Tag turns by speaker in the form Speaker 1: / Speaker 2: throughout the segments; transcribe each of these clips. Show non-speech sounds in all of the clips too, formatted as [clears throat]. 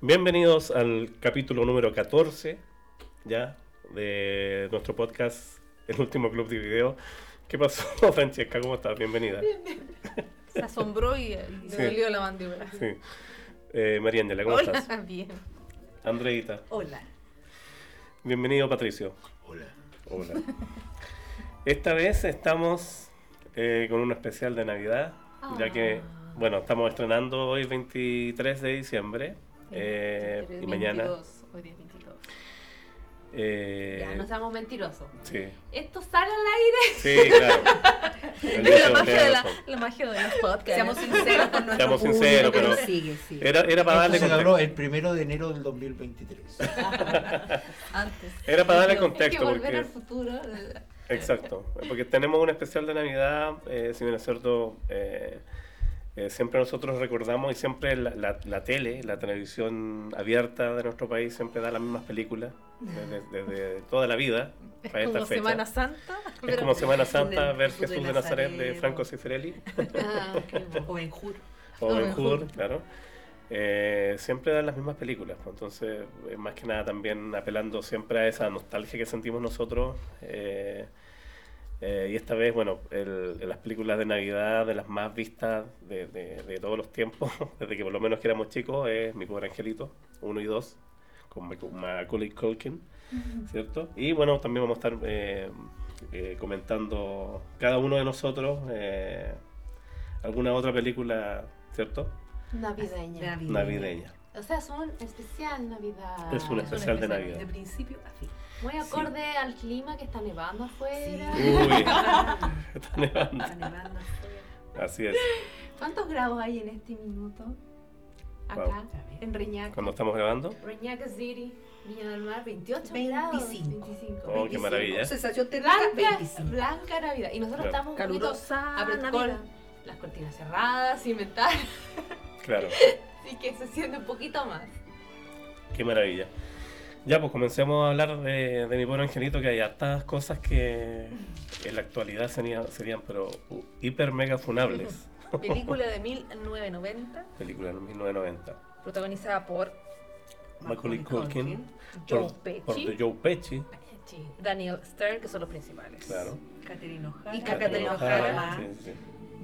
Speaker 1: Bienvenidos al capítulo número 14, ya, de nuestro podcast, el último club de video. ¿Qué pasó, [laughs] Francesca? ¿Cómo estás? Bienvenida.
Speaker 2: Se asombró y eh, le
Speaker 1: Sí.
Speaker 2: dolió la mandíbula.
Speaker 1: Sí. Eh, María Ángela, ¿cómo
Speaker 2: Hola, [laughs]
Speaker 1: estás?
Speaker 2: bien.
Speaker 1: Andreita.
Speaker 2: Hola.
Speaker 1: Bienvenido, Patricio.
Speaker 3: Hola.
Speaker 1: Hola. Esta vez estamos eh, con un especial de Navidad, ya que,
Speaker 2: Ah.
Speaker 1: bueno, estamos estrenando hoy 23 de diciembre eh, y mañana.
Speaker 2: 22, Este, hoy día 22.
Speaker 1: eh,
Speaker 4: Ya, no seamos mentirosos.
Speaker 1: sí,
Speaker 4: Esto sale al aire.
Speaker 1: sí,
Speaker 2: [laughs]
Speaker 1: claro. Bendito
Speaker 2: La magia,
Speaker 1: sea
Speaker 2: de la,
Speaker 1: razón.
Speaker 2: la magia de los podcasts.
Speaker 4: Seamos sinceros con
Speaker 2: [laughs]
Speaker 4: nuestro
Speaker 1: Seamos
Speaker 4: público
Speaker 1: sinceros,
Speaker 4: que
Speaker 1: pero-
Speaker 4: nos sigue, sí.
Speaker 1: Era, era para darle
Speaker 3: Esto se grabó
Speaker 1: contexto.
Speaker 3: el primero de enero del 2023.
Speaker 2: Antes.
Speaker 1: Era para darle
Speaker 2: Hay
Speaker 4: Hay que
Speaker 1: contexto,
Speaker 4: volver
Speaker 1: porque
Speaker 4: al futuro.
Speaker 1: Exacto, porque tenemos un especial de Navidad, eh, si bien es cierto, eh, eh, siempre nosotros recordamos y siempre la, la- la tele, la televisión abierta de nuestro país siempre da las mismas películas desde, desde toda la vida para
Speaker 2: Es
Speaker 1: esta
Speaker 2: como
Speaker 1: fecha.
Speaker 2: Semana Santa.
Speaker 1: es
Speaker 2: pero-
Speaker 1: como Semana
Speaker 5: Jesús
Speaker 1: Santa
Speaker 5: de-
Speaker 1: ver
Speaker 5: Jesús de
Speaker 1: Jesús de Nazaret de
Speaker 5: Nazareno.
Speaker 1: Franco Cifrelli
Speaker 4: Ah,
Speaker 5: [laughs]
Speaker 4: qué bueno.
Speaker 5: O en Juro.
Speaker 1: o
Speaker 2: O
Speaker 1: Ben
Speaker 2: Ben
Speaker 1: Hur,
Speaker 2: Hur.
Speaker 1: claro. Eh, siempre dan las mismas películas, pues, entonces eh, más que nada también apelando siempre a esa nostalgia que sentimos nosotros. eh, eh, y esta vez, bueno, el- las películas de Navidad, de las más vistas de, de- de todos los tiempos, [laughs] desde que por lo menos que éramos chicos, es Mi Pobre Angelito, 1 y 2, con Mac- Macaulay Culkin, ¿cierto? Y bueno, también vamos a estar eh, eh, comentando cada uno de nosotros eh, alguna otra película, ¿cierto?
Speaker 4: Navideña.
Speaker 5: Navidad.
Speaker 1: Navideña.
Speaker 4: O sea, es un especial Navidad.
Speaker 1: Es un
Speaker 2: es un
Speaker 1: especial de
Speaker 2: especial
Speaker 1: Navidad.
Speaker 5: De principio a fin.
Speaker 4: Muy acorde al clima que está nevando afuera.
Speaker 5: [laughs]
Speaker 1: Uy, está [laughs] nevando.
Speaker 5: Está nevando afuera.
Speaker 1: Así es.
Speaker 4: ¿Cuántos grados hay en este minuto? Acá,
Speaker 1: Wow.
Speaker 4: en Reñaca.
Speaker 1: Cuando estamos grabando,
Speaker 4: Reñaca City, Viña del Mar, 28 grados.
Speaker 5: 25.
Speaker 4: 25.
Speaker 1: Oh, qué maravilla.
Speaker 5: Sensación térmica
Speaker 4: Blanca,
Speaker 5: 25.
Speaker 4: blanca Navidad. Y nosotros
Speaker 1: Claro.
Speaker 4: estamos un poquito
Speaker 2: Calurosa.
Speaker 4: Abre
Speaker 2: Navidad.
Speaker 4: col- las cortinas cerradas, sin ventana,
Speaker 1: claro.
Speaker 4: [laughs] así que se siente un poquito más.
Speaker 1: Qué maravilla. Ya, pues comencemos a hablar de, de mi pobre angelito, que hay hartas cosas que en la actualidad sería- serían, pero uh, hiper mega funables.
Speaker 2: Película de 1990,
Speaker 1: Película de 1990.
Speaker 2: protagonizada por
Speaker 1: Macaulay E. Culkin.
Speaker 2: Ah, Joe
Speaker 1: por- Por
Speaker 2: Pesci,
Speaker 1: de Joe Pesci,
Speaker 4: Sí.
Speaker 2: Daniel Stern, que son los principales.
Speaker 1: claro.
Speaker 5: Caterina O'Hara.
Speaker 2: Y Catherine O'Hara.
Speaker 1: Sí, sí, sí.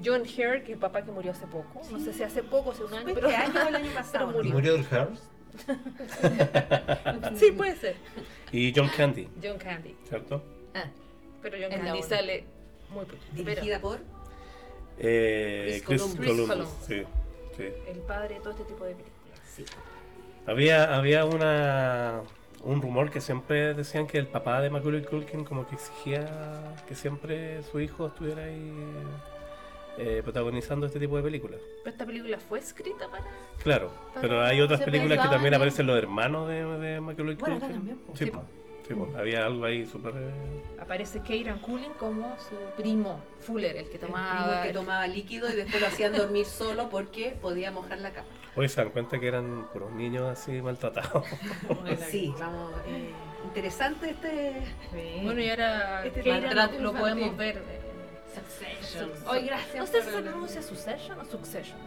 Speaker 2: John Hare, que el papá que murió hace poco. No sé si hace poco, o si un año,
Speaker 5: Fue
Speaker 2: pero
Speaker 5: este año o el año pasado.
Speaker 2: Pero murió.
Speaker 3: Murió del Hearst.
Speaker 2: [laughs] Sí, pues. puede ser.
Speaker 1: Y John Candy,
Speaker 2: John Candy.
Speaker 1: ¿cierto?
Speaker 2: Pero John
Speaker 4: Ah. Es la
Speaker 2: Candy
Speaker 4: una.
Speaker 2: sale muy poquito.
Speaker 5: Dirigida por
Speaker 1: Eh,
Speaker 5: Chris
Speaker 1: Chris
Speaker 2: Columbus.
Speaker 1: Columbus. Sí, sí.
Speaker 2: Pero el padre de todo este tipo de películas.
Speaker 1: Había, había una, un rumor que siempre decían que el papá de Macaulay Culkin como que exigía que siempre su hijo estuviera ahí eh, protagonizando este tipo de películas.
Speaker 2: Pero esta película fue escrita para.
Speaker 1: Claro, pero hay otras
Speaker 4: Se
Speaker 1: películas que
Speaker 4: pensaban
Speaker 1: también
Speaker 4: en-
Speaker 1: aparecen los hermanos de, de Macaulay
Speaker 4: Bueno, acá
Speaker 1: Culkin.
Speaker 4: también,
Speaker 5: pues.
Speaker 1: Sí,
Speaker 2: Sí,
Speaker 1: po.
Speaker 2: po.
Speaker 1: Sí, po. había algo ahí súper... eh,
Speaker 2: Aparece Kieran Culkin como su primo Fuller, el que
Speaker 5: tomaba,
Speaker 2: tomaba.
Speaker 5: que tomaba líquido y después lo hacían dormir solo porque podía mojar la cama.
Speaker 1: Hoy se dan cuenta que eran puros niños así maltratados. [laughs]
Speaker 5: Sí, vamos. eh, interesante este.
Speaker 2: Bueno, y ahora
Speaker 5: Este
Speaker 2: Kieran
Speaker 5: maltrato
Speaker 2: lo
Speaker 5: infantil.
Speaker 2: podemos ver. eh,
Speaker 4: Succession.
Speaker 2: Succession.
Speaker 4: Hoy gracias.
Speaker 2: No sé si
Speaker 4: por
Speaker 2: se
Speaker 4: la-
Speaker 2: pronuncia Succession o Succession.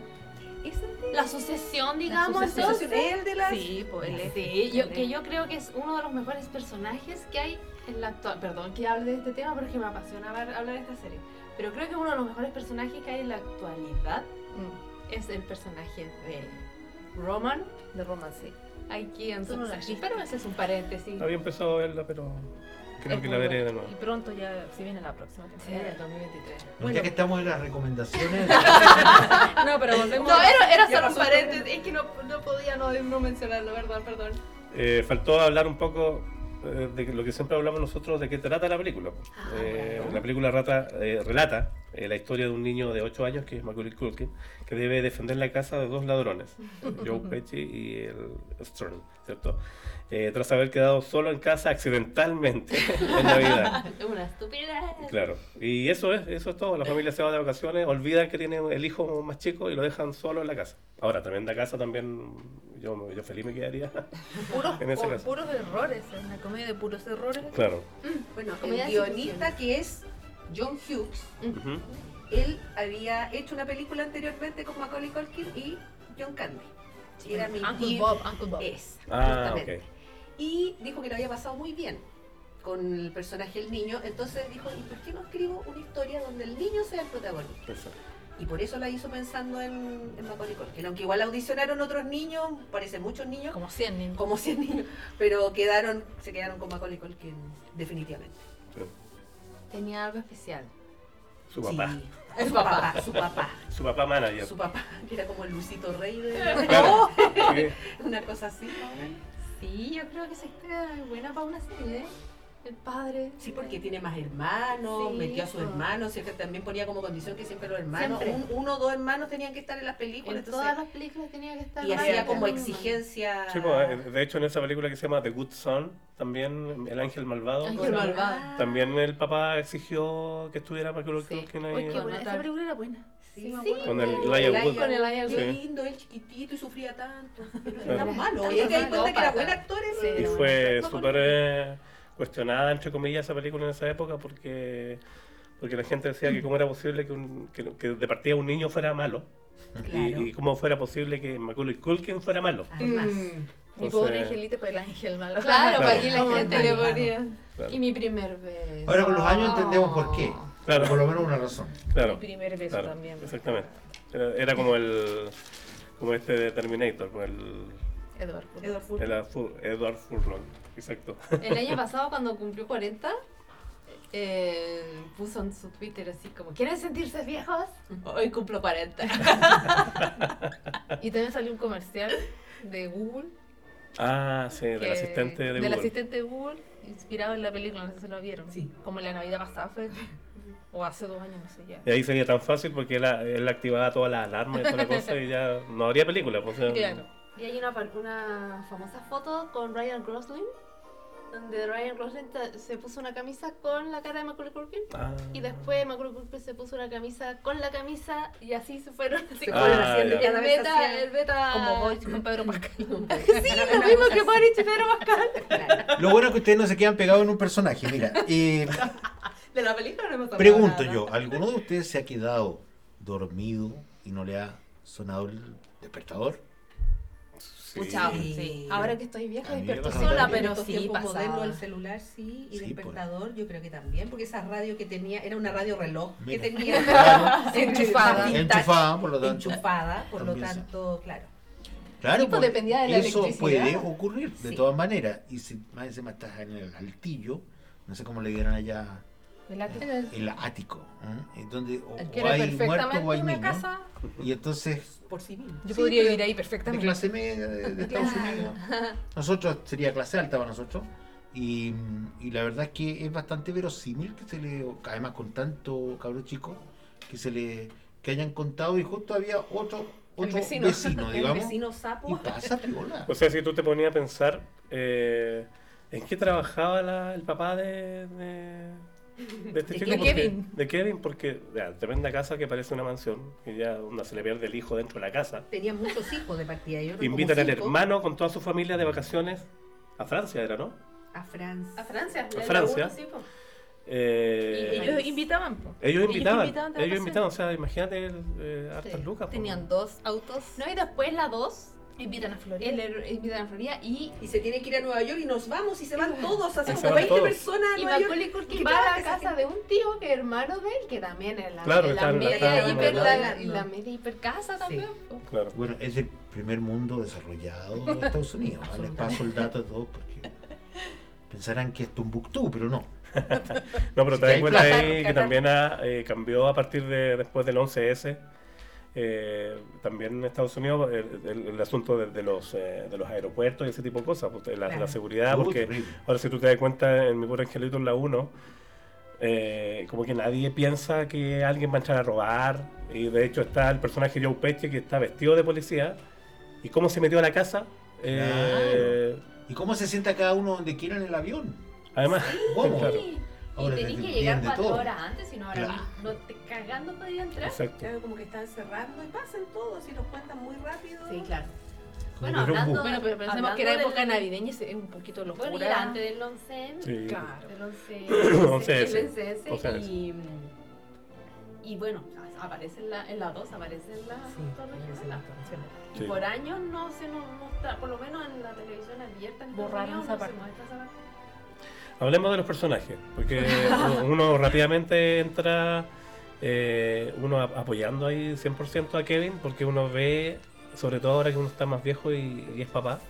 Speaker 4: la sucesión,
Speaker 5: La
Speaker 4: digamos,
Speaker 5: sucesión
Speaker 4: entonces.
Speaker 5: él de las.
Speaker 2: Sí, pues él es.
Speaker 4: Sí, yo, que yo creo que es uno de los mejores personajes que hay en la actual. Perdón que hable de este tema, pero es que me apasiona hablar, hablar de esta serie. Pero creo que uno de los mejores personajes que hay en la actualidad
Speaker 2: Mm,
Speaker 4: es el personaje de Roman
Speaker 2: De romance.
Speaker 4: aquí en
Speaker 2: Tú no la
Speaker 4: Succession.
Speaker 2: viste.
Speaker 4: Pero ese es un paréntesis.
Speaker 1: Había empezado a verla, pero creo
Speaker 2: Es
Speaker 1: que la
Speaker 2: muy
Speaker 1: veré de
Speaker 2: buena.
Speaker 1: nuevo.
Speaker 2: Y pronto ya, si viene la próxima
Speaker 4: Sí, del
Speaker 2: temporada.
Speaker 4: 2023.
Speaker 2: Bueno.
Speaker 3: Ya que estamos en las
Speaker 4: [laughs]
Speaker 3: recomendaciones.
Speaker 2: [laughs] No, pero volvemos.
Speaker 4: No, era, era
Speaker 5: Ya
Speaker 4: solo un
Speaker 5: pasó.
Speaker 4: paréntesis, es que no, no podía no, no mencionarlo, perdón, perdón.
Speaker 1: Eh, faltó hablar un poco eh, de lo que siempre hablamos nosotros, de qué trata la película. Eh, La película rata, eh, relata eh, la historia de un niño de 8 años, que es Macaulay Culkin, que debe defender la casa de dos ladrones, eh, Joe Pesci y el Stern, ¿cierto? Eh, tras haber quedado solo en casa accidentalmente en Navidad.
Speaker 4: [laughs] Es una estupidez.
Speaker 1: Claro. Y eso es, eso es todo. La familia se va de vacaciones, olvidan que tiene el hijo más chico y lo dejan solo en la casa. Ahora, tremenda casa también, yo, yo feliz me quedaría. [laughs]
Speaker 2: Puros,
Speaker 1: en ese
Speaker 2: con
Speaker 1: caso.
Speaker 2: puros errores. Es una comedia de puros errores.
Speaker 1: Claro.
Speaker 5: Bueno,
Speaker 4: Comedia
Speaker 5: el
Speaker 4: de
Speaker 5: guionista que es John Hughes,
Speaker 1: Ujú.
Speaker 5: él había hecho una película anteriormente con Macaulay Culkin y John Candy. era
Speaker 2: Uncle
Speaker 5: mentir.
Speaker 2: Bob, Uncle
Speaker 4: Eh,
Speaker 2: Bob.
Speaker 5: Es,
Speaker 1: Ah,
Speaker 5: justamente.
Speaker 1: ok.
Speaker 5: Y dijo que lo había pasado muy bien con el personaje el niño. Entonces dijo, ¿y por qué no escribo una historia donde el niño sea el protagonista?
Speaker 1: Exacto.
Speaker 5: Y por eso la hizo pensando en, en Macaulay Culkin. Aunque igual audicionaron otros niños, parece muchos niños,
Speaker 2: Como 100 niños.
Speaker 5: como 100 niños, pero quedaron, se quedaron con Macaulay Culkin definitivamente.
Speaker 4: Tenía algo especial.
Speaker 1: Su papá.
Speaker 5: Sí. Su papá, su papá.
Speaker 1: Su papá manager.
Speaker 5: Su papá, que era como el Luisito Rey de
Speaker 1: [laughs] Claro. Sí.
Speaker 5: [laughs] una cosa así. más o menos.
Speaker 4: Sí, yo creo que esa historia es buena para una serie, ¿eh? El padre.
Speaker 5: Sí, porque tiene más hermanos,
Speaker 4: Sí,
Speaker 5: metió a sus
Speaker 4: po.
Speaker 5: hermanos, siempre también ponía como condición que siempre los hermanos,
Speaker 4: Siempre.
Speaker 5: un- uno o dos hermanos tenían que estar en las películas,
Speaker 4: En
Speaker 5: entonces-
Speaker 4: todas las películas tenía que estar.
Speaker 5: y
Speaker 4: más
Speaker 5: hacía
Speaker 4: de
Speaker 5: como
Speaker 4: uno.
Speaker 5: exigencia.
Speaker 1: Sí, pues, eh, de hecho en esa película que se llama The Good Son, también El Ángel Malvado,
Speaker 2: Ángel
Speaker 1: ¿cómo se llama?
Speaker 2: Malvado.
Speaker 1: también el papá exigió que estuviera para que lo
Speaker 4: Sí.
Speaker 1: que
Speaker 2: Oye,
Speaker 1: ahí.
Speaker 2: qué
Speaker 4: Con
Speaker 2: buena. Esa
Speaker 4: otra-
Speaker 2: película era buena.
Speaker 5: Sí, me
Speaker 4: Sí,
Speaker 5: acuerdo.
Speaker 1: con el
Speaker 5: Elijah
Speaker 1: Elijah Wood.
Speaker 5: Con el
Speaker 2: Elijah
Speaker 5: Qué
Speaker 1: Wood.
Speaker 5: lindo, él chiquitito y sufría tanto. Pero
Speaker 1: Claro.
Speaker 5: era malo.
Speaker 4: Tan
Speaker 5: Y ahí te das cuenta que era
Speaker 4: psicópata.
Speaker 5: buen actor. ¿eh?
Speaker 2: Sí.
Speaker 1: Y
Speaker 2: Pero
Speaker 1: fue
Speaker 5: bueno,
Speaker 1: súper eh, cuestionada, entre comillas, esa película en esa época porque, porque la gente decía que cómo era posible que, un- que- que de partida un niño fuera malo y-
Speaker 5: Claro. Ah.
Speaker 1: y, cómo fuera posible que Macaulay Culkin fuera malo.
Speaker 5: Además.
Speaker 2: Mi
Speaker 3: Mm.
Speaker 1: Entonces-
Speaker 2: pobre angelito para el ángel malo.
Speaker 4: Claro,
Speaker 1: Claro.
Speaker 4: para que la gente le
Speaker 5: Claro.
Speaker 4: ponía.
Speaker 1: Claro,
Speaker 4: Y mi primer beso.
Speaker 3: Ahora con los años entendemos por qué.
Speaker 1: Claro.
Speaker 3: O por lo menos una razón.
Speaker 1: claro,
Speaker 2: El primer beso
Speaker 1: claro,
Speaker 2: también.
Speaker 1: exactamente. Era, era como el como este de Terminator, con el,
Speaker 2: Eduardo.
Speaker 5: Edward Furlong.
Speaker 1: el Fu- Edward Furlong, exacto.
Speaker 4: [laughs] El año pasado, cuando cumplió 40, eh, puso en su Twitter así como: ¿Quieren sentirse viejos? Hoy cumplo 40.
Speaker 2: Y también salió un comercial de Google.
Speaker 1: Ah, sí, del
Speaker 2: que-
Speaker 1: asistente de
Speaker 2: Del
Speaker 1: Google.
Speaker 2: asistente de Google, inspirado en la película, no sé si lo vieron.
Speaker 5: Sí.
Speaker 2: Como la Navidad pasada fue. O hace dos años, no sé ya.
Speaker 1: Y ahí sería tan fácil porque él, él activaba todas las alarmas y toda la cosa y ya no habría película. pues, o sea,
Speaker 2: Claro.
Speaker 4: Y hay una, fa- una famosa foto con Ryan Gosling, donde Ryan Gosling ta- se puso una camisa con la cara de Macaulay Culkin.
Speaker 1: ah.
Speaker 4: Y después Macaulay Culkin se puso una camisa con la camisa y así se fueron.
Speaker 5: Se
Speaker 4: Así como
Speaker 1: Ah,
Speaker 5: fueron haciendo
Speaker 1: ya.
Speaker 5: cada
Speaker 4: el
Speaker 5: vez
Speaker 4: beta,
Speaker 5: hacían-
Speaker 4: el beta.
Speaker 2: Como Boys con Pedro Pascal.
Speaker 4: [laughs] Sí, lo mismo que Boris y Pedro Pascal.
Speaker 5: Claro.
Speaker 3: Lo bueno es que ustedes no se quedan pegados en un personaje. Mira,
Speaker 4: [laughs]
Speaker 3: eh,
Speaker 5: De la película no hemos hablado
Speaker 3: pregunto
Speaker 5: nada.
Speaker 3: yo, ¿alguno de ustedes se ha quedado dormido y no le ha sonado el despertador?
Speaker 1: Sí.
Speaker 4: Pucha,
Speaker 5: Sí.
Speaker 4: sí. Ahora que estoy vieja,
Speaker 3: A mí me
Speaker 4: despierto
Speaker 3: pasa
Speaker 4: sola,
Speaker 3: también.
Speaker 4: pero
Speaker 5: Estos
Speaker 4: sí
Speaker 5: tiempos modernos,
Speaker 4: pasaba.
Speaker 5: el celular sí, pues. y
Speaker 3: Sí,
Speaker 5: despertador yo creo que también, porque esa radio que tenía, era una radio reloj
Speaker 3: Mira.
Speaker 5: que tenía
Speaker 1: [laughs]
Speaker 3: Claro.
Speaker 5: eh,
Speaker 2: Enchufada.
Speaker 5: vintage,
Speaker 3: Enchufada, por lo tanto.
Speaker 5: enchufada, por lo
Speaker 3: También sí.
Speaker 5: tanto, claro.
Speaker 3: Claro,
Speaker 4: Sí, pues,
Speaker 3: porque
Speaker 4: dependía de la
Speaker 3: eso
Speaker 4: electricidad.
Speaker 3: puede ocurrir de
Speaker 5: Sí.
Speaker 3: todas maneras. Y si más encima estás en el altillo, no sé cómo le dirán allá, el ático, ¿eh? Es donde o,
Speaker 2: Que
Speaker 3: o
Speaker 2: era
Speaker 3: hay muerto
Speaker 2: perfectamente
Speaker 3: o hay
Speaker 2: una
Speaker 3: niño.
Speaker 2: casa.
Speaker 3: Y entonces,
Speaker 5: Por sí mismo.
Speaker 2: Yo
Speaker 3: Sí,
Speaker 2: podría
Speaker 3: pero-
Speaker 2: vivir ahí
Speaker 3: de
Speaker 2: perfectamente.
Speaker 3: clase media de, de Estados Unidos, nosotros sería clase alta para nosotros. Y, y la verdad es que es bastante verosímil que se le, además con tanto cabrón chico, que se le que hayan contado y justo había otro,
Speaker 2: El
Speaker 3: otro
Speaker 2: vecino.
Speaker 3: vecino, digamos.
Speaker 5: El vecino
Speaker 3: Y
Speaker 5: sapo.
Speaker 3: pasa piola.
Speaker 1: O sea, si tú te ponías a pensar eh, en qué trabajaba la- el papá de, de, de este
Speaker 5: De
Speaker 1: chico.
Speaker 2: Kevin.
Speaker 1: porque-
Speaker 2: Kevin.
Speaker 1: De Kevin, porque ya, tremenda casa que parece una mansión, que ya onda, se le pierde el hijo dentro de la casa.
Speaker 5: Tenía muchos hijos de partida. Yo creo que
Speaker 1: Invitan
Speaker 5: como
Speaker 1: al
Speaker 5: cinco
Speaker 1: hermano con toda su familia de vacaciones a Francia, ¿era, no?
Speaker 5: A Francia.
Speaker 4: A Francia.
Speaker 1: A Francia. Eh,
Speaker 2: Y ellos invitaban. po.
Speaker 1: Ellos invitaban,
Speaker 2: invitaban de
Speaker 1: ellos
Speaker 2: vacaciones.
Speaker 1: invitaban, o sea, imagínate el, eh, hartas
Speaker 4: Sí,
Speaker 1: lucas. po.
Speaker 2: Tenían dos autos.
Speaker 4: No, y después la 2,
Speaker 2: Invitan a Florida.
Speaker 4: el her- invitan a Florida y,
Speaker 5: Y se tiene que ir a Nueva York y nos vamos y se van todos,
Speaker 1: Y
Speaker 5: así
Speaker 1: se
Speaker 5: como
Speaker 1: van
Speaker 5: 20
Speaker 1: todos.
Speaker 5: personas a
Speaker 4: y
Speaker 5: Nueva York.
Speaker 4: Macaulay
Speaker 5: ¿Y
Speaker 4: Culkin
Speaker 5: qué
Speaker 4: va a la
Speaker 5: trabaja esa
Speaker 4: casa de un tío que es hermano de él, que también es la,
Speaker 1: Claro,
Speaker 4: la
Speaker 1: está en la
Speaker 4: media
Speaker 1: casa,
Speaker 4: hiper,
Speaker 1: ¿no?
Speaker 4: la, la media hiper casa también. po.
Speaker 1: Claro.
Speaker 3: Bueno, es el primer mundo desarrollado de Estados Unidos. ¿ah? Les paso el dato de todo porque pensarán que es Tumbuctú, pero no.
Speaker 1: No, pero
Speaker 3: Sí,
Speaker 1: te
Speaker 3: que
Speaker 1: das
Speaker 3: hay
Speaker 1: cuenta
Speaker 2: plata.
Speaker 1: ahí que también ah, eh, cambió a partir de después del 11S. eh, también en Estados Unidos el, el- el asunto de, de los, eh, de los aeropuertos y ese tipo de cosas, pues, la, la
Speaker 5: Claro.
Speaker 1: seguridad,
Speaker 3: Uh,
Speaker 1: porque
Speaker 3: terrible.
Speaker 1: ahora si tú te das cuenta en mi pobre angelito en la 1, eh, como que nadie piensa que alguien va a entrar a robar, y de hecho está el personaje Joe Pesci que está vestido de policía, y cómo se metió a la casa, eh,
Speaker 3: ¿Y cómo se sienta cada uno donde quiera en el avión?
Speaker 1: además,
Speaker 3: ¿Cómo?
Speaker 1: claro,
Speaker 4: Sí.
Speaker 3: Ahora
Speaker 4: y tenías
Speaker 3: te
Speaker 4: que
Speaker 3: entienden
Speaker 4: llegar
Speaker 3: de
Speaker 4: cuatro
Speaker 3: todo.
Speaker 4: horas antes, si no ahora
Speaker 3: Claro.
Speaker 4: no te cagando podía entrar.
Speaker 1: exacto.
Speaker 5: Claro, como que están cerrando y pasan todos y nos cuentan muy rápido.
Speaker 4: Sí, claro.
Speaker 3: Como
Speaker 4: Bueno,
Speaker 3: que era un
Speaker 4: hablando-
Speaker 3: bus.
Speaker 2: Bueno, pero pensemos que era
Speaker 4: Hablando
Speaker 2: época
Speaker 4: del-
Speaker 2: navideña, es es un poquito locura.
Speaker 4: Bueno, y era antes del 11
Speaker 1: Sí. [coughs]
Speaker 2: Claro.
Speaker 4: del 11
Speaker 1: 11S.
Speaker 4: 11S, y, y bueno, aparece en la, en la 2, aparece en la
Speaker 6: Sí,
Speaker 4: Torre
Speaker 6: tiene que ser
Speaker 4: Gemela.
Speaker 6: la torre.
Speaker 4: Y
Speaker 1: Sí.
Speaker 4: por años no se nos muestra, por lo menos en la televisión abierta, en Estados
Speaker 6: Borraron
Speaker 4: Unidos,
Speaker 6: esa
Speaker 4: no se
Speaker 6: parte.
Speaker 4: muestra esa parte.
Speaker 1: Hablemos de los personajes, porque uno rápidamente entra, eh, uno a- apoyando ahí 100% a Kevin, porque uno ve, sobre todo ahora que uno está más viejo y, y es papá,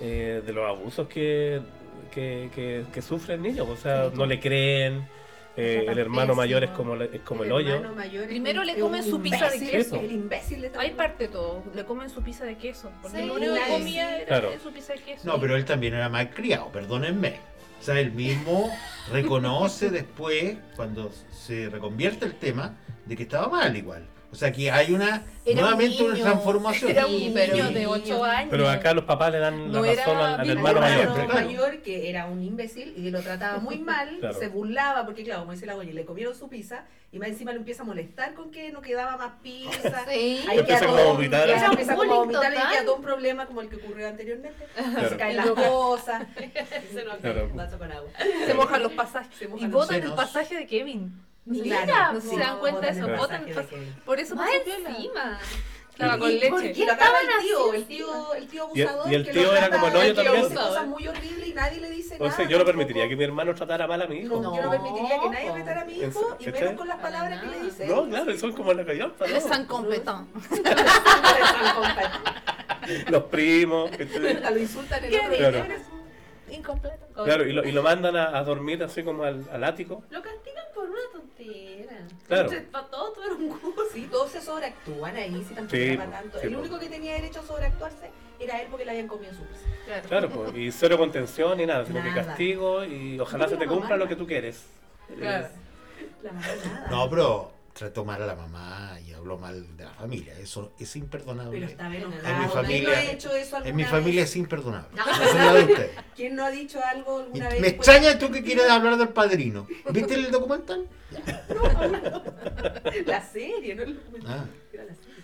Speaker 1: eh, de los abusos que, que, que- que sufre el niño. O sea, no le creen, eh, el hermano mayor es como, la- es como el hoyo.
Speaker 5: hermano mayor es
Speaker 2: Primero
Speaker 5: un-
Speaker 2: le
Speaker 5: es un
Speaker 2: comen su pizza de
Speaker 5: imbécil,
Speaker 1: queso.
Speaker 5: El imbécil de todo.
Speaker 2: Ahí parte todo. Le comen su pizza de queso. Porque
Speaker 4: Sí,
Speaker 2: lo único que
Speaker 5: claro.
Speaker 2: comía era
Speaker 1: Claro.
Speaker 2: su pizza de queso.
Speaker 3: No, pero él también era mal criado, perdónenme. O sea, él mismo reconoce después, cuando se reconvierte el tema, de que estaba mal igual. O sea, que hay una,
Speaker 5: Era un
Speaker 3: nuevamente una
Speaker 5: niño.
Speaker 3: transformación.
Speaker 2: Era un niño de
Speaker 5: Niño.
Speaker 2: 8 años.
Speaker 1: Pero acá los papás le dan la
Speaker 2: No era
Speaker 1: razón al, al
Speaker 2: bien
Speaker 1: hermano
Speaker 5: El
Speaker 1: mayor.
Speaker 5: hermano
Speaker 3: claro.
Speaker 5: mayor, que era un imbécil y lo trataba muy mal,
Speaker 1: Claro.
Speaker 5: se burlaba, porque claro, como dice la doña, le comieron su pizza y más encima le empieza a molestar con que no quedaba más pizza.
Speaker 4: Sí.
Speaker 5: Ahí
Speaker 1: Empieza
Speaker 5: queda
Speaker 1: como a
Speaker 5: todo,
Speaker 1: vomitar.
Speaker 5: ya
Speaker 4: Era un
Speaker 5: empieza como a
Speaker 4: bullying
Speaker 5: vomitar y
Speaker 4: total.
Speaker 5: queda todo un problema como el que ocurrió anteriormente.
Speaker 1: Claro.
Speaker 5: Se caen las cosas,
Speaker 4: Se nos cae
Speaker 1: Claro.
Speaker 5: un vaso con agua.
Speaker 2: se mojan los pasajes.
Speaker 5: Se mojan
Speaker 2: Y
Speaker 5: los
Speaker 2: votan el
Speaker 3: senos.
Speaker 2: pasaje de Kevin.
Speaker 4: Mira,
Speaker 2: Mira,
Speaker 4: no
Speaker 2: se
Speaker 4: sé,
Speaker 2: dan cuenta de eso.
Speaker 1: el
Speaker 2: Votan el
Speaker 5: pasaje de
Speaker 2: pasaje.
Speaker 5: Kevin.
Speaker 2: Por eso
Speaker 4: Más
Speaker 2: pasó piola.
Speaker 4: encima.
Speaker 2: Estaba con
Speaker 4: ¿Y por
Speaker 2: leche.
Speaker 4: qué?
Speaker 5: Y lo acaba
Speaker 4: estaban
Speaker 5: el tío,
Speaker 4: así
Speaker 5: el tío, el tío
Speaker 1: Y el-
Speaker 5: abusador.
Speaker 1: y el
Speaker 5: que
Speaker 1: tío
Speaker 5: lo
Speaker 1: era
Speaker 5: trata-
Speaker 1: como el hoyo
Speaker 5: que le
Speaker 1: también.
Speaker 5: hace cosas muy horribles y nadie le dice
Speaker 1: O
Speaker 5: nada.
Speaker 1: sea, yo no
Speaker 5: tampoco.
Speaker 1: permitiría que mi hermano tratara mal a mi hijo.
Speaker 5: No, yo no permitiría que nadie
Speaker 2: No.
Speaker 5: retara a mi
Speaker 1: Eso,
Speaker 5: hijo y menos
Speaker 1: ¿cachai?
Speaker 5: con las palabras que le dice.
Speaker 1: No, claro, y son como la gallampa, ¿no? Los primos. ¿cachai?
Speaker 5: Hasta [laughs] lo insultan en
Speaker 2: ¿Qué
Speaker 5: otro
Speaker 1: dices?
Speaker 5: video,
Speaker 1: Claro.
Speaker 5: eres un incompleto.
Speaker 1: Claro, y lo, y lo mandan a, a dormir así como al, al ático.
Speaker 4: Lo castigan [laughs] por una tontera.
Speaker 1: Claro.
Speaker 4: Para todo tuvieron un gusto.
Speaker 5: Sí, todos se sobreactúan ahí, si tampoco
Speaker 1: Sí,
Speaker 5: era
Speaker 1: po,
Speaker 5: para tanto.
Speaker 1: sí,
Speaker 5: el
Speaker 1: po.
Speaker 5: único que tenía derecho a sobreactuarse era él porque le habían comido su pizza.
Speaker 1: Claro, pues, y cero contención y nada, sino que
Speaker 5: Nada.
Speaker 1: castigo y ojalá se te cumpla lo que tú quieres.
Speaker 2: Claro.
Speaker 5: La mamá nada.
Speaker 3: No, pero trató mal a la mamá y habló mal de la familia. Eso es
Speaker 5: Pero
Speaker 3: imperdonable.
Speaker 5: estaba enojado.
Speaker 3: En mi
Speaker 5: ¿Quién
Speaker 3: familia-
Speaker 5: no ha hecho eso alguna
Speaker 3: En mi familia es imperdonable.
Speaker 5: No.
Speaker 3: Eso es la de usted.
Speaker 5: vez? ¿Quién no ha dicho algo
Speaker 3: Y
Speaker 5: alguna vez?
Speaker 3: me
Speaker 5: después?
Speaker 3: extraña tú que quieres hablar del padrino. ¿Viste el documental?
Speaker 5: La serie, ¿no? El documental.
Speaker 3: Ah.
Speaker 5: Era la serie.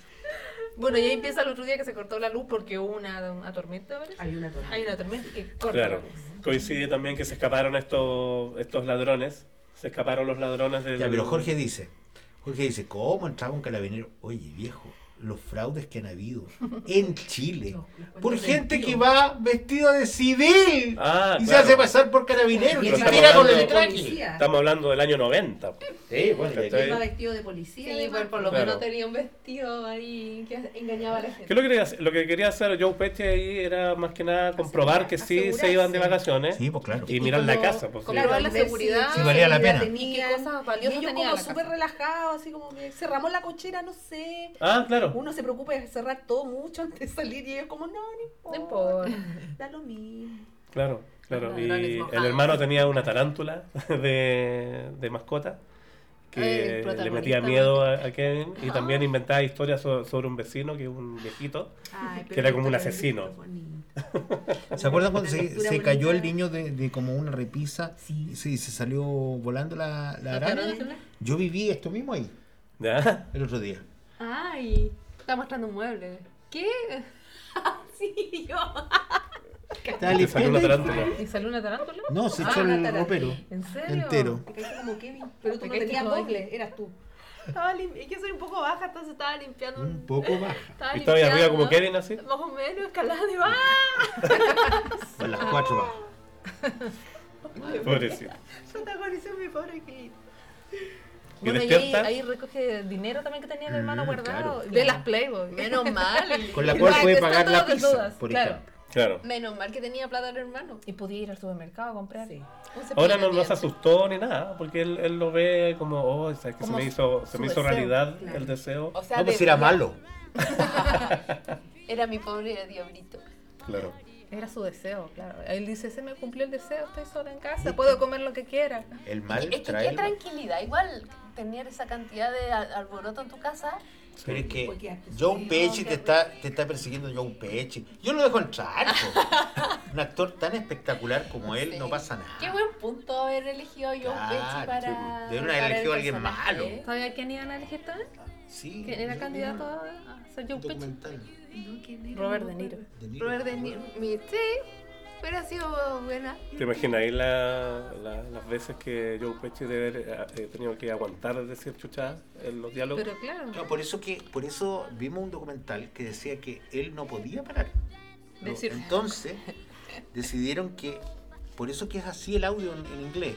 Speaker 2: Bueno, y ahí empieza el otro día que se cortó la luz porque hubo una, una tormenta, ¿verdad?
Speaker 5: Hay una tormenta.
Speaker 2: Hay una tormenta que corta
Speaker 1: Eh, Claro.
Speaker 2: la luz.
Speaker 1: Coincide también que se escaparon estos, estos ladrones. Se escaparon los ladrones del.
Speaker 3: Ya, pero Jorge dice, Jorge dice, ¿cómo entraba un carabinero? Oye, viejo, los fraudes que han habido en Chile por gente que va vestida de civil
Speaker 1: Ah,
Speaker 3: y se
Speaker 1: claro.
Speaker 3: hace pasar por carabinero,
Speaker 5: Y
Speaker 3: ni
Speaker 1: Pero
Speaker 3: siquiera
Speaker 1: estamos
Speaker 3: con el
Speaker 1: hablando-
Speaker 3: traje.
Speaker 5: policía.
Speaker 1: Estamos hablando del año 90. pues.
Speaker 3: Sí, bueno, y aquí-
Speaker 5: Iba
Speaker 1: Sí.
Speaker 5: vestido de policía.
Speaker 4: Sí,
Speaker 5: además.
Speaker 4: pero por lo
Speaker 1: Claro.
Speaker 4: menos tenía un vestido ahí que engañaba a la
Speaker 1: Que
Speaker 4: gente.
Speaker 1: lo, que quería hacer- lo que quería hacer Joe Pesci ahí era más que nada comprobar que sí se
Speaker 5: asegurarse.
Speaker 1: iban de vacaciones
Speaker 3: Sí, pues claro.
Speaker 1: y mirar la
Speaker 2: como-
Speaker 1: casa. Pues, sí.
Speaker 2: comprobar la
Speaker 5: ver si-
Speaker 2: seguridad.
Speaker 3: Sí, valía la pena.
Speaker 2: Y qué
Speaker 5: tenían.
Speaker 2: cosas
Speaker 5: Y
Speaker 2: valiosas
Speaker 5: ellos
Speaker 2: tenía
Speaker 5: como
Speaker 2: la
Speaker 5: súper
Speaker 2: casa.
Speaker 5: relajados, así como que cerramos la cochera, no sé.
Speaker 1: Ah, claro.
Speaker 5: Uno se preocupa de cerrar todo mucho antes de salir y ellos como, no, no
Speaker 2: No
Speaker 5: importa.
Speaker 2: importa.
Speaker 5: Da lo mismo.
Speaker 1: Claro, claro. Y
Speaker 6: Ladrones
Speaker 1: el
Speaker 6: mojados.
Speaker 1: hermano tenía una tarántula [laughs] de, de mascota
Speaker 6: El
Speaker 1: que le
Speaker 6: protagonista.
Speaker 1: metía miedo a, a Kevin y también inventaba historias so- sobre un vecino que es un viejito.
Speaker 5: Ay,
Speaker 1: Que era como un asesino.
Speaker 3: ¿Se acuerdan cuando
Speaker 5: Una
Speaker 3: se,
Speaker 5: lectura
Speaker 3: se cayó el
Speaker 5: bonita.
Speaker 3: niño de, de como una repisa
Speaker 5: Sí.
Speaker 3: y se, se salió volando la, la araña? Yo viví esto mismo ahí [laughs]
Speaker 1: ¿Ya?
Speaker 3: el otro día.
Speaker 4: Ay, está mostrando un mueble. ¿Qué? sí, yo.
Speaker 3: Estaba
Speaker 1: Le sacó una
Speaker 3: limpiando y-
Speaker 1: tarántula.
Speaker 2: ¿Y salió una tarántula?
Speaker 3: No, se
Speaker 2: Ah,
Speaker 3: echó
Speaker 5: una
Speaker 3: el
Speaker 5: tarántula.
Speaker 3: ropero
Speaker 2: ¿En serio?
Speaker 3: entero.
Speaker 5: Te caíste como Kevin, pero tú
Speaker 2: Te
Speaker 5: no
Speaker 4: este
Speaker 2: caíste
Speaker 5: tenías
Speaker 2: como él.
Speaker 5: doble, eras tú.
Speaker 4: Estaba lim- Es que soy un poco baja, entonces estaba limpiando
Speaker 3: Un
Speaker 4: un.
Speaker 3: poco baja.
Speaker 4: Estaba
Speaker 1: ¿Y estaba ahí arriba como
Speaker 4: limpiando,
Speaker 1: Kevin así?
Speaker 4: Más o menos, escalando y va.
Speaker 3: Con las cuatro bajas.
Speaker 1: Pobrecito.
Speaker 4: Protagonizó mi pobre Kate.
Speaker 1: Y
Speaker 2: Bueno, y ahí,
Speaker 1: despierta.
Speaker 2: ahí recoge dinero también que tenía el hermano
Speaker 3: Mm,
Speaker 2: guardado.
Speaker 3: claro.
Speaker 2: De las Playboy. Menos
Speaker 3: [laughs]
Speaker 2: mal.
Speaker 3: Con la cual
Speaker 2: Ay,
Speaker 3: puede
Speaker 2: te están
Speaker 3: pagar la
Speaker 2: todas
Speaker 3: pizza,
Speaker 2: desnudas,
Speaker 3: por
Speaker 2: claro.
Speaker 3: ejemplo.
Speaker 1: Claro.
Speaker 4: Menos mal que tenía plata el hermano.
Speaker 2: Y podía ir al supermercado a comprar. Un cepillo
Speaker 1: Ahora
Speaker 2: de
Speaker 1: no, no se
Speaker 2: dientes.
Speaker 1: asustó ni nada, porque él, él lo ve como, oh, ¿sabes que se
Speaker 2: Como
Speaker 1: me
Speaker 2: su-
Speaker 1: hizo, se
Speaker 2: su
Speaker 1: me hizo
Speaker 2: deseo,
Speaker 1: realidad
Speaker 5: claro.
Speaker 1: el deseo.
Speaker 2: O sea,
Speaker 3: No, pues
Speaker 2: de-
Speaker 3: era malo.
Speaker 4: Era mi pobre diablito.
Speaker 1: Claro.
Speaker 2: Era su deseo, claro. Él dice, se me cumplió el deseo, estoy sola en casa, puedo comer lo que quiera.
Speaker 3: El mal
Speaker 6: Es que
Speaker 3: trae
Speaker 6: qué
Speaker 3: el mal.
Speaker 6: tranquilidad. Igual tener esa cantidad de al- alboroto en tu casa.
Speaker 3: Pero es
Speaker 5: Porque
Speaker 3: que
Speaker 5: antes-
Speaker 3: Joe Pesci te está, te está persiguiendo Joe Pesci. Yo lo dejo entrar. po. Un actor tan espectacular como él, no pasa nada.
Speaker 6: Qué buen punto haber elegido a John
Speaker 3: Claro,
Speaker 6: Pesci para.
Speaker 3: sí. Debieron haber
Speaker 6: para el
Speaker 3: elegido a alguien
Speaker 6: personaje.
Speaker 3: malo.
Speaker 2: ¿Sabía quién iban a elegir también?
Speaker 3: Sí.
Speaker 2: ¿Quién era
Speaker 3: yo-
Speaker 2: candidato a ser Joe
Speaker 3: un
Speaker 2: Pesci?
Speaker 3: documental.
Speaker 6: No, ¿quién era?
Speaker 2: Robert
Speaker 6: No
Speaker 2: De
Speaker 6: me
Speaker 2: Niro.
Speaker 6: acuerdo.
Speaker 3: De Niro.
Speaker 6: Robert De Niro. Mi- Sí.
Speaker 2: Pero ha sido buena.
Speaker 1: ¿Te imagináis la- la- las veces que Joe Pesci debe haber eh, tenido que aguantar decir chuchadas en los diálogos?
Speaker 7: Pero claro,
Speaker 3: No, por eso que, por eso vimos un documental que decía que él no podía parar. No,
Speaker 7: Decir-
Speaker 3: [laughs] Entonces, decidieron que, por eso que es así el audio en, en inglés,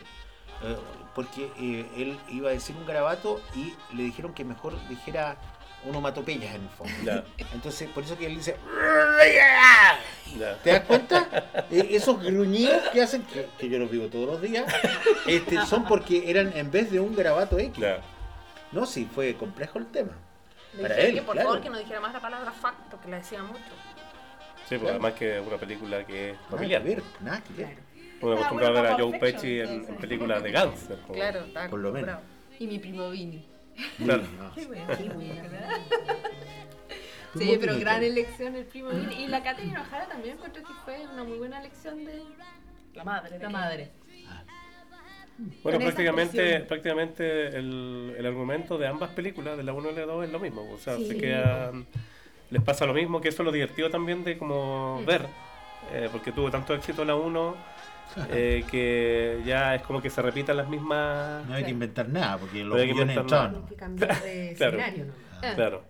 Speaker 3: eh, porque eh, él iba a decir un garabato y le dijeron que mejor dijera onomatopeyas en el fondo.
Speaker 1: Ya,
Speaker 3: Entonces, por eso que él dice, [laughs]
Speaker 1: ya.
Speaker 3: ¿te das cuenta? Eh, esos gruñidos que hacen, que, que yo los vivo todos los días, este, son porque eran en vez de un garabato X.
Speaker 1: ya.
Speaker 3: No, sí, fue complejo el tema.
Speaker 2: Le
Speaker 3: Para
Speaker 2: dije
Speaker 3: él,
Speaker 2: que por
Speaker 3: claro.
Speaker 2: favor que no dijera más la palabra fuck porque la decía mucho.
Speaker 1: Sí, pues además que es una película que es familiar.
Speaker 3: Nada que ver, nada que ver.
Speaker 7: Ah,
Speaker 1: Uno acostumbrado a ver a Joe Pesci en, en
Speaker 7: entonces.
Speaker 1: películas de pues. gangster. como-
Speaker 7: claro, está
Speaker 3: Por lo menos.
Speaker 7: comprado. Y mi primo Vini.
Speaker 1: Claro.
Speaker 3: No.
Speaker 7: Qué bueno, qué bueno.
Speaker 8: Sí, pero gran elección el primo. Vini. Y la Catherine O'Hara también encuentro que fue una muy buena elección de...
Speaker 2: La madre.
Speaker 7: La madre.
Speaker 1: Bueno,
Speaker 7: Con esa
Speaker 1: prácticamente,
Speaker 7: expresión.
Speaker 1: prácticamente el, el argumento de ambas películas, de la 1 y la 2, es lo mismo. pues. O sea,
Speaker 7: Sí.
Speaker 1: se quedan- les pasa lo mismo, que eso es lo divertido también de como ver, eh, porque tuvo tanto éxito la
Speaker 3: [laughs]
Speaker 1: 1 eh, que ya es como que se repitan las mismas...
Speaker 3: No hay que inventar nada, porque
Speaker 1: No
Speaker 3: los
Speaker 1: hay que
Speaker 3: guiones
Speaker 1: inventar
Speaker 3: entraron.
Speaker 5: Hay que cambiar de
Speaker 1: Claro.
Speaker 5: escenario nomás.
Speaker 1: Claro,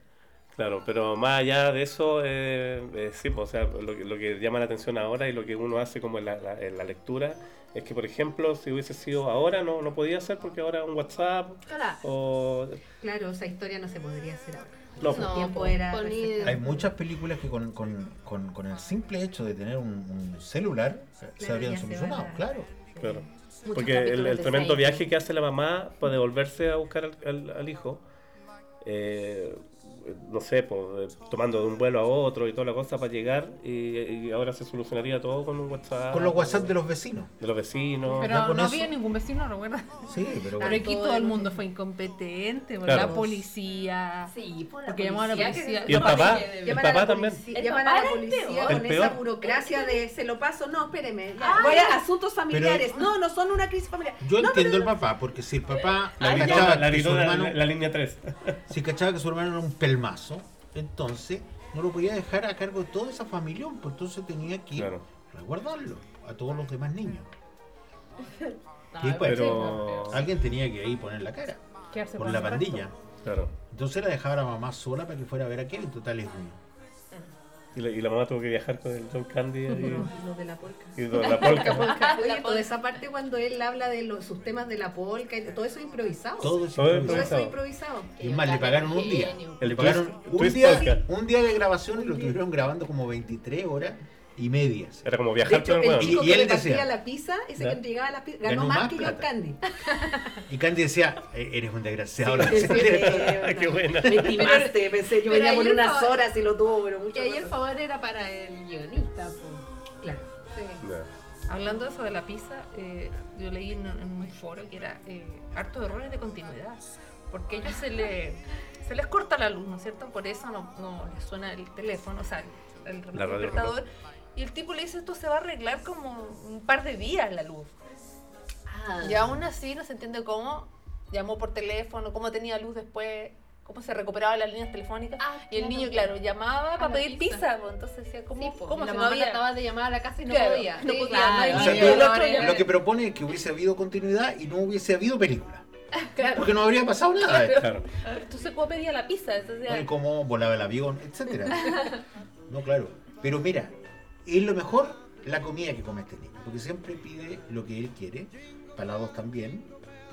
Speaker 1: claro, pero más allá de eso, eh, eh, sí, pues, o sea, lo, que- lo que llama la atención ahora y lo que uno hace como en la, la- en la lectura es que, por ejemplo, si hubiese sido ahora, no, no podía ser porque ahora un WhatsApp
Speaker 5: Claro,
Speaker 1: o...
Speaker 5: claro, esa historia no se podría hacer ahora.
Speaker 1: No,
Speaker 5: Su
Speaker 7: No,
Speaker 5: tiempo
Speaker 7: por-
Speaker 4: pues,
Speaker 5: era
Speaker 7: por ni-
Speaker 5: recetado.
Speaker 3: Hay muchas películas que con, con, con, con el simple hecho de tener un, un celular eh, se- se
Speaker 5: Claro,
Speaker 3: habrían
Speaker 5: ya se
Speaker 3: solucionado,
Speaker 5: van a-
Speaker 3: claro.
Speaker 1: Claro.
Speaker 7: Muchos
Speaker 1: Porque el,
Speaker 7: capítulos
Speaker 1: el
Speaker 7: de
Speaker 1: tremendo
Speaker 7: Seinfeld.
Speaker 1: viaje que hace la mamá para devolverse a buscar al, al- al hijo, eh, no sé, pues, eh, tomando de un vuelo a otro y toda la cosa para llegar, y, y ahora se solucionaría todo con un WhatsApp.
Speaker 3: Con los WhatsApp de los vecinos.
Speaker 1: de los vecinos.
Speaker 3: Ya
Speaker 2: Pero
Speaker 3: con
Speaker 2: no
Speaker 3: eso-
Speaker 2: había ningún vecino, recuerda.
Speaker 3: Sí, pero
Speaker 5: Claro.
Speaker 2: Pero
Speaker 3: bueno.
Speaker 2: aquí todo el mundo fue incompetente, porque
Speaker 1: Claro.
Speaker 2: la policía.
Speaker 5: Sí, por la
Speaker 2: Porque llamó a la
Speaker 5: policía que-
Speaker 2: policía.
Speaker 1: Y el
Speaker 2: No,
Speaker 1: papá,
Speaker 2: dije,
Speaker 1: el
Speaker 2: de-
Speaker 5: Llaman a
Speaker 1: papá
Speaker 5: la
Speaker 1: también.
Speaker 5: policía-
Speaker 2: El
Speaker 5: Llaman
Speaker 2: papá
Speaker 5: a la
Speaker 2: era el
Speaker 5: policía
Speaker 2: peor.
Speaker 5: con
Speaker 1: El
Speaker 5: esa
Speaker 1: peor.
Speaker 5: burocracia de se lo paso. No, espéreme.
Speaker 4: Ah.
Speaker 5: ya, voy a asuntos familiares. No, no son una crisis familiar.
Speaker 3: Yo entiendo al papá, porque si el papá
Speaker 1: La, línea-
Speaker 3: cachaba
Speaker 1: la
Speaker 3: que su
Speaker 1: línea-
Speaker 3: hermano,
Speaker 1: la línea 3.
Speaker 3: si cachaba que su hermano era un pelmazo, entonces no lo podía dejar a cargo de toda esa familia, pues entonces tenía que
Speaker 1: Claro.
Speaker 3: resguardarlo a todos los demás niños.
Speaker 2: No,
Speaker 3: Y después,
Speaker 1: Pero.
Speaker 3: Alguien tenía que ahí poner la cara,
Speaker 2: quedarse
Speaker 3: por la
Speaker 2: el resto.
Speaker 3: pandilla.
Speaker 1: Claro.
Speaker 3: Entonces la dejaba la mamá sola para que fuera a ver a Kevin, total es mío.
Speaker 1: Y la, y la mamá tuvo que viajar con el John Candy y,
Speaker 5: Lo de la polca.
Speaker 1: y con la polca.
Speaker 4: Ah,
Speaker 5: Oye, toda esa parte cuando él habla de los, sus temas de la polca, y todo eso es improvisado.
Speaker 3: Todo es
Speaker 1: Todo es
Speaker 5: Todo
Speaker 3: improvisado.
Speaker 5: eso es improvisado.
Speaker 3: Y es más, le pagaron un día.
Speaker 7: Genio.
Speaker 1: El
Speaker 3: le pagaron
Speaker 1: twist-
Speaker 3: un
Speaker 1: twist
Speaker 3: día,
Speaker 1: podcast.
Speaker 3: un día de grabación y lo estuvieron grabando como 23 horas y medias.
Speaker 1: Era como
Speaker 5: De
Speaker 1: viajar
Speaker 5: hecho,
Speaker 1: con el
Speaker 5: el
Speaker 1: weón.
Speaker 5: chico
Speaker 3: Y- y
Speaker 5: que
Speaker 3: él
Speaker 5: le partía
Speaker 3: decía-
Speaker 5: la pizza, ese
Speaker 1: Ya.
Speaker 5: que entregaba la pizza,
Speaker 3: Ganó
Speaker 5: ganó
Speaker 3: más
Speaker 5: más que John
Speaker 3: plata.
Speaker 5: Candy.
Speaker 3: Y Candy decía, "E- eres un desgraciado.
Speaker 1: [laughs] Ah, Qué buena.
Speaker 5: Me timaste, pensé, yo
Speaker 7: pero
Speaker 5: venía
Speaker 7: ahí
Speaker 5: por
Speaker 7: el
Speaker 5: unas
Speaker 7: favor-
Speaker 5: horas y lo tuvo, pero mucho
Speaker 7: Que ahí el favor era para el guionista, po.
Speaker 5: Claro.
Speaker 1: Ya.
Speaker 2: Hablando de eso de la pizza, eh, yo leí en, en un foro que era eh, harto de errores de continuidad. Porque a ellos
Speaker 7: [laughs]
Speaker 2: se, le, se les corta la luz, ¿no es cierto? Por eso no, no les suena el teléfono, o sea, el- el
Speaker 1: La
Speaker 2: reloj
Speaker 1: radio,
Speaker 2: despertador. Y el tipo le dice, esto se va a arreglar como un par de días la luz.
Speaker 7: Ah.
Speaker 2: Y aún así no se entiende cómo llamó por teléfono, cómo tenía luz después, cómo se recuperaba las líneas telefónicas.
Speaker 7: Ah,
Speaker 2: y el
Speaker 7: claro.
Speaker 2: niño, claro, llamaba para
Speaker 7: la
Speaker 2: pedir
Speaker 7: pizza.
Speaker 2: pizza. pues, entonces decía, ¿cómo,
Speaker 7: Sí, po,
Speaker 2: cómo
Speaker 7: la
Speaker 2: se
Speaker 7: mamá
Speaker 2: movía?
Speaker 7: trataba de llamar a la casa y no
Speaker 2: Claro,
Speaker 7: podía.
Speaker 2: no
Speaker 7: Sí,
Speaker 2: podía,
Speaker 7: claro,
Speaker 2: no
Speaker 3: O
Speaker 2: hay
Speaker 7: sí,
Speaker 3: sea, tú-
Speaker 7: ahora
Speaker 2: otro
Speaker 7: ya-
Speaker 3: [laughs] lo que propone es que hubiese habido continuidad y no hubiese habido película. Porque no habría pasado nada.
Speaker 1: Claro.
Speaker 2: Entonces, ¿cómo pedía la pizza? Entonces,
Speaker 3: Oye, cómo volaba el avión, etcétera.
Speaker 2: [laughs]
Speaker 3: No, claro. Pero mira, es lo mejor la comida que come este niño, porque siempre pide lo que él quiere, palados también,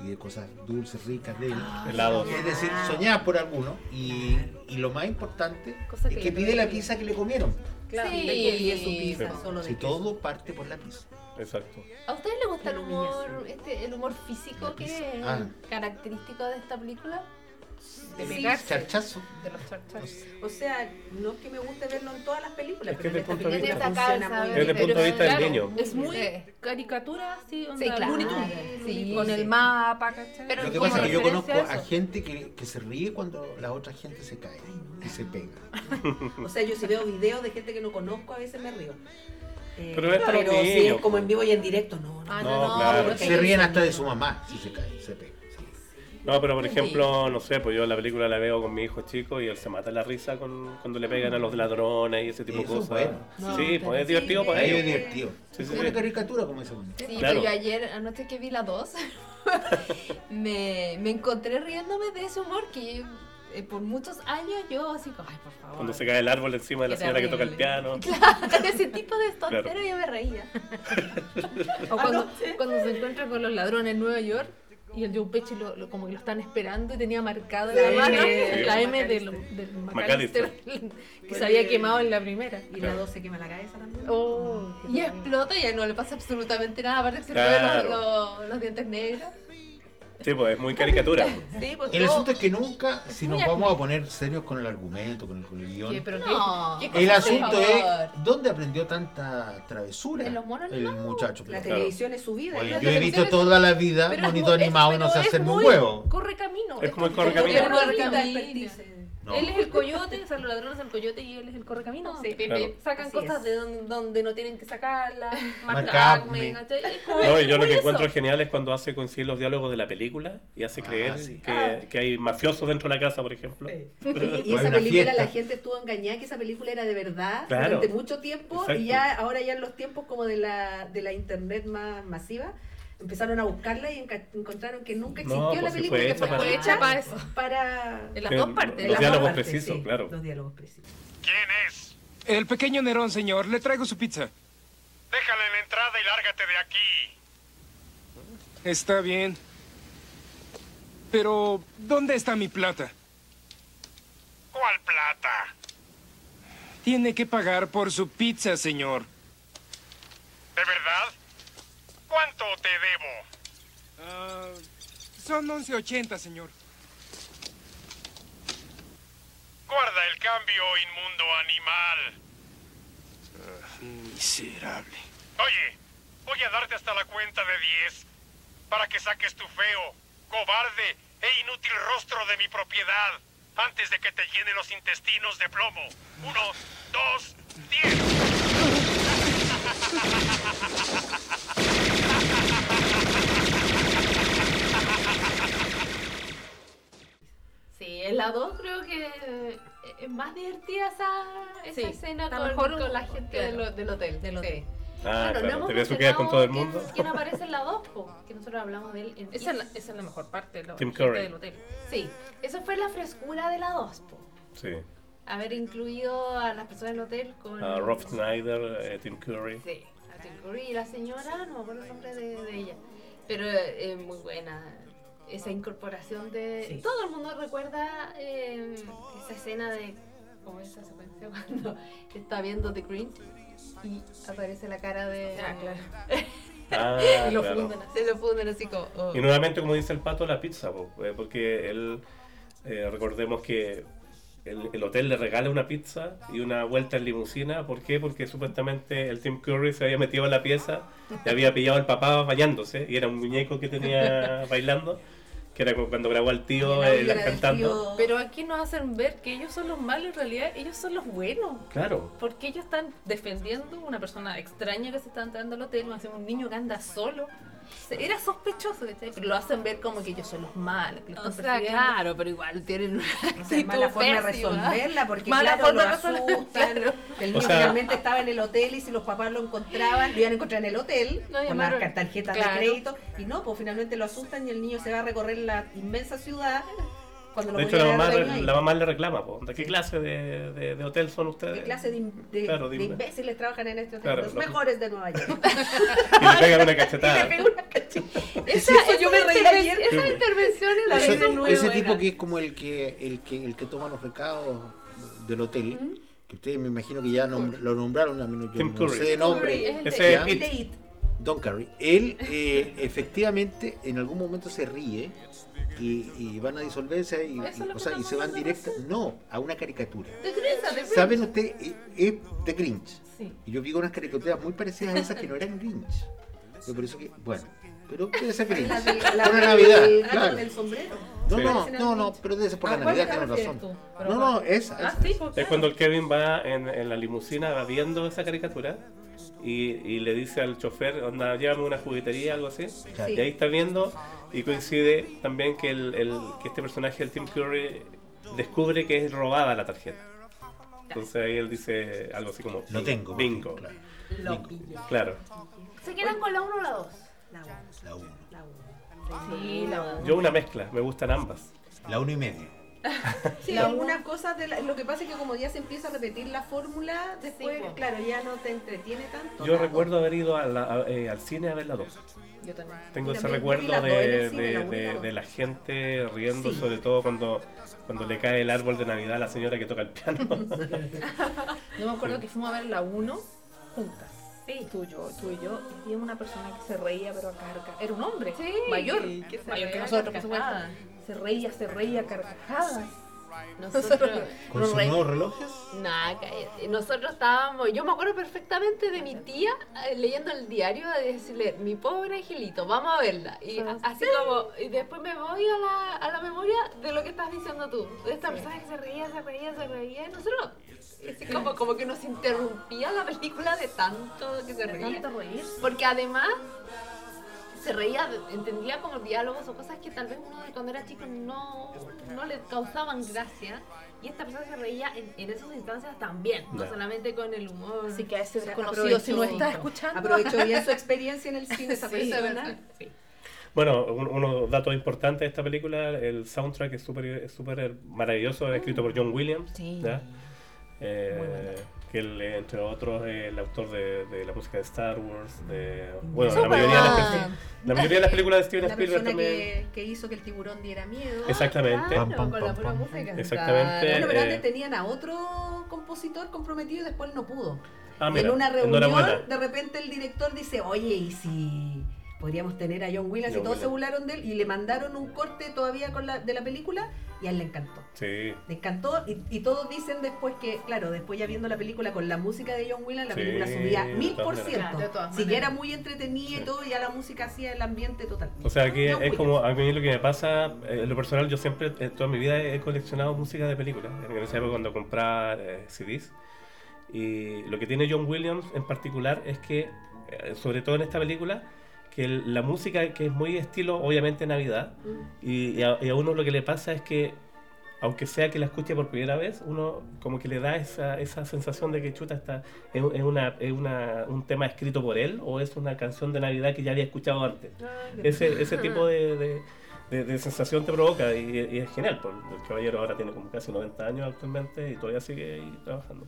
Speaker 3: pide cosas dulces, ricas de él.
Speaker 2: Ah,
Speaker 1: Helados.
Speaker 3: Es decir, soñaba por alguno y, y lo más importante
Speaker 2: Cosa
Speaker 3: es
Speaker 2: que
Speaker 3: que
Speaker 2: le
Speaker 3: pide la
Speaker 2: pedí.
Speaker 3: pizza que le comieron.
Speaker 2: claro,
Speaker 7: Sí.
Speaker 2: de que-
Speaker 5: Y es su pizza,
Speaker 1: Sí.
Speaker 5: solo de
Speaker 3: Si
Speaker 5: queso.
Speaker 3: todo parte por la pizza.
Speaker 1: Exacto.
Speaker 7: ¿A ustedes les gusta el
Speaker 5: Qué
Speaker 7: humor,
Speaker 5: humillación.
Speaker 7: este, el humor físico
Speaker 3: La
Speaker 7: que
Speaker 3: pizza.
Speaker 7: es
Speaker 3: Ah.
Speaker 7: característico de esta película?
Speaker 2: de
Speaker 5: Sí,
Speaker 2: pegarse,
Speaker 3: Charchazo.
Speaker 2: de los charchas.
Speaker 5: O sea, no es que me guste verlo en todas las películas,
Speaker 1: Es que
Speaker 5: pero en
Speaker 1: desde
Speaker 5: esta
Speaker 1: el punto de vista-
Speaker 5: película funciona muy bien.
Speaker 1: Desde el punto de vista del niño.
Speaker 2: Es muy
Speaker 7: Sí.
Speaker 2: caricatura, sí, onda,
Speaker 7: Sí, claro.
Speaker 2: Looney Tunes,
Speaker 7: Sí,
Speaker 2: con
Speaker 7: sí.
Speaker 2: el mapa, ¿cachai?
Speaker 7: Pero
Speaker 3: Lo que
Speaker 7: como
Speaker 3: pasa es que yo conozco
Speaker 2: referencia
Speaker 3: a
Speaker 2: eso.
Speaker 3: gente que, que se ríe cuando la otra gente se cae y se pega.
Speaker 5: O sea, yo si veo videos de gente que no conozco, a veces me río. Eh,
Speaker 1: Pero es para los
Speaker 5: si
Speaker 1: niños,
Speaker 5: es como
Speaker 1: pues.
Speaker 5: en vivo y en directo, no. no.
Speaker 2: Ah,
Speaker 1: No, claro.
Speaker 2: porque
Speaker 3: Se ríen hasta de su mamá si se cae, se pega. sí.
Speaker 1: No, pero por ejemplo, no sé, pues yo la película la veo con mi hijo chico y él se mata la risa con, cuando le pegan a los ladrones y ese tipo de
Speaker 3: Eso es
Speaker 1: cosas.
Speaker 3: bueno.
Speaker 7: No,
Speaker 1: sí,
Speaker 7: pero
Speaker 1: pues es
Speaker 7: sí,
Speaker 1: divertido para
Speaker 3: Ahí es
Speaker 1: ellos.
Speaker 3: divertido.
Speaker 1: Sí, sí,
Speaker 3: es una
Speaker 1: sí.
Speaker 3: caricatura como esa. bueno.
Speaker 4: Sí,
Speaker 1: Claro.
Speaker 4: pero yo ayer, anoche que vi la 2, [laughs] me, me encontré riéndome de ese humor que eh, por muchos años yo así como, ay, por favor.
Speaker 1: Cuando se cae el árbol encima de la
Speaker 7: Qué
Speaker 1: señora que toca el
Speaker 7: terrible.
Speaker 1: piano.
Speaker 4: Claro, ese tipo de tontero
Speaker 1: Claro.
Speaker 4: yo me reía.
Speaker 2: O cuando, cuando se encuentra con los ladrones en Nueva York y el Joe Pesci lo, lo- como que lo están esperando y tenía marcado en
Speaker 8: Sí.
Speaker 2: la mano
Speaker 8: Sí.
Speaker 2: la M del, del
Speaker 1: McAllister.
Speaker 2: McAllister [laughs] que se había quemado en la primera.
Speaker 1: Y la Claro.
Speaker 2: se quema la cabeza también. Oh,
Speaker 4: Y explota y ya no le pasa absolutamente nada, aparte que se
Speaker 1: Claro.
Speaker 4: le ven los, los- los dientes negros.
Speaker 1: Sí, pues es muy caricatura.
Speaker 2: Sí, pues
Speaker 3: El
Speaker 2: todo-
Speaker 3: asunto es que nunca, si
Speaker 2: muy
Speaker 3: nos vamos a poner serios con el argumento, con el, con el guión,
Speaker 2: que- pero que-
Speaker 4: No.
Speaker 2: que-
Speaker 3: el
Speaker 4: por
Speaker 3: asunto
Speaker 4: favor.
Speaker 3: es dónde aprendió tanta travesura
Speaker 4: En los monos,
Speaker 3: el muchacho.
Speaker 5: La
Speaker 1: Claro.
Speaker 5: televisión es su vida.
Speaker 3: Oye,
Speaker 5: ¿no?
Speaker 3: yo he visto
Speaker 2: televisión
Speaker 3: toda la vida
Speaker 2: pero es
Speaker 3: bonito
Speaker 2: mu- es-
Speaker 3: animado y no
Speaker 2: pero
Speaker 3: sé
Speaker 2: es
Speaker 3: hacerme un
Speaker 2: muy-
Speaker 3: huevo.
Speaker 2: Corre camino.
Speaker 1: Es como el
Speaker 4: correcamino.
Speaker 2: corre
Speaker 4: Correcamino.
Speaker 3: No.
Speaker 2: Él es el coyote, o sea, los ladrones del coyote y él es el correcamino.
Speaker 8: Sí,
Speaker 1: Claro.
Speaker 8: Pepe.
Speaker 2: Sacan
Speaker 8: Así
Speaker 2: cosas
Speaker 8: es.
Speaker 2: de don- donde no tienen
Speaker 1: [laughs]
Speaker 2: que sacarlas,
Speaker 3: Macabme.
Speaker 2: macabme, ¿cachai? Es como-
Speaker 8: [laughs]
Speaker 1: No, y yo
Speaker 2: es
Speaker 1: lo que
Speaker 2: eso.
Speaker 1: encuentro genial es cuando hace coincidir los diálogos de la película y hace
Speaker 3: Ah,
Speaker 1: creer
Speaker 3: sí.
Speaker 1: que, que hay mafiosos dentro de la casa, por ejemplo.
Speaker 5: Oye, Y
Speaker 3: Fue
Speaker 5: esa
Speaker 3: una
Speaker 5: película
Speaker 3: fiesta.
Speaker 5: la gente estuvo engañada que esa película era de verdad
Speaker 1: Claro.
Speaker 5: durante mucho tiempo
Speaker 1: Exacto.
Speaker 5: y ya ahora ya en los tiempos como de la, de la internet más masiva empezaron a buscarla y enca- encontraron que nunca
Speaker 1: No,
Speaker 5: existió la
Speaker 1: pues sí
Speaker 5: película
Speaker 1: fue
Speaker 5: que
Speaker 1: hecha
Speaker 5: fue
Speaker 1: para-
Speaker 5: hecha
Speaker 2: para eso.
Speaker 5: para
Speaker 2: En las
Speaker 1: Sí,
Speaker 2: dos partes.
Speaker 1: Los
Speaker 5: las
Speaker 1: diálogos
Speaker 5: dos partes,
Speaker 1: precisos,
Speaker 5: sí,
Speaker 1: claro.
Speaker 5: Los diálogos precisos.
Speaker 9: ¿Quién es?
Speaker 10: El pequeño Nerón, señor. Le traigo su pizza.
Speaker 9: Déjala en la entrada y lárgate de aquí.
Speaker 10: Está bien. Pero, ¿dónde está mi plata?
Speaker 9: ¿Cuál plata?
Speaker 10: Tiene que pagar por su pizza, señor.
Speaker 9: ¿De verdad? ¿Cuánto te debo?
Speaker 10: Ah, son 11.80, señor.
Speaker 9: Guarda el cambio, inmundo animal.
Speaker 10: Miserable.
Speaker 9: Oye, voy a darte hasta la cuenta de 10 para que saques tu feo, cobarde e inútil rostro de mi propiedad antes de que te llene los intestinos de plomo. Uno, dos, diez.
Speaker 8: Sí, en la 2 creo que eh, es más divertida esa, esa
Speaker 2: Sí,
Speaker 8: escena
Speaker 2: está
Speaker 8: con,
Speaker 2: mejor
Speaker 8: con la
Speaker 2: un-
Speaker 8: gente
Speaker 2: claro.
Speaker 8: del, del hotel.
Speaker 2: Del
Speaker 8: sí.
Speaker 2: hotel.
Speaker 1: Ah,
Speaker 8: Bueno, no
Speaker 1: claro.
Speaker 8: hemos
Speaker 1: Te ves quedar con todo el mundo.
Speaker 8: mencionado ¿Quién, quién aparece en la 2? Que nosotros hablamos de él en
Speaker 2: Esa es la, esa es la mejor parte, la
Speaker 1: Tim
Speaker 2: gente
Speaker 1: Curry.
Speaker 2: del hotel.
Speaker 8: Sí, eso fue la frescura de la 2, po.
Speaker 1: Sí.
Speaker 8: Haber incluido a las personas del hotel con...
Speaker 1: Ah, Rob Schneider, eh, Tim Curry.
Speaker 8: Sí, a Tim Curry y la señora, no me acuerdo el nombre de, de ella. Pero eh, es muy buena esa incorporación de...
Speaker 5: Sí.
Speaker 8: Todo el mundo recuerda eh, esa escena de... como esa secuencia [laughs] cuando está viendo The Green y aparece la cara de...
Speaker 2: Ah, claro.
Speaker 1: Ah,
Speaker 8: [laughs] Y lo
Speaker 1: claro.
Speaker 8: funden, se lo funden así como... oh.
Speaker 1: Y nuevamente, como dice el pato, la pizza, po, eh, porque él, eh, recordemos que el, el hotel le regala una pizza y una vuelta en limusina. ¿Por qué? Porque supuestamente el Tim Curry se había metido en la pieza y había pillado al papá bañándose y era un muñeco que
Speaker 5: [laughs]
Speaker 1: tenía bailando, que era cu- cuando grabó al tío eh,
Speaker 5: Era del
Speaker 1: cantando.
Speaker 5: tío-
Speaker 2: Pero aquí nos hacen ver que ellos son los malos, en realidad ellos son los buenos.
Speaker 1: Claro,
Speaker 2: Porque ellos están defendiendo a una persona extraña que se está entrando al hotel, más bien un niño que anda solo. Se- Era sospechoso, ¿cachai? Pero lo hacen ver como que ellos son los malos. que los
Speaker 4: O
Speaker 2: están
Speaker 4: sea,
Speaker 2: persiguiendo.
Speaker 4: claro,
Speaker 8: Pues
Speaker 4: pero igual tienen una
Speaker 5: O sea,
Speaker 4: actitud
Speaker 5: mala forma de
Speaker 4: pésima.
Speaker 5: resolverla porque
Speaker 2: Mala
Speaker 5: claro, lo
Speaker 2: forma de resolver-
Speaker 5: asustan.
Speaker 2: claro.
Speaker 5: El niño
Speaker 1: sea-
Speaker 5: realmente estaba en el hotel y si los papás lo encontraban, lo iban a encontrar en el hotel
Speaker 8: Lo
Speaker 5: con
Speaker 8: llamaron.
Speaker 5: las car- tarjetas
Speaker 2: Claro.
Speaker 5: de crédito y no, pues finalmente lo asustan y el niño se va a recorrer la inmensa ciudad cuando lo
Speaker 1: de hecho la
Speaker 5: podían
Speaker 1: mamá,
Speaker 5: haber
Speaker 1: re-
Speaker 5: dormido ahí.
Speaker 1: la mamá le reclama, po, ¿de qué clase de, de- de hotel son ustedes?
Speaker 5: ¿Qué clase de, im- de-
Speaker 1: Claro,
Speaker 5: de
Speaker 1: dime.
Speaker 5: imbéciles trabajan en este hotel?
Speaker 1: Claro,
Speaker 5: los
Speaker 1: lo-
Speaker 5: mejores de Nueva York.
Speaker 1: [laughs] Y le pegan
Speaker 5: [laughs]
Speaker 1: una cachetada.
Speaker 2: [laughs]
Speaker 8: Esa,
Speaker 5: pues, yo me reí ayer.
Speaker 8: Esa intervención es la
Speaker 3: Ese-
Speaker 8: vez de nuevo.
Speaker 3: ese tipo que es como el que, el que el que toma los recados del hotel, que ustedes me imagino que ya nom- lo nombraron, a menos yo
Speaker 1: Tim
Speaker 3: no
Speaker 1: Curry.
Speaker 3: sé de nombre.
Speaker 8: es el
Speaker 1: Ese es
Speaker 3: Ya.
Speaker 1: Pete.
Speaker 3: Don Curry. Él eh, efectivamente en algún momento se ríe y, y van a disolverse y, y-
Speaker 2: Eso es lo
Speaker 3: o
Speaker 2: que
Speaker 3: sea, y
Speaker 2: estamos
Speaker 3: se van
Speaker 2: hablando
Speaker 3: directo, no, a una caricatura.
Speaker 2: De Grinch, de Grinch.
Speaker 3: ¿Saben ustedes? Eh, Es The Grinch.
Speaker 2: Sí.
Speaker 3: Y yo vi unas caricaturas muy parecidas a esas que no eran Grinch. Yo por eso que, bueno, pero debe ser Grinch.
Speaker 5: La de- la
Speaker 3: Por la
Speaker 5: del
Speaker 3: Navidad,
Speaker 5: gato
Speaker 3: claro.
Speaker 5: del sombrero.
Speaker 3: No,
Speaker 1: Sí.
Speaker 3: no, no, no, pero debe ser por la Navidad, tienes razón. No, no, es,
Speaker 2: Ah,
Speaker 3: es-
Speaker 2: sí, pues,
Speaker 1: Es
Speaker 2: claro.
Speaker 1: cuando el Kevin va en, en la limusina va viendo esa caricatura y, y le dice al chofer, onda, llévame a una juguetería, algo así.
Speaker 3: Claro.
Speaker 1: Y ahí está viendo Y coincide también que, el, el- que este personaje, el Tim Curry, descubre que es robada la tarjeta. Entonces ahí él dice algo así como...
Speaker 3: No tengo.
Speaker 1: Bingo.
Speaker 3: Claro.
Speaker 5: Lo pillé.
Speaker 1: Claro.
Speaker 8: ¿Se quedan con la 1 o la 2?
Speaker 5: La uno,
Speaker 3: La 1.
Speaker 5: la uno.
Speaker 8: Sí, la 1.
Speaker 1: Yo una mezcla, me gustan ambas.
Speaker 3: La 1 y media.
Speaker 5: Sí, algunas cosas de la- lo que pasa es que como ya se empieza a repetir la fórmula, después,
Speaker 8: po.
Speaker 5: claro, ya no te entretiene tanto.
Speaker 1: Yo
Speaker 5: la
Speaker 1: recuerdo haber ido a la- a- eh, al cine a ver la dos.
Speaker 7: Yo también.
Speaker 1: Tengo ese
Speaker 5: También vi
Speaker 1: recuerdo
Speaker 5: las dos en
Speaker 1: de,
Speaker 5: el cine,
Speaker 1: de-
Speaker 5: la uno y la
Speaker 1: de-
Speaker 5: dos.
Speaker 1: de la gente riendo,
Speaker 5: Sí.
Speaker 1: sobre todo cuando, cuando le cae el árbol de Navidad a la señora que toca el
Speaker 5: [laughs]
Speaker 1: piano.
Speaker 2: Yo me acuerdo que fuimos a ver la 1 juntas. Sí. Tú, yo, tú y yo. Y había una persona que se reía, pero a carga. Era un hombre mayor.
Speaker 8: que se
Speaker 2: mayor
Speaker 8: reía
Speaker 2: que
Speaker 8: a
Speaker 2: nosotros, por supuesto.
Speaker 8: carcajadas.
Speaker 2: Se reía, se reía a carcajadas. [laughs]
Speaker 4: Nosotros,
Speaker 3: ¿Con
Speaker 2: Los
Speaker 3: sus
Speaker 2: reyes.
Speaker 3: nuevos relojes?
Speaker 4: Nah, cállate. Nosotros estábamos, yo me acuerdo perfectamente de mi tía eh, leyendo el diario de decirle, mi pobre angelito, vamos a verla. Y a- así como, y después me voy a la, a la memoria de lo que estás diciendo tú. De esta persona que se reía, se reía, se reía. Y nosotros, así como, como que nos interrumpía la película de tanto que se reía.
Speaker 2: Tanto reír.
Speaker 4: Porque además se reía, entendía como diálogos o cosas que tal vez uno de cuando era chico no, no le causaban gracia. Y esta persona se reía en, en esas instancias también, no
Speaker 1: Ya.
Speaker 4: solamente con el humor.
Speaker 2: Así que a ese
Speaker 4: O sea,
Speaker 2: desconocido, si no
Speaker 4: aprovechó.
Speaker 2: está escuchando.
Speaker 5: Aprovechó bien su experiencia en el cine esa
Speaker 4: Sí,
Speaker 5: persona.
Speaker 4: sí.
Speaker 1: Bueno, un- unos datos importantes de esta película, el soundtrack es súper es súper maravilloso, escrito por John Williams, ¿ya? Eh, que él, eh, entre otros, es el autor de, de la música de Star Wars, de... Bueno, la mayoría de, las,
Speaker 4: Superman.
Speaker 1: peli- la mayoría de las películas de Steven
Speaker 5: Mm. La
Speaker 1: Spielberg
Speaker 5: persona
Speaker 1: también.
Speaker 5: que, Ah, que hizo que el tiburón diera miedo.
Speaker 1: Exactamente.
Speaker 3: Pam, pam,
Speaker 8: con la
Speaker 3: pam,
Speaker 8: pura
Speaker 3: pam.
Speaker 8: música.
Speaker 1: Exactamente.
Speaker 5: Bueno, Ah, pero
Speaker 1: eh,
Speaker 5: antes tenían a otro compositor comprometido y después no pudo.
Speaker 1: ah,
Speaker 5: Y en
Speaker 1: mira,
Speaker 5: una
Speaker 1: enhorabuena.
Speaker 5: reunión, de repente el director dice, oye, ¿y si podríamos tener a John Williams?
Speaker 1: John
Speaker 5: y todos se
Speaker 1: Williams.
Speaker 5: burlaron de él y le mandaron un corte todavía con la, de la película y a él le encantó.
Speaker 1: Sí,
Speaker 5: Le encantó y, y todos dicen después que, claro, después ya viendo la película con la música de John Williams, la
Speaker 1: Sí,
Speaker 5: película subía
Speaker 1: de
Speaker 5: mil por
Speaker 1: todas
Speaker 5: ciento.
Speaker 2: maneras. De todas
Speaker 5: Si ya
Speaker 2: maneras.
Speaker 5: era muy entretenida
Speaker 1: Sí.
Speaker 5: y todo, ya la música hacía el ambiente total.
Speaker 1: o sea que
Speaker 5: John
Speaker 1: es
Speaker 5: Williams.
Speaker 1: como a mí lo que me pasa, eh, en lo personal yo siempre, eh, toda mi vida he coleccionado música de películas, en esa época cuando compraba eh, CDs. Y lo que tiene John Williams en particular es que, eh, sobre todo en esta película, que el- la música que es muy estilo, obviamente Navidad,
Speaker 5: Mm.
Speaker 1: y, y a, y a uno lo que le pasa es que, aunque sea que la escuche por primera vez, uno como que le da esa, esa sensación de que chuta está, es, es una, es una- un tema escrito por él o es una canción de Navidad que ya había escuchado antes.
Speaker 2: Ah,
Speaker 1: Ese, ese tipo de, de- de- de sensación te provoca y, y es genial. porque el caballero ahora tiene como casi 90 años actualmente y todavía sigue ahí trabajando.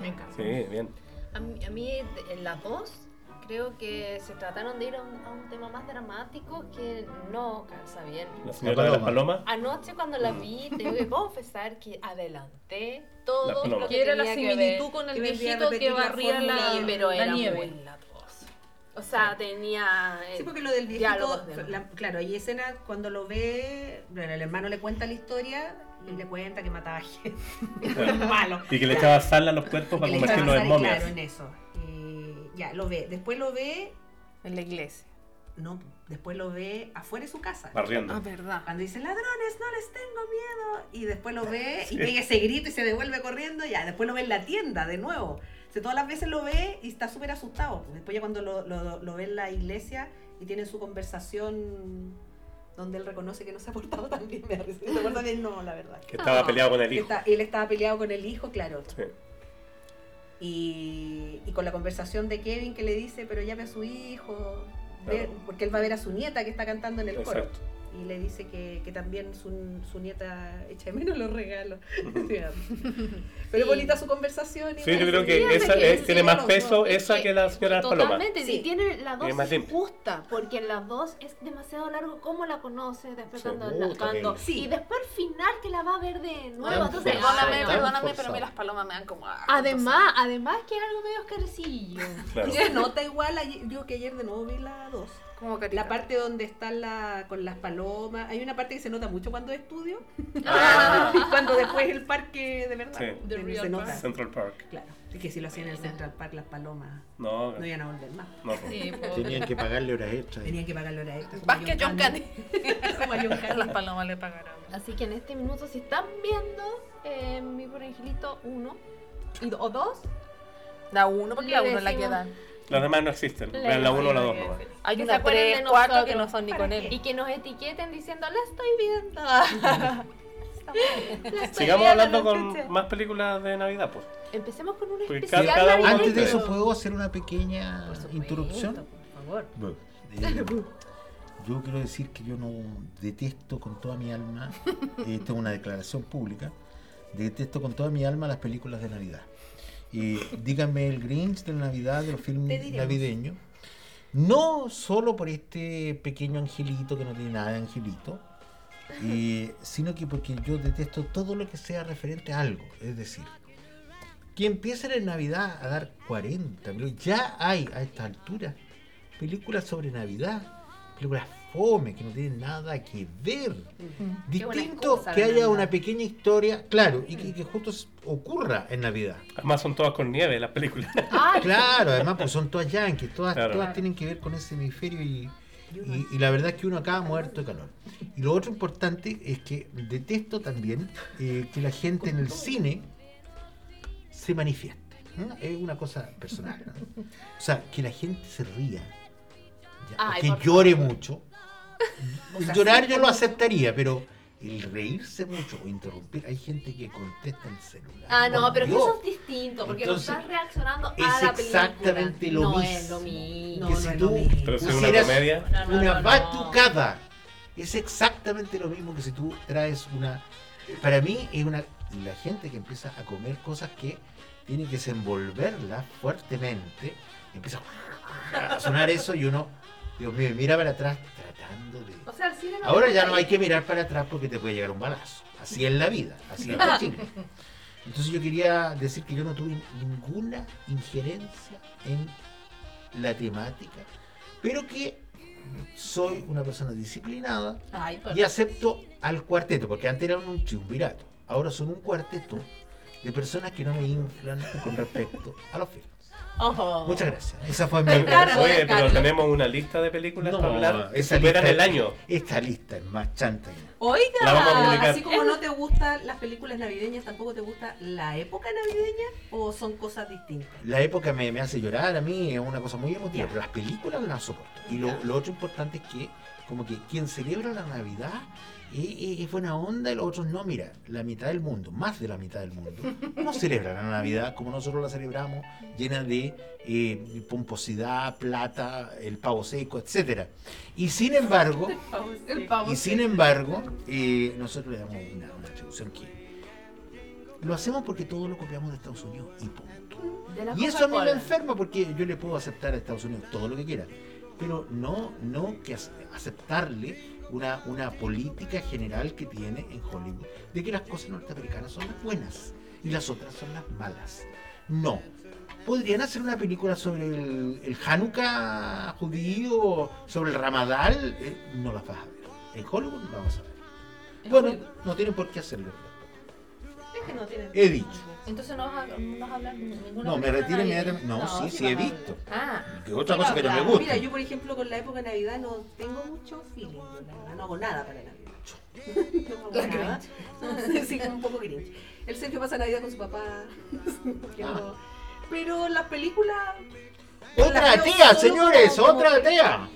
Speaker 2: Me encanta.
Speaker 1: Sí, bien.
Speaker 4: A mí, a mí, en la voz creo que se trataron de ir a un, a un tema más dramático que no calza bien.
Speaker 1: La señora de las palomas.
Speaker 3: paloma.
Speaker 4: Anoche cuando la vi, tengo [laughs] que confesar que adelanté todo
Speaker 1: La paloma.
Speaker 4: lo que
Speaker 2: Que era la
Speaker 4: tenía que
Speaker 2: similitud
Speaker 4: ver.
Speaker 2: con el
Speaker 5: que vendía a
Speaker 2: viejito que
Speaker 5: repetir la
Speaker 2: barría la,
Speaker 5: fórmula,
Speaker 4: Sí, pero
Speaker 2: la
Speaker 4: era
Speaker 2: nieve.
Speaker 4: buena la voz. O sea, tenía... eh,
Speaker 5: Sí, porque lo del viejito,
Speaker 4: diálogos de-
Speaker 5: la- claro, hay escenas cuando lo ve, bueno, el hermano le cuenta la historia y le cuenta que mataba gente. [laughs] Malo.
Speaker 1: Y que le echaba sal a los cuerpos para
Speaker 5: Que le echaba
Speaker 1: convertirlos en
Speaker 5: sal,
Speaker 1: momias.
Speaker 5: Claro, en eso. Eh, ya, lo ve. Después lo ve,
Speaker 2: En la iglesia.
Speaker 5: no, después lo ve afuera de su casa.
Speaker 1: Barriendo.
Speaker 2: Ah, verdad.
Speaker 5: Cuando dice ladrones, no les tengo miedo. Y después lo ve y pega ese grito y se devuelve corriendo. Ya, después lo ve en la tienda de nuevo. O sea, todas las veces lo ve y está súper asustado. Después ya cuando lo, lo- lo ve en la iglesia y tiene su conversación donde él reconoce que no se ha portado tan bien. Me da risa. No se porta bien, no, la verdad.
Speaker 1: Que estaba peleado con el
Speaker 5: Que
Speaker 1: hijo.
Speaker 5: está- él estaba peleado con el hijo, claro.
Speaker 1: Sí.
Speaker 5: Y, y con la conversación de Kevin que le dice, pero llame a su hijo. ve-
Speaker 1: Claro.
Speaker 5: Porque él va a ver a su nieta que está cantando en el coro
Speaker 1: Exacto.
Speaker 5: y le dice que, que también su, su nieta echa de menos los regalos.
Speaker 1: [laughs]
Speaker 5: Digamos. Pero es bonita su conversación. y
Speaker 1: Sí, yo
Speaker 5: todo
Speaker 1: creo
Speaker 5: eso.
Speaker 1: que
Speaker 5: Sí,
Speaker 1: esa
Speaker 5: porque
Speaker 1: es- tiene
Speaker 5: sí,
Speaker 1: más
Speaker 5: los
Speaker 1: peso
Speaker 5: dos.
Speaker 1: esa que la señora de las palomas.
Speaker 4: Totalmente,
Speaker 5: Sí.
Speaker 4: y tiene la
Speaker 1: Es más
Speaker 4: voz
Speaker 1: limpia.
Speaker 4: justa, porque en la voz es demasiado largo como la conoce, después
Speaker 1: Sí,
Speaker 4: cuando,
Speaker 1: uh,
Speaker 4: la-
Speaker 1: también.
Speaker 4: cuando-
Speaker 5: Sí.
Speaker 4: y después al final que la va a ver de nuevo,
Speaker 3: Tan
Speaker 4: entonces
Speaker 3: forzado,
Speaker 4: perdóname,
Speaker 2: Perdóname,
Speaker 3: tan
Speaker 4: perdóname.
Speaker 2: perdóname, pero a mí
Speaker 3: forzado.
Speaker 2: las palomas me dan como. ah,
Speaker 4: Además, además que es algo medio oscarcillo.
Speaker 1: Claro.
Speaker 5: [laughs] Y se nota igual, ayer- yo que ayer de nuevo vi la 2.
Speaker 2: Como
Speaker 5: La
Speaker 2: carita.
Speaker 5: parte donde está la, con las palomas. Hay una parte que se nota mucho cuando es estudio. y [laughs] cuando después el parque de verdad.
Speaker 1: Sí.
Speaker 5: Se-
Speaker 2: Ah. The
Speaker 5: Se
Speaker 2: real
Speaker 5: nota.
Speaker 2: park.
Speaker 1: Central Park.
Speaker 5: Claro. Es que si lo hacían en el Central Park, las palomas
Speaker 1: No,
Speaker 5: no iban a volver más.
Speaker 1: no, pues.
Speaker 4: [laughs]
Speaker 2: Sí, po.
Speaker 3: Tenían que pagarle horas extras.
Speaker 5: Tenían que pagar la hora extra. como
Speaker 2: Más que John Candy. [laughs]
Speaker 5: [laughs] Como John
Speaker 2: A
Speaker 5: Candy.
Speaker 2: las palomas le pagaron.
Speaker 4: Así que en este minuto, si están viendo eh, mi por angelito 1 o 2,
Speaker 2: La uno, porque
Speaker 4: Le
Speaker 2: la uno es la que
Speaker 4: decimos-
Speaker 2: dan.
Speaker 1: Las demás no existen.
Speaker 4: La
Speaker 1: Vean la
Speaker 4: imagen
Speaker 1: 1 o la 2
Speaker 7: que-
Speaker 1: nomás.
Speaker 2: Hay
Speaker 4: Que
Speaker 2: una
Speaker 4: se acuerden de
Speaker 2: 3, 4 que
Speaker 4: nosotros.
Speaker 2: no son ni con
Speaker 4: Y
Speaker 2: él.
Speaker 4: que nos etiqueten diciendo, la estoy
Speaker 2: [laughs]
Speaker 4: viendo. La estoy
Speaker 1: Sigamos
Speaker 4: viendo,
Speaker 1: hablando
Speaker 4: la
Speaker 1: con
Speaker 4: chucha.
Speaker 1: más películas de Navidad, pues.
Speaker 4: Empecemos con una
Speaker 3: Pues
Speaker 1: Porque
Speaker 4: especial.
Speaker 1: cada uno-
Speaker 4: navideño.
Speaker 3: Antes de eso, ¿puedo hacer una pequeña
Speaker 2: Por supuesto,
Speaker 3: interrupción?
Speaker 2: Por favor.
Speaker 3: Eh, yo quiero decir que yo no detesto con toda mi alma, eh, esto es una declaración pública, detesto con toda mi alma las películas de Navidad. Y díganme el Grinch de la Navidad, de los filmes navideños. No solo por este pequeño angelito que no tiene nada de angelito, eh, sino que porque yo detesto todo lo que sea referente a algo. Es decir, que empiecen en Navidad a dar 40, pero ya hay a esta altura películas sobre Navidad, películas fome que no tienen nada que ver. Distinto
Speaker 8: excusa
Speaker 3: que
Speaker 8: la
Speaker 3: haya
Speaker 8: Navidad. Mm.
Speaker 3: una pequeña historia, claro, y que, que justo s- ocurra en Navidad.
Speaker 1: Además son todas con nieve las películas.
Speaker 3: Claro, además pues son todas yankees, todas,
Speaker 1: Claro.
Speaker 3: todas tienen que ver con ese hemisferio y, y- y la verdad es que uno acaba muerto de calor. Y lo otro importante es que detesto también eh, que la gente en el cine se manifieste. ¿no? Es una cosa personal. ¿no? O sea, que la gente se ría, ya, o
Speaker 4: Ay,
Speaker 3: que
Speaker 4: por
Speaker 3: llore
Speaker 4: [laughs]
Speaker 3: mucho. El llorar yo lo aceptaría, pero el reírse mucho o interrumpir, hay gente que contesta el celular.
Speaker 4: Ah, no,
Speaker 3: Por
Speaker 4: pero que
Speaker 3: Dios.
Speaker 4: eso es distinto, porque
Speaker 3: Entonces,
Speaker 4: lo estás reaccionando a
Speaker 3: es
Speaker 4: la película.
Speaker 3: exactamente lo
Speaker 4: no
Speaker 3: mismo.
Speaker 4: es lo mismo.
Speaker 3: que
Speaker 5: no
Speaker 3: si
Speaker 5: es lo
Speaker 3: tú
Speaker 5: mismo.
Speaker 1: [laughs] Pero si es una
Speaker 3: pusieras
Speaker 1: comedia.
Speaker 4: No, no,
Speaker 3: una
Speaker 4: no, no.
Speaker 3: batucada es exactamente lo mismo que si tú traes una para mí es una la gente que empieza a comer cosas que tiene que desenvolverlas fuertemente empieza a sonar eso y uno Dios mío mira para atrás tratando de
Speaker 8: O sea, el cine no
Speaker 3: Ahora
Speaker 8: te
Speaker 3: ya
Speaker 8: gusta
Speaker 3: no hay
Speaker 8: ir.
Speaker 3: que mirar para atrás porque te puede llegar un balazo. Así es la vida, así es la Chile. Entonces yo quería decir que yo no tuve ninguna injerencia en la temática, pero que soy una persona disciplinada
Speaker 4: Ay, por
Speaker 3: y acepto al cuarteto, porque antes eran un triunvirato, ahora son un cuarteto de personas que no me inflan con respecto a los filmes.
Speaker 4: ojo.
Speaker 3: Muchas gracias. Esa fue mi
Speaker 1: Oye,
Speaker 4: Ricardo,
Speaker 1: pero
Speaker 4: Ricardo.
Speaker 1: tenemos una lista de películas para hablar que
Speaker 3: esa
Speaker 1: superan
Speaker 3: lista-
Speaker 1: el año.
Speaker 3: Esta lista es más chanta. que-
Speaker 4: Oiga,
Speaker 1: La vamos a publicar.
Speaker 5: Así como no te gustan las películas navideñas, tampoco te gusta la época navideña o son cosas distintas.
Speaker 3: La época me, me hace llorar a mí, es una cosa muy emotiva,
Speaker 5: Ya.
Speaker 3: pero las películas las soporto. Y lo, lo otro importante es que, como que quien celebra la Navidad eh, eh, es, buena onda y los otros no. Mira, la mitad del mundo, más de la mitad
Speaker 8: [laughs]
Speaker 3: del mundo, no celebra la Navidad como nosotros la celebramos, llena de eh, pomposidad, plata, el pavo seco, etcétera. Y sin embargo,
Speaker 8: [laughs] El pavo
Speaker 3: y sin embargo, eh, nosotros le damos una, una atribución que lo hacemos porque todo lo copiamos de Estados Unidos y punto.
Speaker 4: de la
Speaker 3: Y eso a mí me
Speaker 4: Coca-Cola.
Speaker 3: enferma porque yo le puedo aceptar a Estados Unidos todo lo que quiera, pero no, no que ace- aceptarle una, una política general que tiene en Hollywood de que las cosas norteamericanas son las buenas y las otras son las malas. No. Podrían hacer una película sobre el, el Hanukkah judío, sobre el Ramadán, eh, no las vas a ver. En Hollywood no vamos a ver. Bueno, no tienen por qué hacerlo.
Speaker 5: Es que no tienen.
Speaker 3: He dicho.
Speaker 2: Entonces no vas a, no vas a hablar de ninguna
Speaker 3: No, me
Speaker 2: película
Speaker 3: retiro
Speaker 2: navideña.
Speaker 3: inmediatamente. No, sí, sí he visto.
Speaker 2: Ah,
Speaker 3: Que otra cosa que no me
Speaker 5: Mira,
Speaker 3: gusta.
Speaker 5: Mira, yo por ejemplo con la época de Navidad no tengo mucho feeling, yo, la verdad, no hago nada para Navidad. [laughs] No hago nada. [laughs] No, sí, un poco grinch. El Sergio pasa Navidad con su papá. [laughs]
Speaker 3: Ah.
Speaker 5: viendo- Pero las películas
Speaker 3: Otra
Speaker 5: La veo
Speaker 3: atea,
Speaker 5: solo
Speaker 3: señores,
Speaker 5: como- Ah.
Speaker 3: otra atea.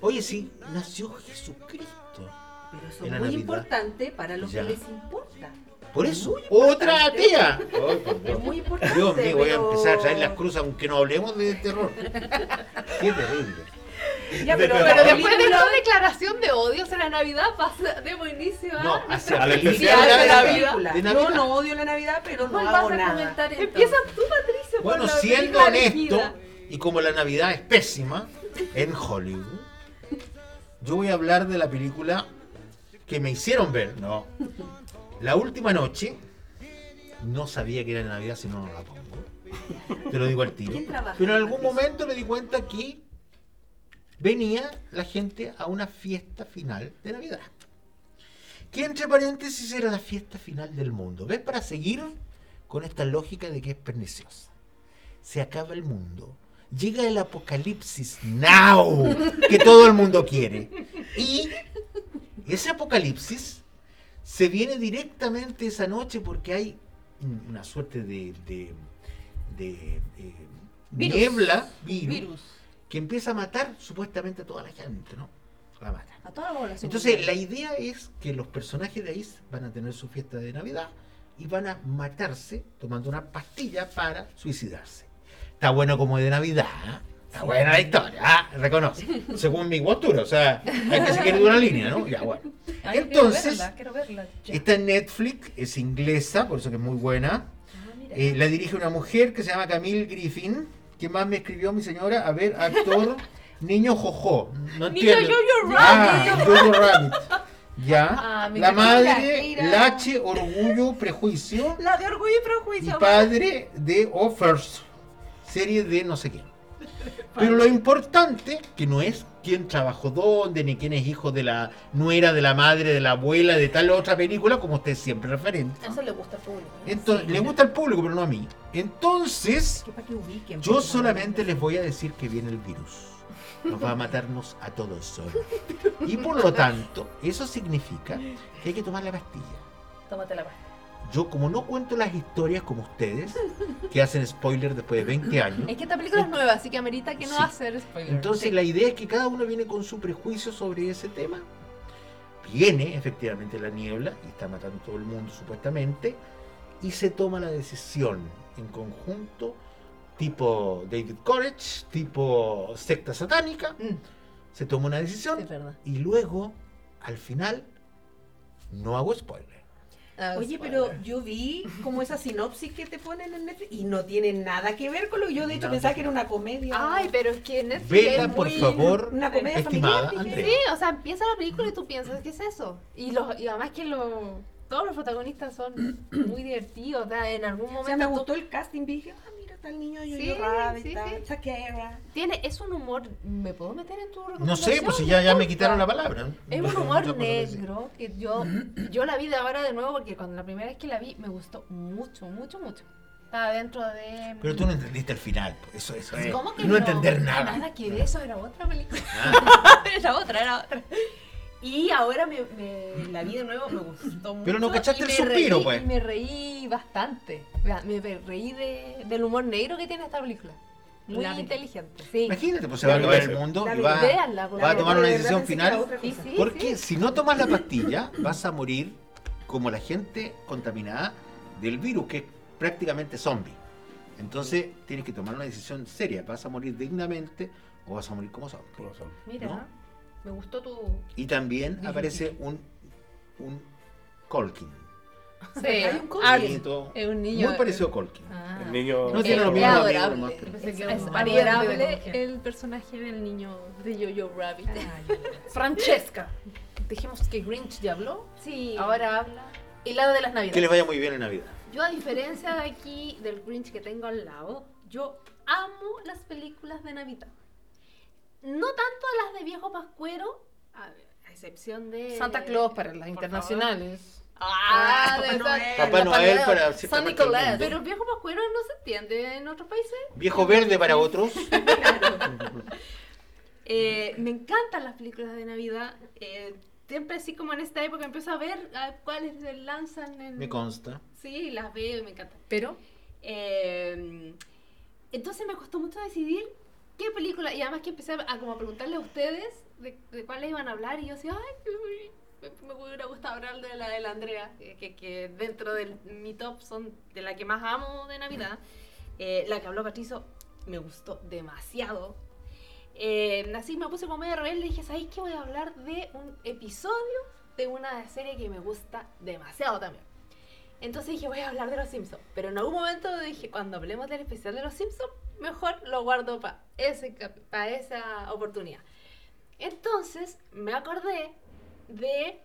Speaker 3: Oye, sí, nació Jesucristo.
Speaker 5: Pero eso
Speaker 3: En
Speaker 5: es
Speaker 3: la
Speaker 5: muy
Speaker 3: Navidad.
Speaker 5: importante para los
Speaker 3: Ya.
Speaker 5: que les importa.
Speaker 3: Por eso,
Speaker 5: Muy
Speaker 3: otra
Speaker 5: importante.
Speaker 3: atea.
Speaker 5: Es muy importante.
Speaker 3: Dios mío, voy a
Speaker 5: pero-
Speaker 3: empezar a traer las cruces aunque no hablemos de terror. Qué terrible. [laughs]
Speaker 5: Ya, pero,
Speaker 4: Pero
Speaker 5: pero
Speaker 4: después de
Speaker 5: película-
Speaker 4: esta declaración de odios en la Navidad, pasa- demos inicio a...
Speaker 3: No, hacia
Speaker 1: Al
Speaker 3: película
Speaker 4: especial
Speaker 3: de
Speaker 4: de
Speaker 3: Navidad.
Speaker 5: película.
Speaker 3: De
Speaker 5: Yo
Speaker 3: Navidad.
Speaker 5: no odio la Navidad, pero no
Speaker 4: ¿Cuál
Speaker 5: hago
Speaker 4: vas a
Speaker 5: nada.
Speaker 4: comentar entonces?
Speaker 2: Empieza
Speaker 4: tú, Patricia,
Speaker 3: Bueno, siendo honesto, y como la Navidad es pésima en Hollywood, yo voy a hablar de la película que me hicieron ver, no. La última noche, no sabía que era de Navidad, si no, no la pongo. Te lo digo al tiro.
Speaker 5: ¿Quién trabaja?
Speaker 3: Pero en algún momento me di cuenta que venía la gente a una fiesta final de Navidad. Que entre paréntesis era la fiesta final del mundo. ¿Ves? Para seguir con esta lógica de que es perniciosa. Se acaba el mundo. Llega el apocalipsis now, que todo el mundo quiere. Y ese apocalipsis se viene directamente esa noche porque hay un- una suerte de, de, de, eh,
Speaker 2: Virus.
Speaker 3: niebla, virus,
Speaker 2: Virus.
Speaker 3: que empieza a matar supuestamente a toda la gente, ¿no? La mata.
Speaker 5: A toda la población.
Speaker 3: Entonces, la idea es que los personajes de ahí van a tener su fiesta de Navidad y van a matarse tomando una pastilla para suicidarse. Está bueno como de Navidad, ¿ah? Está buena la historia, ¿ah?
Speaker 5: [laughs]
Speaker 3: reconoce. Según mi postura, o sea, hay que seguir de una línea, ¿no? Ya, bueno.
Speaker 2: Ay,
Speaker 3: Entonces,
Speaker 2: quiero verla, quiero verla. Ya.
Speaker 3: Está en Netflix, es inglesa, por eso que es muy buena.
Speaker 2: Ah, mira.
Speaker 3: Eh, la dirige una mujer que se llama Camille Griffin. ¿Qué más me escribió mi señora? A ver,
Speaker 2: [laughs]
Speaker 3: actor Niño Jojo. No
Speaker 2: Niño
Speaker 3: entiendo.
Speaker 2: Jojo
Speaker 3: Ah, Jojo Rabbit. Ya.
Speaker 7: Ah, mira,
Speaker 3: la madre,
Speaker 5: mira, mira.
Speaker 3: Lache, Orgullo, Prejuicio
Speaker 5: La de orgullo y
Speaker 3: y
Speaker 5: prejuicio.
Speaker 3: padre de Offers. Serie de no sé qué. Pero lo importante, que no es quién trabajó dónde, ni quién es hijo de la nuera, de la madre, de la abuela, de tal otra película, como usted siempre referente.
Speaker 7: Eso le gusta al público. ¿no?
Speaker 3: Entonces, le gusta al público, pero no a mí. Entonces,
Speaker 5: Que para que ubiquen,
Speaker 3: yo
Speaker 5: porque no-
Speaker 3: solamente les voy a decir que viene el virus. Nos va a matarnos a todos solos. Y por lo tanto, eso significa que hay que tomar la pastilla.
Speaker 7: Tómate la pasta.
Speaker 3: Yo, como no cuento las historias como ustedes, que hacen spoiler después de 20 años,
Speaker 4: Es que esta película es nueva, así que amerita que no
Speaker 3: Sí.
Speaker 4: hacer spoiler.
Speaker 3: entonces la idea es que cada uno viene con su prejuicio sobre ese tema. Viene efectivamente la niebla y está matando a todo el mundo supuestamente, y se toma la decisión en conjunto, tipo David Courage, tipo secta satánica,
Speaker 4: Mm.
Speaker 3: se toma una
Speaker 4: Sí,
Speaker 3: decisión
Speaker 4: es verdad.
Speaker 3: y luego, al final, no hago spoiler.
Speaker 4: Ah,
Speaker 5: Oye,
Speaker 4: spoiler.
Speaker 5: pero yo vi como esa sinopsis que te ponen en Netflix y no tiene nada que ver con lo que yo de hecho
Speaker 3: Nada.
Speaker 5: pensaba que era una comedia.
Speaker 4: Ay, pero es que Netflix.
Speaker 3: Vela,
Speaker 4: es
Speaker 3: por
Speaker 4: muy-
Speaker 3: favor,
Speaker 5: una comedia
Speaker 3: estimada
Speaker 5: familiar, dije.
Speaker 3: Andrea.
Speaker 4: Sí, o sea, empieza la película y tú piensas, ¿qué es eso? Y, los, y además que los todos los
Speaker 5: [clears throat]
Speaker 4: protagonistas son muy divertidos. o sea, en algún
Speaker 5: O sea, me
Speaker 4: momento tú-
Speaker 5: gustó el casting, vi, dije, ah, mira, está el niño yo,
Speaker 4: Sí,
Speaker 5: yo Rabbit,
Speaker 4: sí,
Speaker 5: está
Speaker 4: sí.
Speaker 5: Shakira.
Speaker 4: tiene, es un humor. ¿Me puedo meter en tu
Speaker 3: No sé,
Speaker 4: recomendación?
Speaker 3: pues si ya, ya me
Speaker 4: Porfa.
Speaker 3: quitaron la palabra. [laughs]
Speaker 4: Es
Speaker 3: No
Speaker 4: un
Speaker 3: sé, muchas
Speaker 4: humor
Speaker 3: cosas que decir.
Speaker 4: negro que yo, yo la vi de ahora de nuevo porque cuando la primera vez que la vi me gustó mucho, mucho, mucho. Estaba dentro de. mm,
Speaker 3: Pero tú no entendiste el final, pues, eso, eso es.
Speaker 4: ¿Cómo que
Speaker 3: no, entender nada. Ah,
Speaker 4: Nada que de eso, era otra película. [laughs] era otra, era otra. Y ahora me, me- la vi de nuevo, me gustó mucho.
Speaker 3: Pero no cachaste
Speaker 4: y
Speaker 3: el
Speaker 4: me
Speaker 3: suspiro,
Speaker 4: reí-
Speaker 3: pues.
Speaker 4: y Me reí bastante. Vea, Me me reí de- del humor negro que tiene esta película. Muy
Speaker 2: La vi.
Speaker 4: inteligente. Sí.
Speaker 3: Imagínate, pues se va a acabar el mundo y va,
Speaker 4: Véanla, por
Speaker 3: va a
Speaker 4: favor.
Speaker 3: tomar una
Speaker 5: De verdad
Speaker 3: decisión
Speaker 5: pensé que era
Speaker 3: final.
Speaker 5: otra
Speaker 4: Sí,
Speaker 5: cosa.
Speaker 4: sí, sí.
Speaker 3: Porque si no tomas la pastilla, vas a morir como la gente contaminada del virus, que es prácticamente zombie. Entonces tienes que tomar una decisión seria. ¿Vas a morir dignamente o vas a morir como zombie?
Speaker 1: ¿Cómo son?
Speaker 2: Mira,
Speaker 3: ¿no?
Speaker 2: me gustó tu.
Speaker 3: Y también aparece un, un Colkin.
Speaker 4: [laughs] Sí,
Speaker 5: Hay un cómic.
Speaker 4: Ah,
Speaker 3: Nieto,
Speaker 4: Es un niño.
Speaker 3: Muy parecido a Colkin.
Speaker 2: Ah.
Speaker 1: El niño.
Speaker 3: No
Speaker 4: Es
Speaker 3: tiene los mismos
Speaker 4: adorable.
Speaker 3: amigos, nomás, pero-
Speaker 7: Pensé
Speaker 4: Es,
Speaker 7: que
Speaker 4: es
Speaker 7: un-
Speaker 4: adorable
Speaker 2: mujer.
Speaker 4: el personaje del niño de Yo-Yo Rabbit.
Speaker 2: Francesca. Dijimos que Grinch ya habló.
Speaker 4: Sí.
Speaker 2: Ahora habla. El lado de las navidades.
Speaker 3: Que les vaya muy bien en Navidad.
Speaker 4: Yo a diferencia de aquí, del Grinch que tengo al lado, yo amo las películas de Navidad. No tanto las de viejo pascuero, a, a excepción de...
Speaker 2: Santa Claus para las
Speaker 4: Por
Speaker 2: internacionales.
Speaker 4: Ah,
Speaker 2: Eh,
Speaker 5: Papá
Speaker 4: de esa-
Speaker 5: Noel.
Speaker 3: Papá Noel para cierta
Speaker 2: San
Speaker 3: parte del
Speaker 2: Nicolás.
Speaker 3: mundo.
Speaker 4: Pero viejo pascuero no se entiende en otros países.
Speaker 3: Viejo verde para
Speaker 2: [laughs]
Speaker 3: otros.
Speaker 4: Eh, me encantan las películas de Navidad. eh, siempre así como en esta época empiezo a ver a cuáles se lanzan en...
Speaker 3: Me consta.
Speaker 4: Sí, las veo y me encantan.
Speaker 2: Pero
Speaker 4: Eh, entonces me costó mucho decidir qué película, y además que empecé a, a como a preguntarle a ustedes de, de cuáles iban a hablar, y yo decía, ay, me, me hubiera gustado hablar de la de la Andrea, eh, que, que- que dentro de mi top son de la que más amo de Navidad. Eh, la que habló Patricio me gustó demasiado. Eh, así me puse como medio rebelde y dije, ¿sabéis qué? Voy a hablar de un episodio de una serie que me gusta demasiado también. Entonces dije, voy a hablar de los Simpsons. Pero en algún momento dije, cuando hablemos del especial de los Simpsons, mejor lo guardo para esa oportunidad. Entonces me acordé de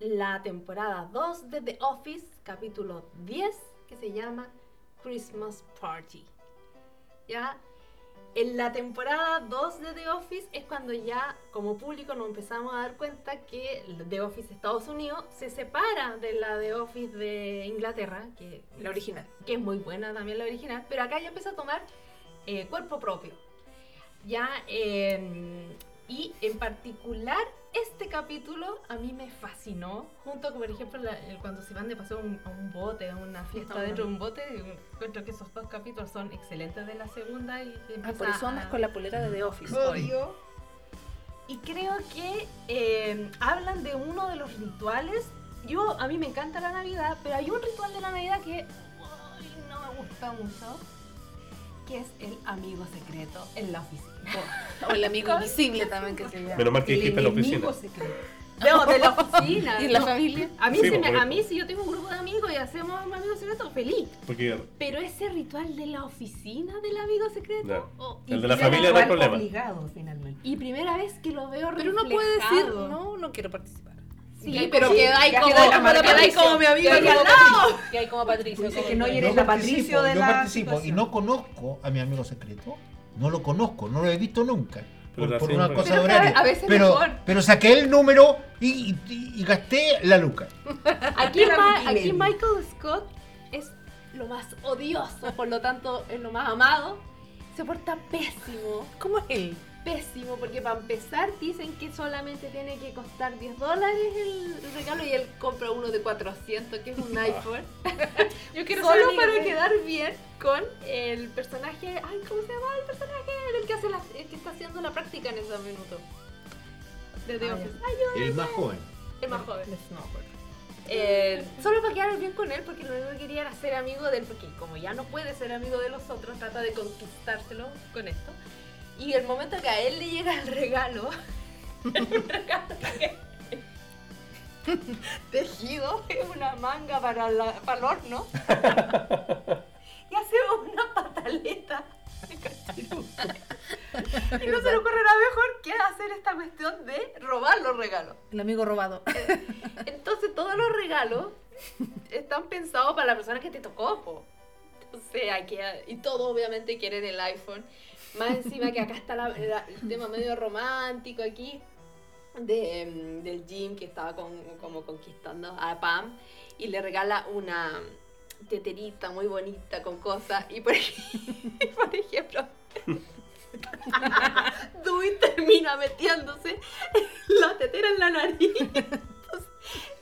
Speaker 4: la temporada 2 de The Office, capítulo 10, que se llama Christmas Party. ¿Ya? En la temporada 2 de The Office es cuando ya como público nos empezamos a dar cuenta que The Office de Estados Unidos se separa de la The Office de Inglaterra, que,
Speaker 2: la original.
Speaker 4: que es muy buena también la original, pero acá ya empieza a tomar eh, cuerpo propio. Ya eh, Y en particular, este capítulo a mí me fascinó. Junto con, por ejemplo, la- el- cuando se van de paseo a un, a un bote, a una fiesta dentro de un bote, encuentro que esos dos capítulos son excelentes de la segunda. Y que
Speaker 2: Ah,
Speaker 4: empieza
Speaker 2: por eso andas
Speaker 4: a-
Speaker 2: con la polera de The Office hoy.
Speaker 4: y creo que eh, hablan de uno de los rituales. Yo, a mí me encanta la Navidad, pero hay un ritual de la Navidad que uy, no me gusta mucho, que es el amigo secreto en
Speaker 2: [laughs]
Speaker 4: la oficina.
Speaker 2: O el amigo invisible también que se llama.
Speaker 1: Menos mal que dijiste la oficina.
Speaker 4: No, de la oficina.
Speaker 2: Y la
Speaker 4: no.
Speaker 2: familia.
Speaker 4: A mí,
Speaker 1: Sí,
Speaker 4: si me-
Speaker 1: porque-
Speaker 4: a mí, si yo tengo un grupo de amigos y hacemos un amigo secreto, feliz.
Speaker 1: Porque
Speaker 4: Pero ese ritual de la oficina del amigo secreto.
Speaker 1: Ya.
Speaker 4: oh, y
Speaker 1: el de la
Speaker 4: primera-
Speaker 1: familia no hay problema.
Speaker 5: obligado finalmente.
Speaker 4: Y primera vez que lo veo
Speaker 2: Pero uno puede decir,
Speaker 4: reflejado.
Speaker 2: no, no quiero participar.
Speaker 4: Sí,
Speaker 2: pero quedáis como,
Speaker 5: quedáis como
Speaker 2: quedáis como mi amigo.
Speaker 5: Quedáis
Speaker 2: al
Speaker 5: como
Speaker 2: lado. Quedáis como Patricio.
Speaker 5: Dices
Speaker 2: como
Speaker 5: que no
Speaker 2: el-
Speaker 5: eres
Speaker 3: Yo
Speaker 5: la
Speaker 3: participo,
Speaker 5: Patricio de
Speaker 3: yo
Speaker 5: la
Speaker 3: participo y
Speaker 5: situación.
Speaker 3: no conozco a mi amigo secreto. No lo conozco, no lo he visto nunca.
Speaker 1: Pero
Speaker 3: Por, por
Speaker 1: así
Speaker 3: una
Speaker 1: no-
Speaker 3: cosa
Speaker 2: Pero
Speaker 3: de horario.
Speaker 2: a veces
Speaker 3: pero,
Speaker 2: mejor.
Speaker 3: pero saqué el número y, y- y gasté la luca.
Speaker 4: Aquí,
Speaker 5: Era
Speaker 4: Ma-
Speaker 5: Mickey
Speaker 4: aquí
Speaker 5: Levy.
Speaker 4: Michael Scott es lo más odioso, por lo tanto es lo más amado. Se porta pésimo,
Speaker 2: ¿Cómo es él?
Speaker 4: pésimo, porque para empezar dicen que solamente tiene que costar 10 dólares el regalo y él compra uno de 400, que
Speaker 2: [laughs]
Speaker 4: es un iPhone.
Speaker 2: Yo quiero ser
Speaker 4: Solo
Speaker 2: amiga de
Speaker 4: para
Speaker 2: él.
Speaker 4: quedar bien con el personaje, ay, ¿cómo se llama el personaje? El que, hace la- el que está haciendo la práctica en esos minutos. De The
Speaker 2: Ah,
Speaker 4: Office.
Speaker 3: El más joven.
Speaker 4: El más joven.
Speaker 2: El snowboard.
Speaker 4: Eh, solo para quedar bien con él, porque lo único que quería era ser amigo de él, porque como ya no puede ser amigo de los otros, trata de conquistárselo con esto. Y el momento que a él le llega el regalo, [laughs] un regalo que- tejido, es una manga para, la, para el [laughs] horno, y hace una pataleta. de [laughs] cachiruco. Y no se le ocurre nada mejor que hacer esta cuestión de robar los regalos.
Speaker 2: El amigo robado.
Speaker 4: Entonces todos los regalos están pensados para la persona que te tocó, po. Entonces aquí, y todo obviamente quieren el iPhone. Más encima que acá está la- la- el tema medio romántico aquí de, em, del Jim que estaba con- como conquistando a Pam y le regala una teterita muy bonita con cosas y por, ej- [laughs] por ejemplo Dewey termina metiéndose la tetera en la nariz Entonces,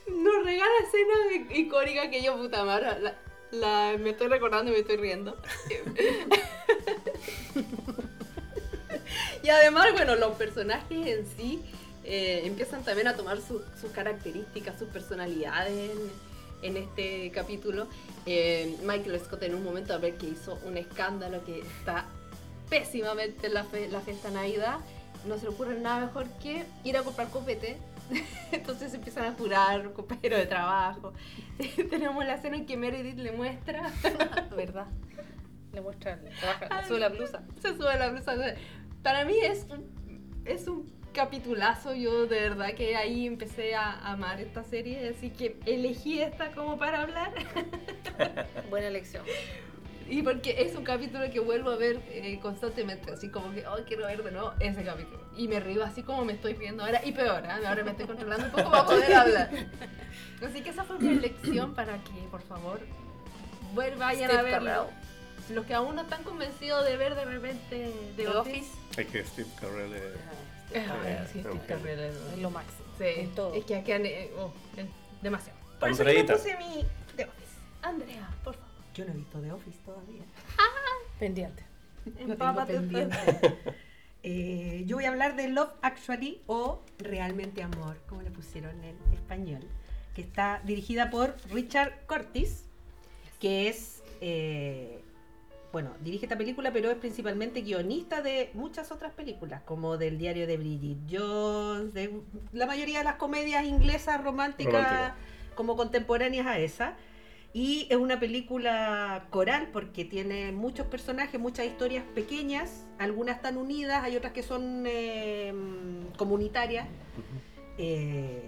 Speaker 4: nos regala escenas i- icónicas que yo puta madre la, la- me estoy recordando y me estoy riendo [laughs] y además bueno los personajes en sí eh, empiezan también a tomar su- sus características, sus personalidades en, en este capítulo. Eh, Michael Scott en un momento a ver que hizo un escándalo que está pésimamente en la, fe- la fiesta de Navidad. No se le ocurre nada mejor que ir a comprar copete. Entonces empiezan a jurar copero de trabajo. [laughs] Tenemos la escena en que Meredith le muestra [laughs]
Speaker 2: ¿Verdad? Le muestra, le trabaja, le sube la blusa.
Speaker 4: se sube la blusa. Para mí es un, es un capitulazo. Yo de verdad que ahí empecé a amar esta serie. Así que elegí esta como para hablar.
Speaker 2: Buena elección.
Speaker 4: Y porque es un capítulo que vuelvo a ver eh, constantemente. Así como que, oh, quiero ver de nuevo ese capítulo. Y me río así como me estoy riendo ahora. Y peor, ¿ah? ahora me estoy controlando un poco para poder hablar. Así que esa fue mi elección para que, por favor, vuelvan vayan a
Speaker 2: Steve
Speaker 4: verlo.
Speaker 2: Carell.
Speaker 4: Los que aún no están convencidos de ver de repente The,
Speaker 2: The
Speaker 4: Office,
Speaker 2: Office
Speaker 1: Es que Steve Carell es-
Speaker 4: Ah, sí,
Speaker 1: Ah,
Speaker 4: Steve
Speaker 1: ok.
Speaker 4: Carell es-
Speaker 2: es lo máximo.
Speaker 4: sí,
Speaker 2: En todo.
Speaker 4: Es que aquí han- eh, oh, eh, demasiado. Por eso yo me
Speaker 1: Andreita.
Speaker 4: puse mi The Office. Andrea, por favor.
Speaker 5: Yo no he visto The Office todavía.
Speaker 2: Pendiente.
Speaker 5: Lo tengo pendiente. [laughs] Eh, yo voy a hablar de Love Actually o Realmente Amor, como le pusieron en español, que está dirigida por Richard Curtis, que es, eh, bueno, dirige esta película, pero es principalmente guionista de muchas otras películas, como del diario de Bridget Jones, de la mayoría de las comedias inglesas románticas,
Speaker 1: Romántica.
Speaker 5: como contemporáneas a esa. Y es una película coral porque tiene muchos personajes, muchas historias pequeñas, algunas están unidas, hay otras que son eh, comunitarias. Eh,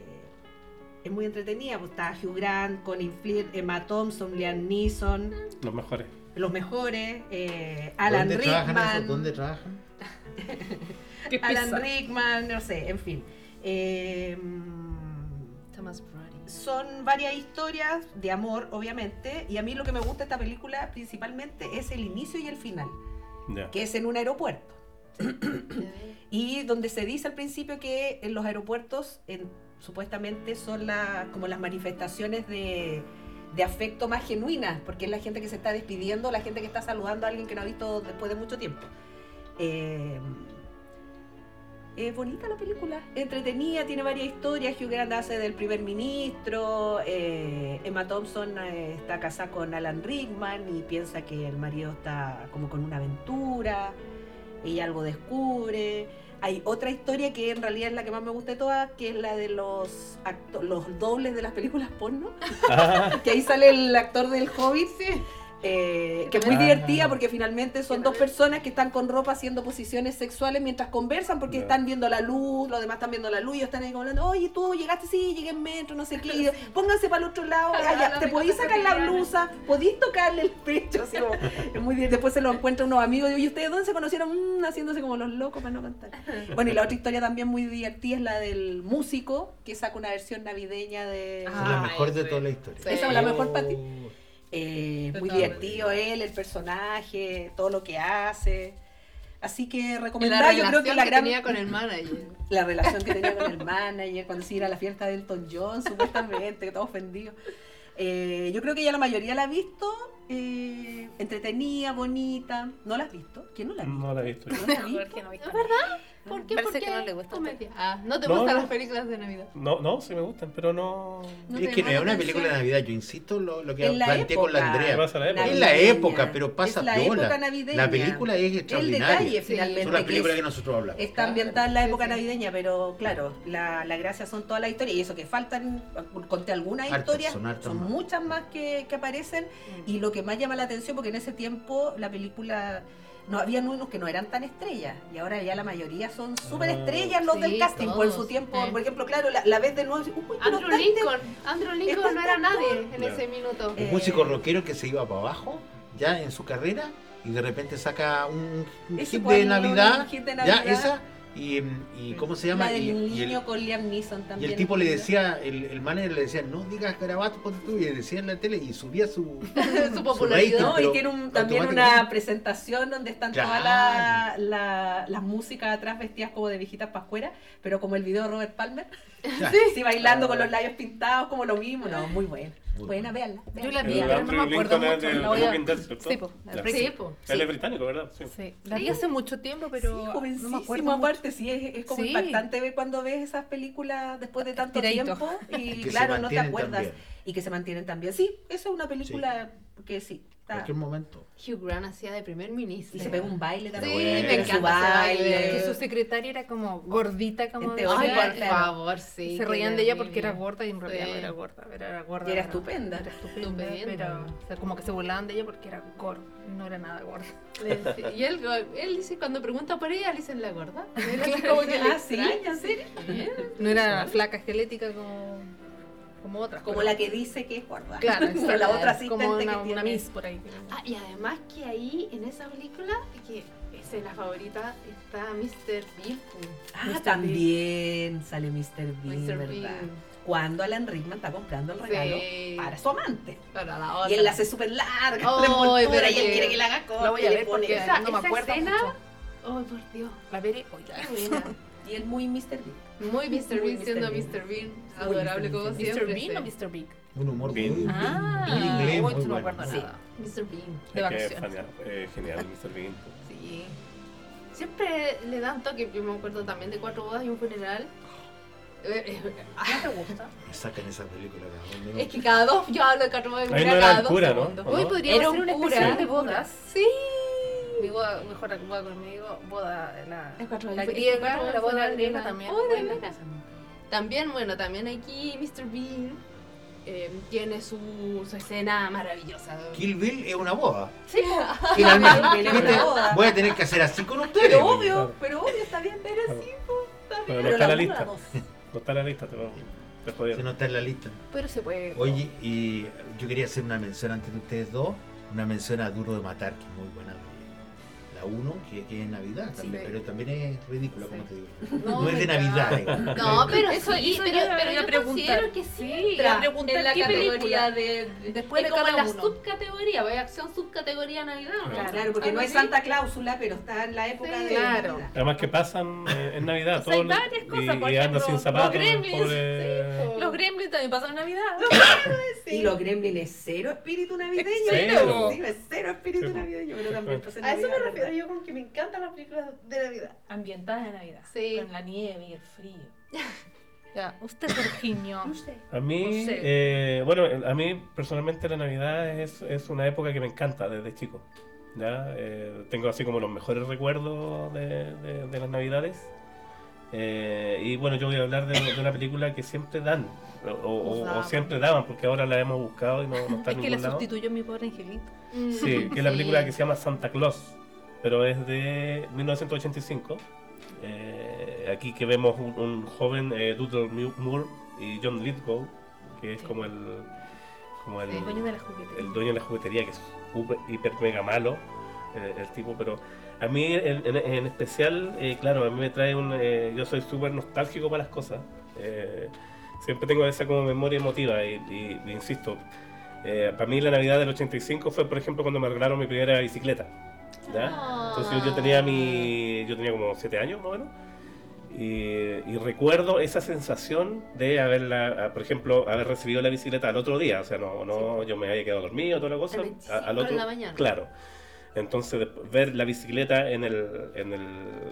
Speaker 5: es muy entretenida, pues está Hugh Grant, Colin Flynn, Emma Thompson, Liam Neeson,
Speaker 1: Los mejores.
Speaker 5: los mejores, eh, Alan
Speaker 3: ¿Dónde trabajan esos?
Speaker 5: Rickman.
Speaker 3: ¿Dónde trabajan?
Speaker 2: Qué
Speaker 5: Alan
Speaker 2: pesado.
Speaker 5: Rickman, no sé, en fin. Eh,
Speaker 2: Thomas Brody.
Speaker 5: son varias historias de amor, obviamente, y a mí lo que me gusta de esta película principalmente es el inicio y el final,
Speaker 1: Ya.
Speaker 5: que es en un aeropuerto. y donde se dice al principio que en los aeropuertos en- supuestamente son la- como las manifestaciones de, de afecto más genuinas, porque es la gente que se está despidiendo, la gente que está saludando a alguien que no ha visto después de mucho tiempo. Eh, es bonita la película, entretenida, tiene varias historias. Hugh Grant hace del primer ministro, eh, Emma Thompson eh, está casada con Alan Rickman y piensa que el marido está como con una aventura, ella algo descubre. Hay otra historia que en realidad es la que más me gusta de todas, que es la de los acto- los dobles de las películas [laughs] porno, que ahí sale el actor del Hobbit. eh, que es muy
Speaker 1: Ah.
Speaker 5: divertida porque finalmente son dos personas que están con ropa haciendo posiciones sexuales mientras conversan porque
Speaker 1: Ya.
Speaker 5: están viendo la luz, los demás están viendo la luz y ellos están ahí como hablando, oye, tú llegaste, sí, llegué en metro, no sé qué, y pónganse para el otro lado,
Speaker 8: Ah,
Speaker 5: ah, ya,
Speaker 8: las
Speaker 5: te podís
Speaker 8: cosas
Speaker 5: sacar la
Speaker 8: cotidianas.
Speaker 5: blusa, podís tocarle el pecho, así como, [laughs] es muy bien. Después se lo encuentran unos amigos, y ustedes dónde se conocieron? Mm, haciéndose como los locos para no cantar. Bueno, y la otra historia también muy divertida es la del músico que saca una versión navideña de...
Speaker 3: Es la
Speaker 4: Ay,
Speaker 3: mejor de
Speaker 4: sí.
Speaker 3: toda la historia.
Speaker 4: Sí.
Speaker 5: Esa es la mejor para ti. Eh, muy
Speaker 2: Totalmente.
Speaker 5: divertido él, el personaje, todo lo que hace. Así que
Speaker 4: Y la
Speaker 5: recomendada, yo
Speaker 4: relación
Speaker 5: creo que la gran
Speaker 4: tenía con el manager.
Speaker 5: la relación que tenía con el [laughs] manager, cuando se iba a la fiesta de Elton John, [laughs] supuestamente, que estaba ofendido. Eh, yo creo que ya la mayoría la ha visto, eh, entretenida, bonita. ¿No la has visto? ¿Quién no la ha visto?
Speaker 1: No la he visto.
Speaker 5: ¿No la
Speaker 4: [laughs]
Speaker 5: has
Speaker 2: Mejor
Speaker 5: visto?
Speaker 2: que no viste.
Speaker 4: ¿Por qué?
Speaker 2: Parece
Speaker 4: Porque
Speaker 2: que no le gusta
Speaker 4: comedia. Ah, no te
Speaker 1: No,
Speaker 4: gustan
Speaker 1: no.
Speaker 4: las películas de Navidad.
Speaker 1: No, no, sí me gustan, pero no.
Speaker 4: No
Speaker 3: es
Speaker 4: te
Speaker 3: que no es
Speaker 4: llama la
Speaker 3: una película de
Speaker 4: atención.
Speaker 3: Navidad, yo insisto lo, lo que
Speaker 5: En la
Speaker 3: planteé
Speaker 5: época.
Speaker 3: con la Andrea.
Speaker 1: Pasa la época.
Speaker 3: Es la
Speaker 5: Navideña.
Speaker 3: época, pero pasa
Speaker 5: Es la
Speaker 3: piola.
Speaker 5: época navideña.
Speaker 3: La película es
Speaker 5: El
Speaker 3: extraordinaria.
Speaker 5: detalle,
Speaker 4: Sí,
Speaker 5: finalmente.
Speaker 3: Son las
Speaker 5: que
Speaker 3: películas
Speaker 5: es-
Speaker 3: que nosotros hablamos.
Speaker 5: Está ambientada en la
Speaker 4: Claro, sí,
Speaker 5: época
Speaker 4: sí.
Speaker 5: navideña, pero claro, la, la gracia son todas las historias. Y eso que faltan, conté algunas
Speaker 3: Hartas,
Speaker 5: historias,
Speaker 3: son
Speaker 5: son,
Speaker 3: hartas más.
Speaker 5: muchas más que, que aparecen. Y lo que más llama la atención, porque en ese tiempo la película. No, habían unos que no eran tan estrellas y ahora ya la mayoría son súper estrellas los
Speaker 4: sí,
Speaker 5: del casting. por su
Speaker 4: todos,
Speaker 5: tiempo,
Speaker 4: eh.
Speaker 5: por ejemplo, claro, la, la ves de nuevo. y dices, "Uy, pero
Speaker 4: Andrew
Speaker 5: está este
Speaker 4: Lincoln. Andrew
Speaker 5: Este
Speaker 4: Lincoln no era
Speaker 5: actor.
Speaker 4: nadie en
Speaker 1: Claro.
Speaker 4: ese minuto.
Speaker 5: Eh,
Speaker 3: Un músico rockero que se iba para abajo, ya en su carrera, y de repente saca un, un
Speaker 5: Ese
Speaker 3: hit
Speaker 5: fue
Speaker 3: de
Speaker 5: un-
Speaker 3: Navidad.
Speaker 5: un hit de
Speaker 3: Ya,
Speaker 5: Navidad.
Speaker 3: esa. Y, em, y ¿cómo se llama?
Speaker 5: La del
Speaker 3: Y- y el-
Speaker 5: niño con Liam Neeson
Speaker 3: Y
Speaker 5: también.
Speaker 3: el tipo le
Speaker 5: ¿no?
Speaker 3: decía, el, el manager le decía, no digas garabato, ponte tú, y le decía en la tele y subía
Speaker 5: [laughs]
Speaker 3: [laughs] su...
Speaker 4: su
Speaker 3: rating,
Speaker 4: popularidad.
Speaker 5: No, y
Speaker 3: pero
Speaker 5: tiene un- también
Speaker 3: automáticamente-
Speaker 5: una presentación donde están
Speaker 3: Claro.
Speaker 5: todas la- la- las músicas atrás vestidas como de viejitas pascueras, pero como el video de Robert Palmer,
Speaker 3: [laughs] Ya.
Speaker 5: sí, bailando con los labios pintados, como lo mismo. No, muy buena.
Speaker 3: Muy
Speaker 5: buena,
Speaker 3: buena.
Speaker 5: véanla.
Speaker 2: Yo
Speaker 5: véanla.
Speaker 2: la vi,
Speaker 1: El
Speaker 2: pero no
Speaker 1: Andrew
Speaker 2: me acuerdo
Speaker 1: Lincoln es
Speaker 2: mucho.
Speaker 1: del
Speaker 2: La voy a-
Speaker 1: Walking Dead, ¿cierto?
Speaker 2: Sí, po, la
Speaker 1: Ya.
Speaker 2: pre- sí, po,
Speaker 1: Él es
Speaker 2: sí,
Speaker 1: británico, ¿verdad? Sí.
Speaker 2: sí. La vi hace mucho tiempo, pero
Speaker 5: Sí,
Speaker 2: no me acuerdo.
Speaker 5: jovencísimo
Speaker 2: mucho.
Speaker 5: aparte, sí, es, es como
Speaker 2: Sí.
Speaker 5: impactante ver cuando ves esas películas después de tanto
Speaker 2: Tiradito.
Speaker 5: tiempo
Speaker 3: Y
Speaker 5: y
Speaker 3: que se
Speaker 5: claro, no te
Speaker 3: mantienen
Speaker 5: acuerdas
Speaker 3: también.
Speaker 5: y que se mantienen también. Sí, eso es una película que sí.
Speaker 3: En
Speaker 5: está-
Speaker 3: cualquier momento.
Speaker 4: Hugh Grant hacía de primer ministro.
Speaker 5: Y se pega un baile
Speaker 4: Sí,
Speaker 5: también.
Speaker 3: Bueno,
Speaker 4: me
Speaker 3: su
Speaker 4: encanta ese
Speaker 5: baile.
Speaker 4: baile.
Speaker 2: Que su secretaria era como gordita, como
Speaker 5: En
Speaker 4: Ay,
Speaker 5: teoría,
Speaker 2: decía,
Speaker 4: por
Speaker 5: claro.
Speaker 4: favor,
Speaker 2: se
Speaker 4: sí. qué
Speaker 2: reían de ella porque era
Speaker 4: terrible.
Speaker 2: gorda y en realidad
Speaker 4: Sí.
Speaker 2: no era gorda, pero era gorda.
Speaker 5: Y era
Speaker 2: pero-
Speaker 5: estupenda.
Speaker 2: Era estupenda,
Speaker 4: Estupenda.
Speaker 2: pero o sea, como que se burlaban de ella porque era gorda, no era nada gorda.
Speaker 4: Sí, Y él, él dice, cuando pregunta por ella, le dicen
Speaker 2: [laughs]
Speaker 4: la gorda. Era así como que le
Speaker 5: Ah, sí,
Speaker 4: extraña,
Speaker 5: ¿en serio?
Speaker 4: ¿eh?
Speaker 2: No era flaca esquelética como, como otras.
Speaker 5: Como
Speaker 2: pero-
Speaker 5: la que dice que es gorda.
Speaker 2: Claro,
Speaker 5: Pero [laughs] la otra asistente
Speaker 2: como
Speaker 5: que
Speaker 2: una,
Speaker 5: tiene.
Speaker 2: una miss por ahí.
Speaker 4: Ah, y además que ahí, en esa película, que esa es la favorita, está Mr. Bill.
Speaker 5: Ah,
Speaker 4: Mr.
Speaker 5: también sale Mr. Bean,
Speaker 4: Mr.
Speaker 5: ¿verdad?
Speaker 4: Bean.
Speaker 5: Cuando Alan Rickman está comprando el regalo
Speaker 4: Sí.
Speaker 5: para su amante.
Speaker 4: Para la otra.
Speaker 5: Y él la hace súper larga,
Speaker 4: Ay,
Speaker 5: la envoltura,
Speaker 4: pero
Speaker 5: y él
Speaker 4: que-
Speaker 5: quiere que la haga corta.
Speaker 2: La voy a
Speaker 5: y le
Speaker 2: ver
Speaker 5: pone-
Speaker 2: porque
Speaker 4: esa-
Speaker 2: no me
Speaker 4: esa
Speaker 2: acuerdo
Speaker 4: escena-
Speaker 2: mucho.
Speaker 4: Oh, por Dios.
Speaker 2: La veré hoy. ya. [laughs]
Speaker 4: qué buena.
Speaker 5: Y él muy Mr. Bean.
Speaker 4: Muy Mr.
Speaker 5: Muy
Speaker 4: Bean siendo
Speaker 5: Mr.
Speaker 4: Mr. Bean.
Speaker 5: Muy
Speaker 4: Adorable
Speaker 5: Mr.
Speaker 4: como
Speaker 5: Bean.
Speaker 4: siempre.
Speaker 2: ¿Mr. Bean o
Speaker 4: sí.
Speaker 2: Mr. Big?
Speaker 3: Un humor
Speaker 1: Bien.
Speaker 3: muy,
Speaker 2: Ah,
Speaker 3: bien inglés,
Speaker 2: hoy
Speaker 3: muy
Speaker 2: no me
Speaker 3: bueno.
Speaker 2: acuerdo
Speaker 5: Sí.
Speaker 2: nada.
Speaker 4: Mr. Bean.
Speaker 1: Es
Speaker 2: De
Speaker 1: que es
Speaker 2: vacaciones.
Speaker 1: genial, eh, genial, Mr. Bean.
Speaker 4: Sí. Siempre le dan toque. Yo me acuerdo también de cuatro bodas y un funeral. Eh, eh,
Speaker 5: ¿No te gusta?
Speaker 3: Me sacan esa película. cabrón, no.
Speaker 4: Es que cada dos, yo hablo de cuatro bodas y un
Speaker 1: Ahí no
Speaker 4: funeral
Speaker 1: era
Speaker 4: cada
Speaker 1: el
Speaker 4: dos
Speaker 1: cura, ¿no?
Speaker 4: segundos.
Speaker 1: ¿O
Speaker 2: Hoy
Speaker 1: no?
Speaker 2: podríamos
Speaker 4: Era
Speaker 2: hacer
Speaker 4: un
Speaker 2: un
Speaker 4: cura.
Speaker 2: especial de bodas.
Speaker 4: Sí.
Speaker 2: Mi boda, mejor boda conmigo, boda, la,
Speaker 4: Es cuatro
Speaker 2: la
Speaker 4: bodas.
Speaker 2: griega,
Speaker 4: Cuatro
Speaker 2: la boda
Speaker 4: bodas
Speaker 2: griega
Speaker 4: griega.
Speaker 2: también.
Speaker 4: Oh, de
Speaker 2: buena.
Speaker 4: veras. También, bueno, también aquí Mr. Bean eh, tiene su, su escena maravillosa.
Speaker 3: Kill Bill es una boda.
Speaker 4: Sí,
Speaker 3: Finalmente,
Speaker 5: Bill es
Speaker 3: ¿viste?
Speaker 5: una boda.
Speaker 3: Voy a tener que hacer así con ustedes.
Speaker 5: Pero
Speaker 3: güey.
Speaker 5: obvio, pero obvio, está bien, pero sí, po, está bien.
Speaker 1: Pero no está en la
Speaker 5: uno,
Speaker 1: lista.
Speaker 5: dos.
Speaker 1: No está en la lista, te lo te
Speaker 3: Si
Speaker 1: jodieron.
Speaker 3: no está en la lista.
Speaker 2: Pero se puede.
Speaker 3: Oye, y yo quería hacer una mención antes de ustedes dos. Una mención a Duro de Matar, que es muy buena. La uno que, que es Navidad también,
Speaker 7: Sí.
Speaker 3: pero también es ridículo, como te digo.
Speaker 7: No,
Speaker 3: No, es de
Speaker 7: ya.
Speaker 3: Navidad. eh. digamos.
Speaker 4: No, pero
Speaker 2: Eso-
Speaker 4: sí,
Speaker 2: eso
Speaker 4: pero,
Speaker 2: yo la-
Speaker 4: pero
Speaker 2: la
Speaker 4: yo
Speaker 2: pregunta-
Speaker 4: considero que sí.
Speaker 2: la
Speaker 4: entra
Speaker 2: pregunta
Speaker 4: en la
Speaker 2: ¿qué película?
Speaker 4: categoría de, de-
Speaker 2: Después
Speaker 4: es
Speaker 2: de
Speaker 4: como
Speaker 2: cada
Speaker 4: la
Speaker 2: uno.
Speaker 4: subcategoría, vaya acción subcategoría Navidad. ¿no?
Speaker 5: Claro, porque no hay
Speaker 4: Algo así.
Speaker 5: santa cláusula, pero está en la época
Speaker 4: Sí,
Speaker 5: de.
Speaker 2: Ah, claro.
Speaker 5: Navidad.
Speaker 1: Además que pasan eh, en Navidad
Speaker 4: O sea, hay
Speaker 1: todo lo-
Speaker 4: varias cosas,
Speaker 1: y,
Speaker 4: por
Speaker 1: y anda
Speaker 4: ejemplo,
Speaker 1: sin
Speaker 4: los
Speaker 1: zapatos,
Speaker 4: gremlins,
Speaker 1: pobre-
Speaker 2: Los gremlins también pasan Navidad.
Speaker 5: Y los gremlins es cero espíritu navideño.
Speaker 1: Cero.
Speaker 5: Sí, es cero espíritu
Speaker 1: Sí.
Speaker 5: navideño, pero también pasa en
Speaker 7: A eso me
Speaker 5: Navidad,
Speaker 7: refiero
Speaker 5: ¿verdad?
Speaker 7: yo con que me encantan las películas de Navidad.
Speaker 2: Ambientadas en Navidad.
Speaker 4: Sí.
Speaker 2: Con la nieve y el [laughs] frío. Ya, usted, Jorginho.
Speaker 1: A mí,
Speaker 2: No sé.
Speaker 1: eh, bueno, a mí personalmente la Navidad es, es una época que me encanta desde chico. ¿ya? Eh, tengo así como los mejores recuerdos de, de- de las Navidades. Eh, y bueno, yo voy a hablar de, de una película que siempre dan, o, o- o siempre daban, porque ahora la hemos buscado y no, no está
Speaker 2: Es
Speaker 1: en
Speaker 2: que la
Speaker 1: ningún lado.
Speaker 2: sustituyó mi pobre angelito. [laughs]
Speaker 4: Mm.
Speaker 1: Sí, que es la película que se llama Santa Claus, pero es de 1985. Eh, aquí que vemos un, un joven eh, Doodle Mu- Moore y John Lithgow, que es
Speaker 2: Sí.
Speaker 1: como el como el,
Speaker 2: El dueño de la juguetería.
Speaker 1: el dueño de la juguetería, que es super- hiper mega malo eh, el tipo, pero a mí en, en- en especial, eh, claro, a mí me trae un... eh, yo soy súper nostálgico para las cosas. Eh, siempre tengo esa como memoria emotiva y, y- y insisto, eh, para mí la Navidad del 85 fue, por ejemplo, cuando me regalaron mi primera bicicleta. ¿ya?
Speaker 4: Ah,
Speaker 1: Entonces yo, yo tenía mi... yo tenía como 7 años más o menos. Y, y recuerdo esa sensación de haberla, a- por ejemplo, haber recibido la bicicleta al otro día. O sea, no, no yo me había quedado dormido, toda la cosa. a-
Speaker 4: Al 25 de
Speaker 1: al otro,
Speaker 4: la mañana.
Speaker 1: Claro. Entonces, de- ver la bicicleta en el, en, el,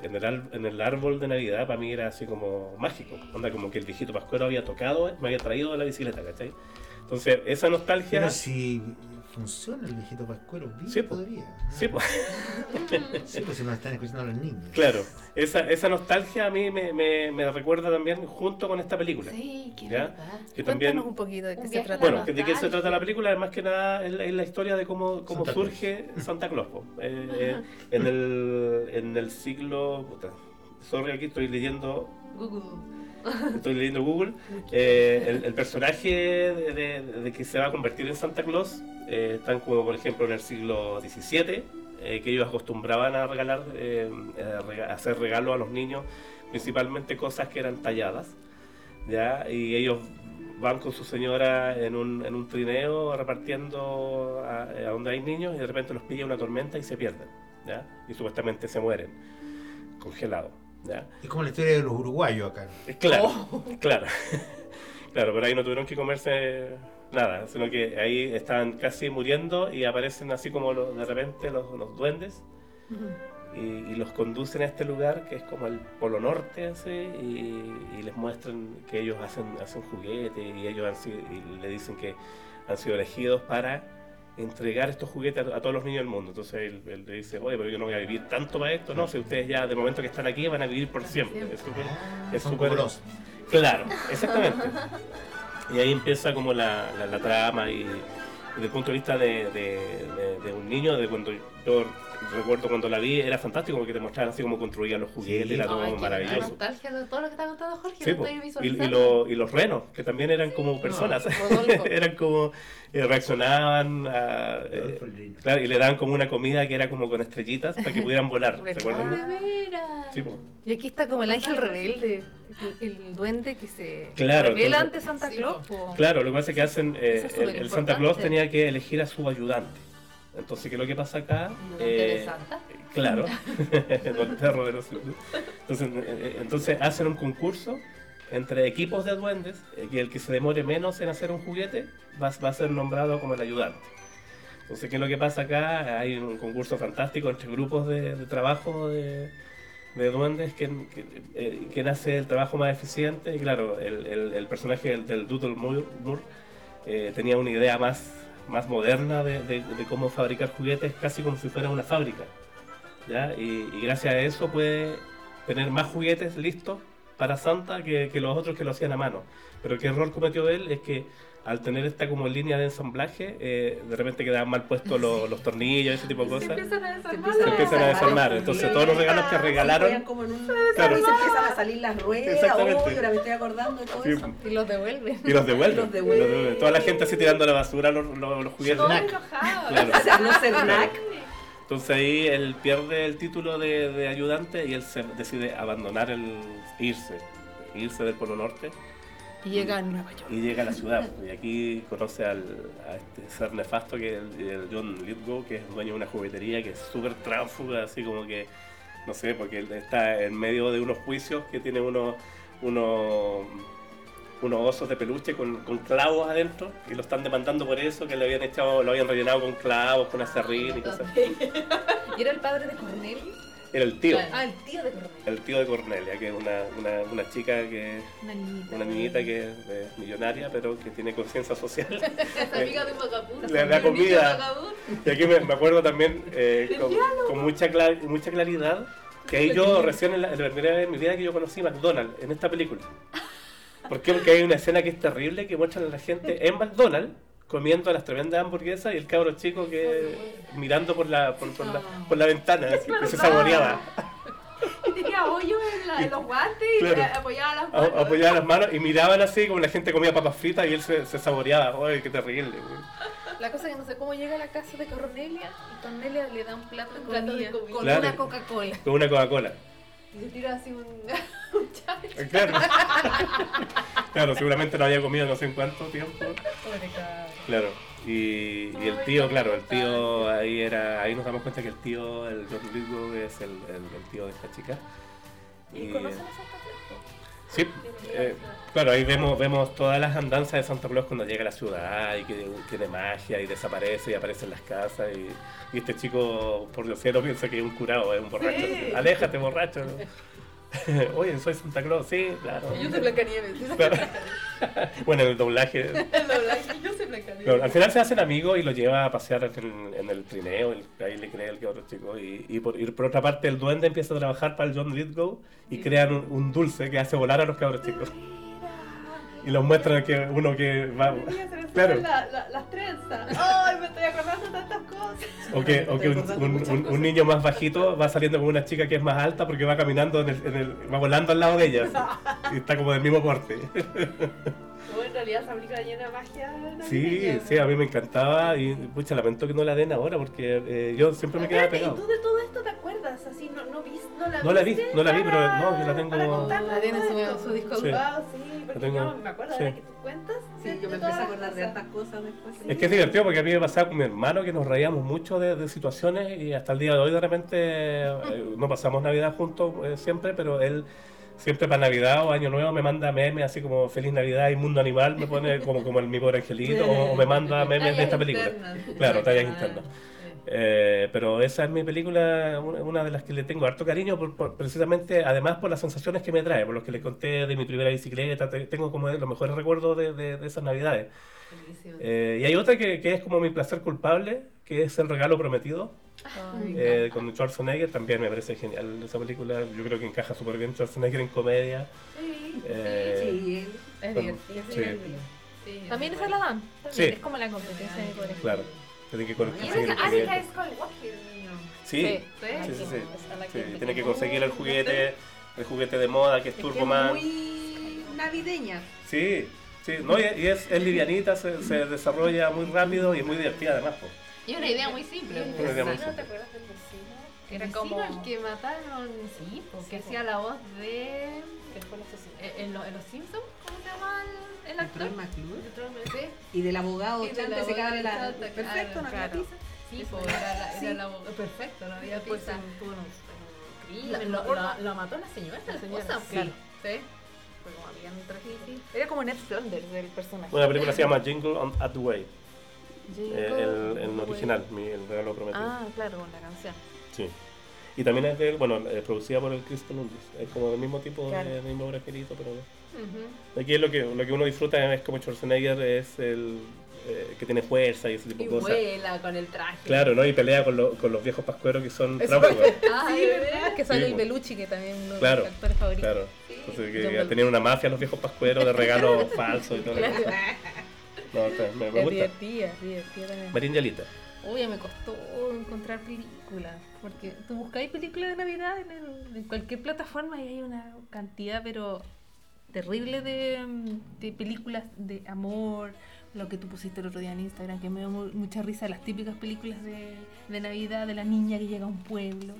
Speaker 1: en, el, al- en el árbol de Navidad para mí era así como mágico. Onda, como que el viejito pascuero había tocado, me había traído la bicicleta, ¿cachai? Entonces, esa nostalgia.
Speaker 3: Pero si funciona el viejito pascuero, vive
Speaker 1: Sí, po.
Speaker 3: todavía.
Speaker 1: Sí, pues.
Speaker 4: Mm.
Speaker 3: Sí, pues si nos están escuchando los niños.
Speaker 1: Claro, esa, esa nostalgia a mí me, me- me recuerda también junto con esta película.
Speaker 4: Sí, qué
Speaker 1: ¿Ya?
Speaker 4: verdad.
Speaker 1: Que también,
Speaker 2: Cuéntanos un poquito de qué
Speaker 4: Un
Speaker 2: se
Speaker 4: viaje
Speaker 2: trata.
Speaker 1: bueno, que- ¿de qué se
Speaker 4: nostalgia.
Speaker 1: trata la película? Más que nada es la, es la historia de cómo, cómo
Speaker 3: Santa Claus.
Speaker 1: surge Santa Claus. po. Eh, eh, en, el, en el siglo... Puta, sorry, aquí estoy leyendo
Speaker 4: Google.
Speaker 1: estoy leyendo Google, eh, el, el personaje de, de- de que se va a convertir en Santa Claus, eh, tan como por ejemplo en el siglo XVII, eh, que ellos acostumbraban a regalar, eh, a rega- a hacer regalos a los niños, principalmente cosas que eran talladas, ¿ya? y ellos van con su señora en un, en un trineo repartiendo a, eh, a donde hay niños y de repente los pilla una tormenta y se pierden, ¿ya? y supuestamente se mueren congelados. ¿ya?
Speaker 3: Es como la historia de los uruguayos acá.
Speaker 1: Eh, Claro, claro. [laughs] claro, pero ahí no tuvieron que comerse nada, sino que ahí estaban casi muriendo y aparecen así como lo- de repente los, los duendes y, y los conducen a este lugar que es como el Polo Norte así, y, y les muestran que ellos hacen, hacen juguetes y ellos han sido- y le dicen que han sido elegidos para entregar estos juguetes a, a todos los niños del mundo. Entonces él, él le dice, oye, pero yo no voy a vivir tanto para esto, no, si ustedes ya de momento que están aquí van a vivir por siempre. Es súper-
Speaker 3: Ah,
Speaker 1: es
Speaker 3: son
Speaker 1: súper-
Speaker 3: como los-
Speaker 1: Claro, exactamente. Y ahí empieza como la, la- la trama y, y desde el punto de vista de, de- de- de un niño, de cuando yo recuerdo cuando la vi, era fantástico porque te mostraban así como construían los juguetes,
Speaker 3: Sí.
Speaker 1: era todo
Speaker 4: Ay, qué
Speaker 1: maravilloso.
Speaker 4: nostalgia de todo lo que está contando Jorge.
Speaker 1: Sí,
Speaker 4: lo
Speaker 1: po.
Speaker 4: estoy
Speaker 1: y, y
Speaker 4: visualizando.
Speaker 1: lo- y los renos, que también eran como personas, [laughs]
Speaker 2: Rodolfo.
Speaker 1: eran como, eh, reaccionaban, a, eh,
Speaker 3: Rodolfo el Rino.
Speaker 1: claro, y le daban como una comida que era como con estrellitas para que pudieran volar, ¿se
Speaker 4: Ah, De
Speaker 1: acuerdan?
Speaker 4: veras.
Speaker 1: Sí, po.
Speaker 2: Y aquí está como el ángel rebelde, el, el duende que se
Speaker 1: Claro,
Speaker 2: revela
Speaker 1: entonces-
Speaker 2: ante Santa
Speaker 7: Sí,
Speaker 2: Claus. po.
Speaker 1: Claro, lo que pasa es que hacen, eh,
Speaker 2: Eso es
Speaker 1: el, el Santa
Speaker 2: superimportante.
Speaker 1: Claus tenía que elegir a su ayudante. Entonces, ¿qué es lo que pasa acá? Eh,
Speaker 4: Interesante.
Speaker 2: [laughs]
Speaker 1: claro, [laughs] Don Perro de los Simpsons. Entonces, eh, entonces hacen un concurso entre equipos de duendes eh, y el que se demore menos en hacer un juguete va, va a ser nombrado como el ayudante. Entonces, ¿qué es lo que pasa acá? Hay un concurso fantástico entre grupos de, de trabajo de, de duendes, quién, quién, eh, quién hace el trabajo más eficiente. Y claro, el, el- el personaje del, del Doodle Moore, Moore, eh, tenía una idea más, más moderna de, de- de cómo fabricar juguetes, casi como si fuera una fábrica. ¿ya? Y, y gracias a eso puede tener más juguetes listos para Santa que, que los otros que lo hacían a mano. Pero qué error cometió él es que al tener esta como línea de ensamblaje, eh, de repente quedaban mal puestos los, los tornillos, ese tipo de
Speaker 4: Se
Speaker 1: cosas.
Speaker 4: empiezan a desarmar.
Speaker 1: Se empiezan a desarmar.
Speaker 5: los
Speaker 1: Entonces
Speaker 5: juguetes,
Speaker 1: todos los regalos que
Speaker 5: se
Speaker 1: regalaron
Speaker 5: juegan como en un-
Speaker 1: Claro.
Speaker 5: Y se empiezan a salir las ruedas.
Speaker 1: Exactamente.
Speaker 5: Uy, ahora me estoy acordando de todo
Speaker 1: Sí.
Speaker 5: eso. [laughs]
Speaker 2: Y los devuelve.
Speaker 1: y los devuelven.
Speaker 5: Y los devuelven.
Speaker 1: Los devuelven. Toda la gente así tirando a la basura los, los- los juguetes.
Speaker 4: Todo
Speaker 1: Claro.
Speaker 7: [laughs]
Speaker 5: O
Speaker 4: enojado.
Speaker 5: sea, no ser
Speaker 1: Claro.
Speaker 5: snack.
Speaker 1: Entonces ahí él pierde el título de, de ayudante y él se decide abandonar el irse, irse del Polo Norte
Speaker 7: Y llega a Nueva York.
Speaker 1: y llega a la ciudad. pues, Y aquí conoce al, a este ser nefasto que es el, el John Lithgow, que es dueño de una juguetería que es súper tránsfuga, así como que, no sé, porque él está en medio de unos juicios que tiene unos unos unos osos de peluche con, con clavos adentro y lo están demandando por eso, que le habían echado, lo habían rellenado con clavos, con acerrín y cosas.
Speaker 2: [laughs]
Speaker 7: ¿Y era el padre de Cornelio?
Speaker 1: Era el tío,
Speaker 7: Ah, el tío de Cornelio.
Speaker 1: el tío de Cornelia, que es una, una, una chica que
Speaker 7: Una niñita.
Speaker 1: una niñita que es eh, millonaria pero que tiene conciencia social.
Speaker 4: Es amiga de un vagabundo.
Speaker 1: Le da comida. Y aquí me, me acuerdo también eh, con, con mucha, cla- mucha claridad que ahí yo recién en la, en la primera vez en mi vida que yo conocí McDonald's en esta película. ¿Por qué? Porque hay una escena que es terrible que muestran a la gente en McDonald's comiendo las tremendas hamburguesas y el cabro chico que mirando por la, por, por la, por la ventana, así, que se saboreaba.
Speaker 8: Y tenía hoyos en, la- en los guantes y
Speaker 1: Claro.
Speaker 8: le apoyaba las
Speaker 1: A-
Speaker 8: manos.
Speaker 1: apoyaba las manos y miraban así como la gente comía papas fritas y él se, se saboreaba. ¡Ay, qué terrible! güey.
Speaker 2: La cosa es que no sé cómo llega a la casa de Cornelia y Cornelia le da un plato de
Speaker 4: Un plato de
Speaker 2: comida
Speaker 4: comida.
Speaker 2: con
Speaker 1: Claro.
Speaker 2: una Coca-Cola.
Speaker 1: Con una Coca-Cola.
Speaker 8: Y le tira así un.
Speaker 1: Eh, Claro. claro, seguramente no había comido no sé en cuánto tiempo. Claro. Y, y el tío, claro, el tío ahí era, ahí nos damos cuenta que el tío, el John Lithgow es el, el- el tío de esta chica.
Speaker 2: ¿Y
Speaker 1: eh,
Speaker 2: conocen a Santa Claus?
Speaker 1: Sí, eh, claro, ahí vemos, vemos todas las andanzas de Santa Claus cuando llega a la ciudad y que tiene magia y desaparece y aparece en las casas y, y este chico, por Dios cielo, piensa que es un curado, es un borracho. Aléjate, borracho. [laughs] Oye, soy Santa Claus, sí, claro.
Speaker 2: Yo soy Blancanieves. [laughs] Yo soy
Speaker 1: Claro. bueno, en el doblaje.
Speaker 2: Blancanieves. Yo soy
Speaker 1: Claro,
Speaker 2: Blancanieves.
Speaker 1: al final se hacen amigos y lo lleva a pasear en, en el trineo, el- ahí le crea el que otro chico. Y, y por, y por otra parte, el duende empieza a trabajar para el John Lithgow y crean un, un dulce que hace volar a los cabros chicos. Y los muestran que uno que va. Claro.
Speaker 8: La- la- las trenzas. ¡Ay, me estoy acordando de tantas cosas!
Speaker 1: O que, o que un, un- un- un niño más bajito va saliendo con una chica que es más alta porque va caminando, en el, en el- va volando al lado de ella.
Speaker 8: [laughs]
Speaker 1: así. Y está como del mismo porte.
Speaker 8: Bueno, en realidad esa película llena de magia.
Speaker 1: Sí, sí, a mí me encantaba y pucha, lamento que no la den ahora porque eh, yo siempre me quedaba
Speaker 8: Espérate, ¿Y
Speaker 1: pegado.
Speaker 8: tú de todo esto te acuerdas? Así, ¿no, no, vis- no la
Speaker 1: No la vi,
Speaker 8: viste
Speaker 1: no la vi,
Speaker 8: para-
Speaker 1: pero no, yo la tengo-
Speaker 8: para contarnos
Speaker 7: La tiene en
Speaker 8: todo
Speaker 7: su,
Speaker 8: esto?
Speaker 7: su disco
Speaker 1: Sí.
Speaker 7: duro.
Speaker 8: Ah, sí, porque
Speaker 1: tengo-
Speaker 8: yo me acuerdo
Speaker 1: sí.
Speaker 8: de la que tú cuentas.
Speaker 5: Sí, yo me empecé a acordar de hartas cosas después.
Speaker 1: Es que es divertido porque a mí me pasaba con mi hermano que nos reíamos mucho de, de situaciones y hasta el día de hoy de
Speaker 8: [laughs]
Speaker 1: repente eh, no pasamos Navidad juntos eh, siempre, pero él siempre para Navidad o Año Nuevo me manda memes así como Feliz Navidad y Mundo Animal, me pone como, como el mi pobre angelito o, o me manda memes de esta película. Claro, tallas internas. Eh, pero esa es mi película, una una de las que le tengo harto cariño, por- por- precisamente además por las sensaciones que me trae, por los que le conté de mi primera bicicleta, te- tengo como de los mejores recuerdos de, de- de esas navidades. Eh, y hay otra que, que es como mi placer culpable, que es El regalo prometido, eh, con Schwarzenegger, también me parece genial esa película, yo creo que encaja súper bien Schwarzenegger en comedia. Eh,
Speaker 5: Sí,
Speaker 7: Es divertido.
Speaker 1: Sí.
Speaker 7: También esa la dan.
Speaker 1: Sí.
Speaker 7: Es como la competencia de por ejemplo.
Speaker 1: Claro, tiene que conseguir el
Speaker 8: Ática
Speaker 1: juguete.
Speaker 8: es Skywalker, niño.
Speaker 1: Sí, sí, sí, sí. Sí, tiene que conseguir el juguete, el juguete de moda que es Turboman.
Speaker 5: muy navideña.
Speaker 1: Sí, sí, no, y y es, es livianita, se, se desarrolla muy rápido y es muy divertida además. po.
Speaker 4: Y una idea muy simple.
Speaker 1: Una idea muy
Speaker 2: ¿No te
Speaker 1: simple.
Speaker 2: acuerdas del vecino?
Speaker 4: Era
Speaker 2: Era
Speaker 4: como
Speaker 2: como.
Speaker 4: el que mataron, sí, porque
Speaker 2: pues.
Speaker 4: hacía la voz de.
Speaker 2: que fue el asesino.
Speaker 4: eh, En, lo- en los Simpsons, ¿cómo se llama el, el actor?
Speaker 5: Troy McClure.
Speaker 4: Control MT.
Speaker 5: Y del abogado
Speaker 4: Y del
Speaker 5: Chante se
Speaker 4: abogado
Speaker 5: cae la.
Speaker 4: Chante,
Speaker 5: Perfecto,
Speaker 4: claro,
Speaker 5: no había
Speaker 4: claro.
Speaker 5: pizza.
Speaker 4: Sí,
Speaker 2: pues.
Speaker 4: po, pues, era la,
Speaker 5: Sí.
Speaker 4: era la voz. Perfecto, no había
Speaker 2: Después
Speaker 4: pizza.
Speaker 2: tuvo un- un crimen,
Speaker 4: La-
Speaker 2: no
Speaker 4: lo,
Speaker 2: me acuerdo.
Speaker 4: lo- lo mató la señora, la
Speaker 2: señora,
Speaker 4: esposa,
Speaker 2: claro.
Speaker 4: Sí.
Speaker 2: Fue como habían tragido. Era como Ned Flanders el personaje.
Speaker 1: Una película se llama Jingle on at the Way, eh, el, el original, mi- el regalo prometido.
Speaker 2: Ah, claro, con la canción.
Speaker 1: Sí. Y también es de, bueno, eh, producida por el Chris Columbus. Es como del mismo tipo,
Speaker 2: Claro.
Speaker 1: del mismo brajerito, pero... Aquí lo que, lo que uno disfruta es como Schwarzenegger es el eh, que tiene fuerza y ese tipo
Speaker 4: Y
Speaker 1: de cosas.
Speaker 4: vuela con el traje.
Speaker 1: Claro, ¿no? Y pelea con, lo- con los viejos pascueros que son tráfugos.
Speaker 4: Ah,
Speaker 2: [laughs] Sí,
Speaker 4: de
Speaker 2: ¿verdad? Que sale
Speaker 1: Sí,
Speaker 2: el
Speaker 1: bueno.
Speaker 2: Belucci, que también es uno de
Speaker 1: Claro,
Speaker 2: mis actores favoritos.
Speaker 1: Claro. Entonces que
Speaker 2: John Belushi.
Speaker 1: tenían una mafia los viejos pascueros de regalos falsos y todo. lo que-
Speaker 4: [laughs]
Speaker 1: No, está- me, me
Speaker 2: Es
Speaker 1: gusta.
Speaker 2: divertida, es divertida también.
Speaker 1: Marindelita.
Speaker 2: Oye, me costó encontrar películas, porque tú buscáis películas de Navidad en, el- en cualquier plataforma y hay una cantidad, pero
Speaker 4: terrible de, mm, de películas de amor, lo que tú pusiste el otro día en Instagram, que me dio mu- mucha risa, las típicas películas de, de Navidad de la niña que llega a un
Speaker 2: [laughs]
Speaker 4: pueblo,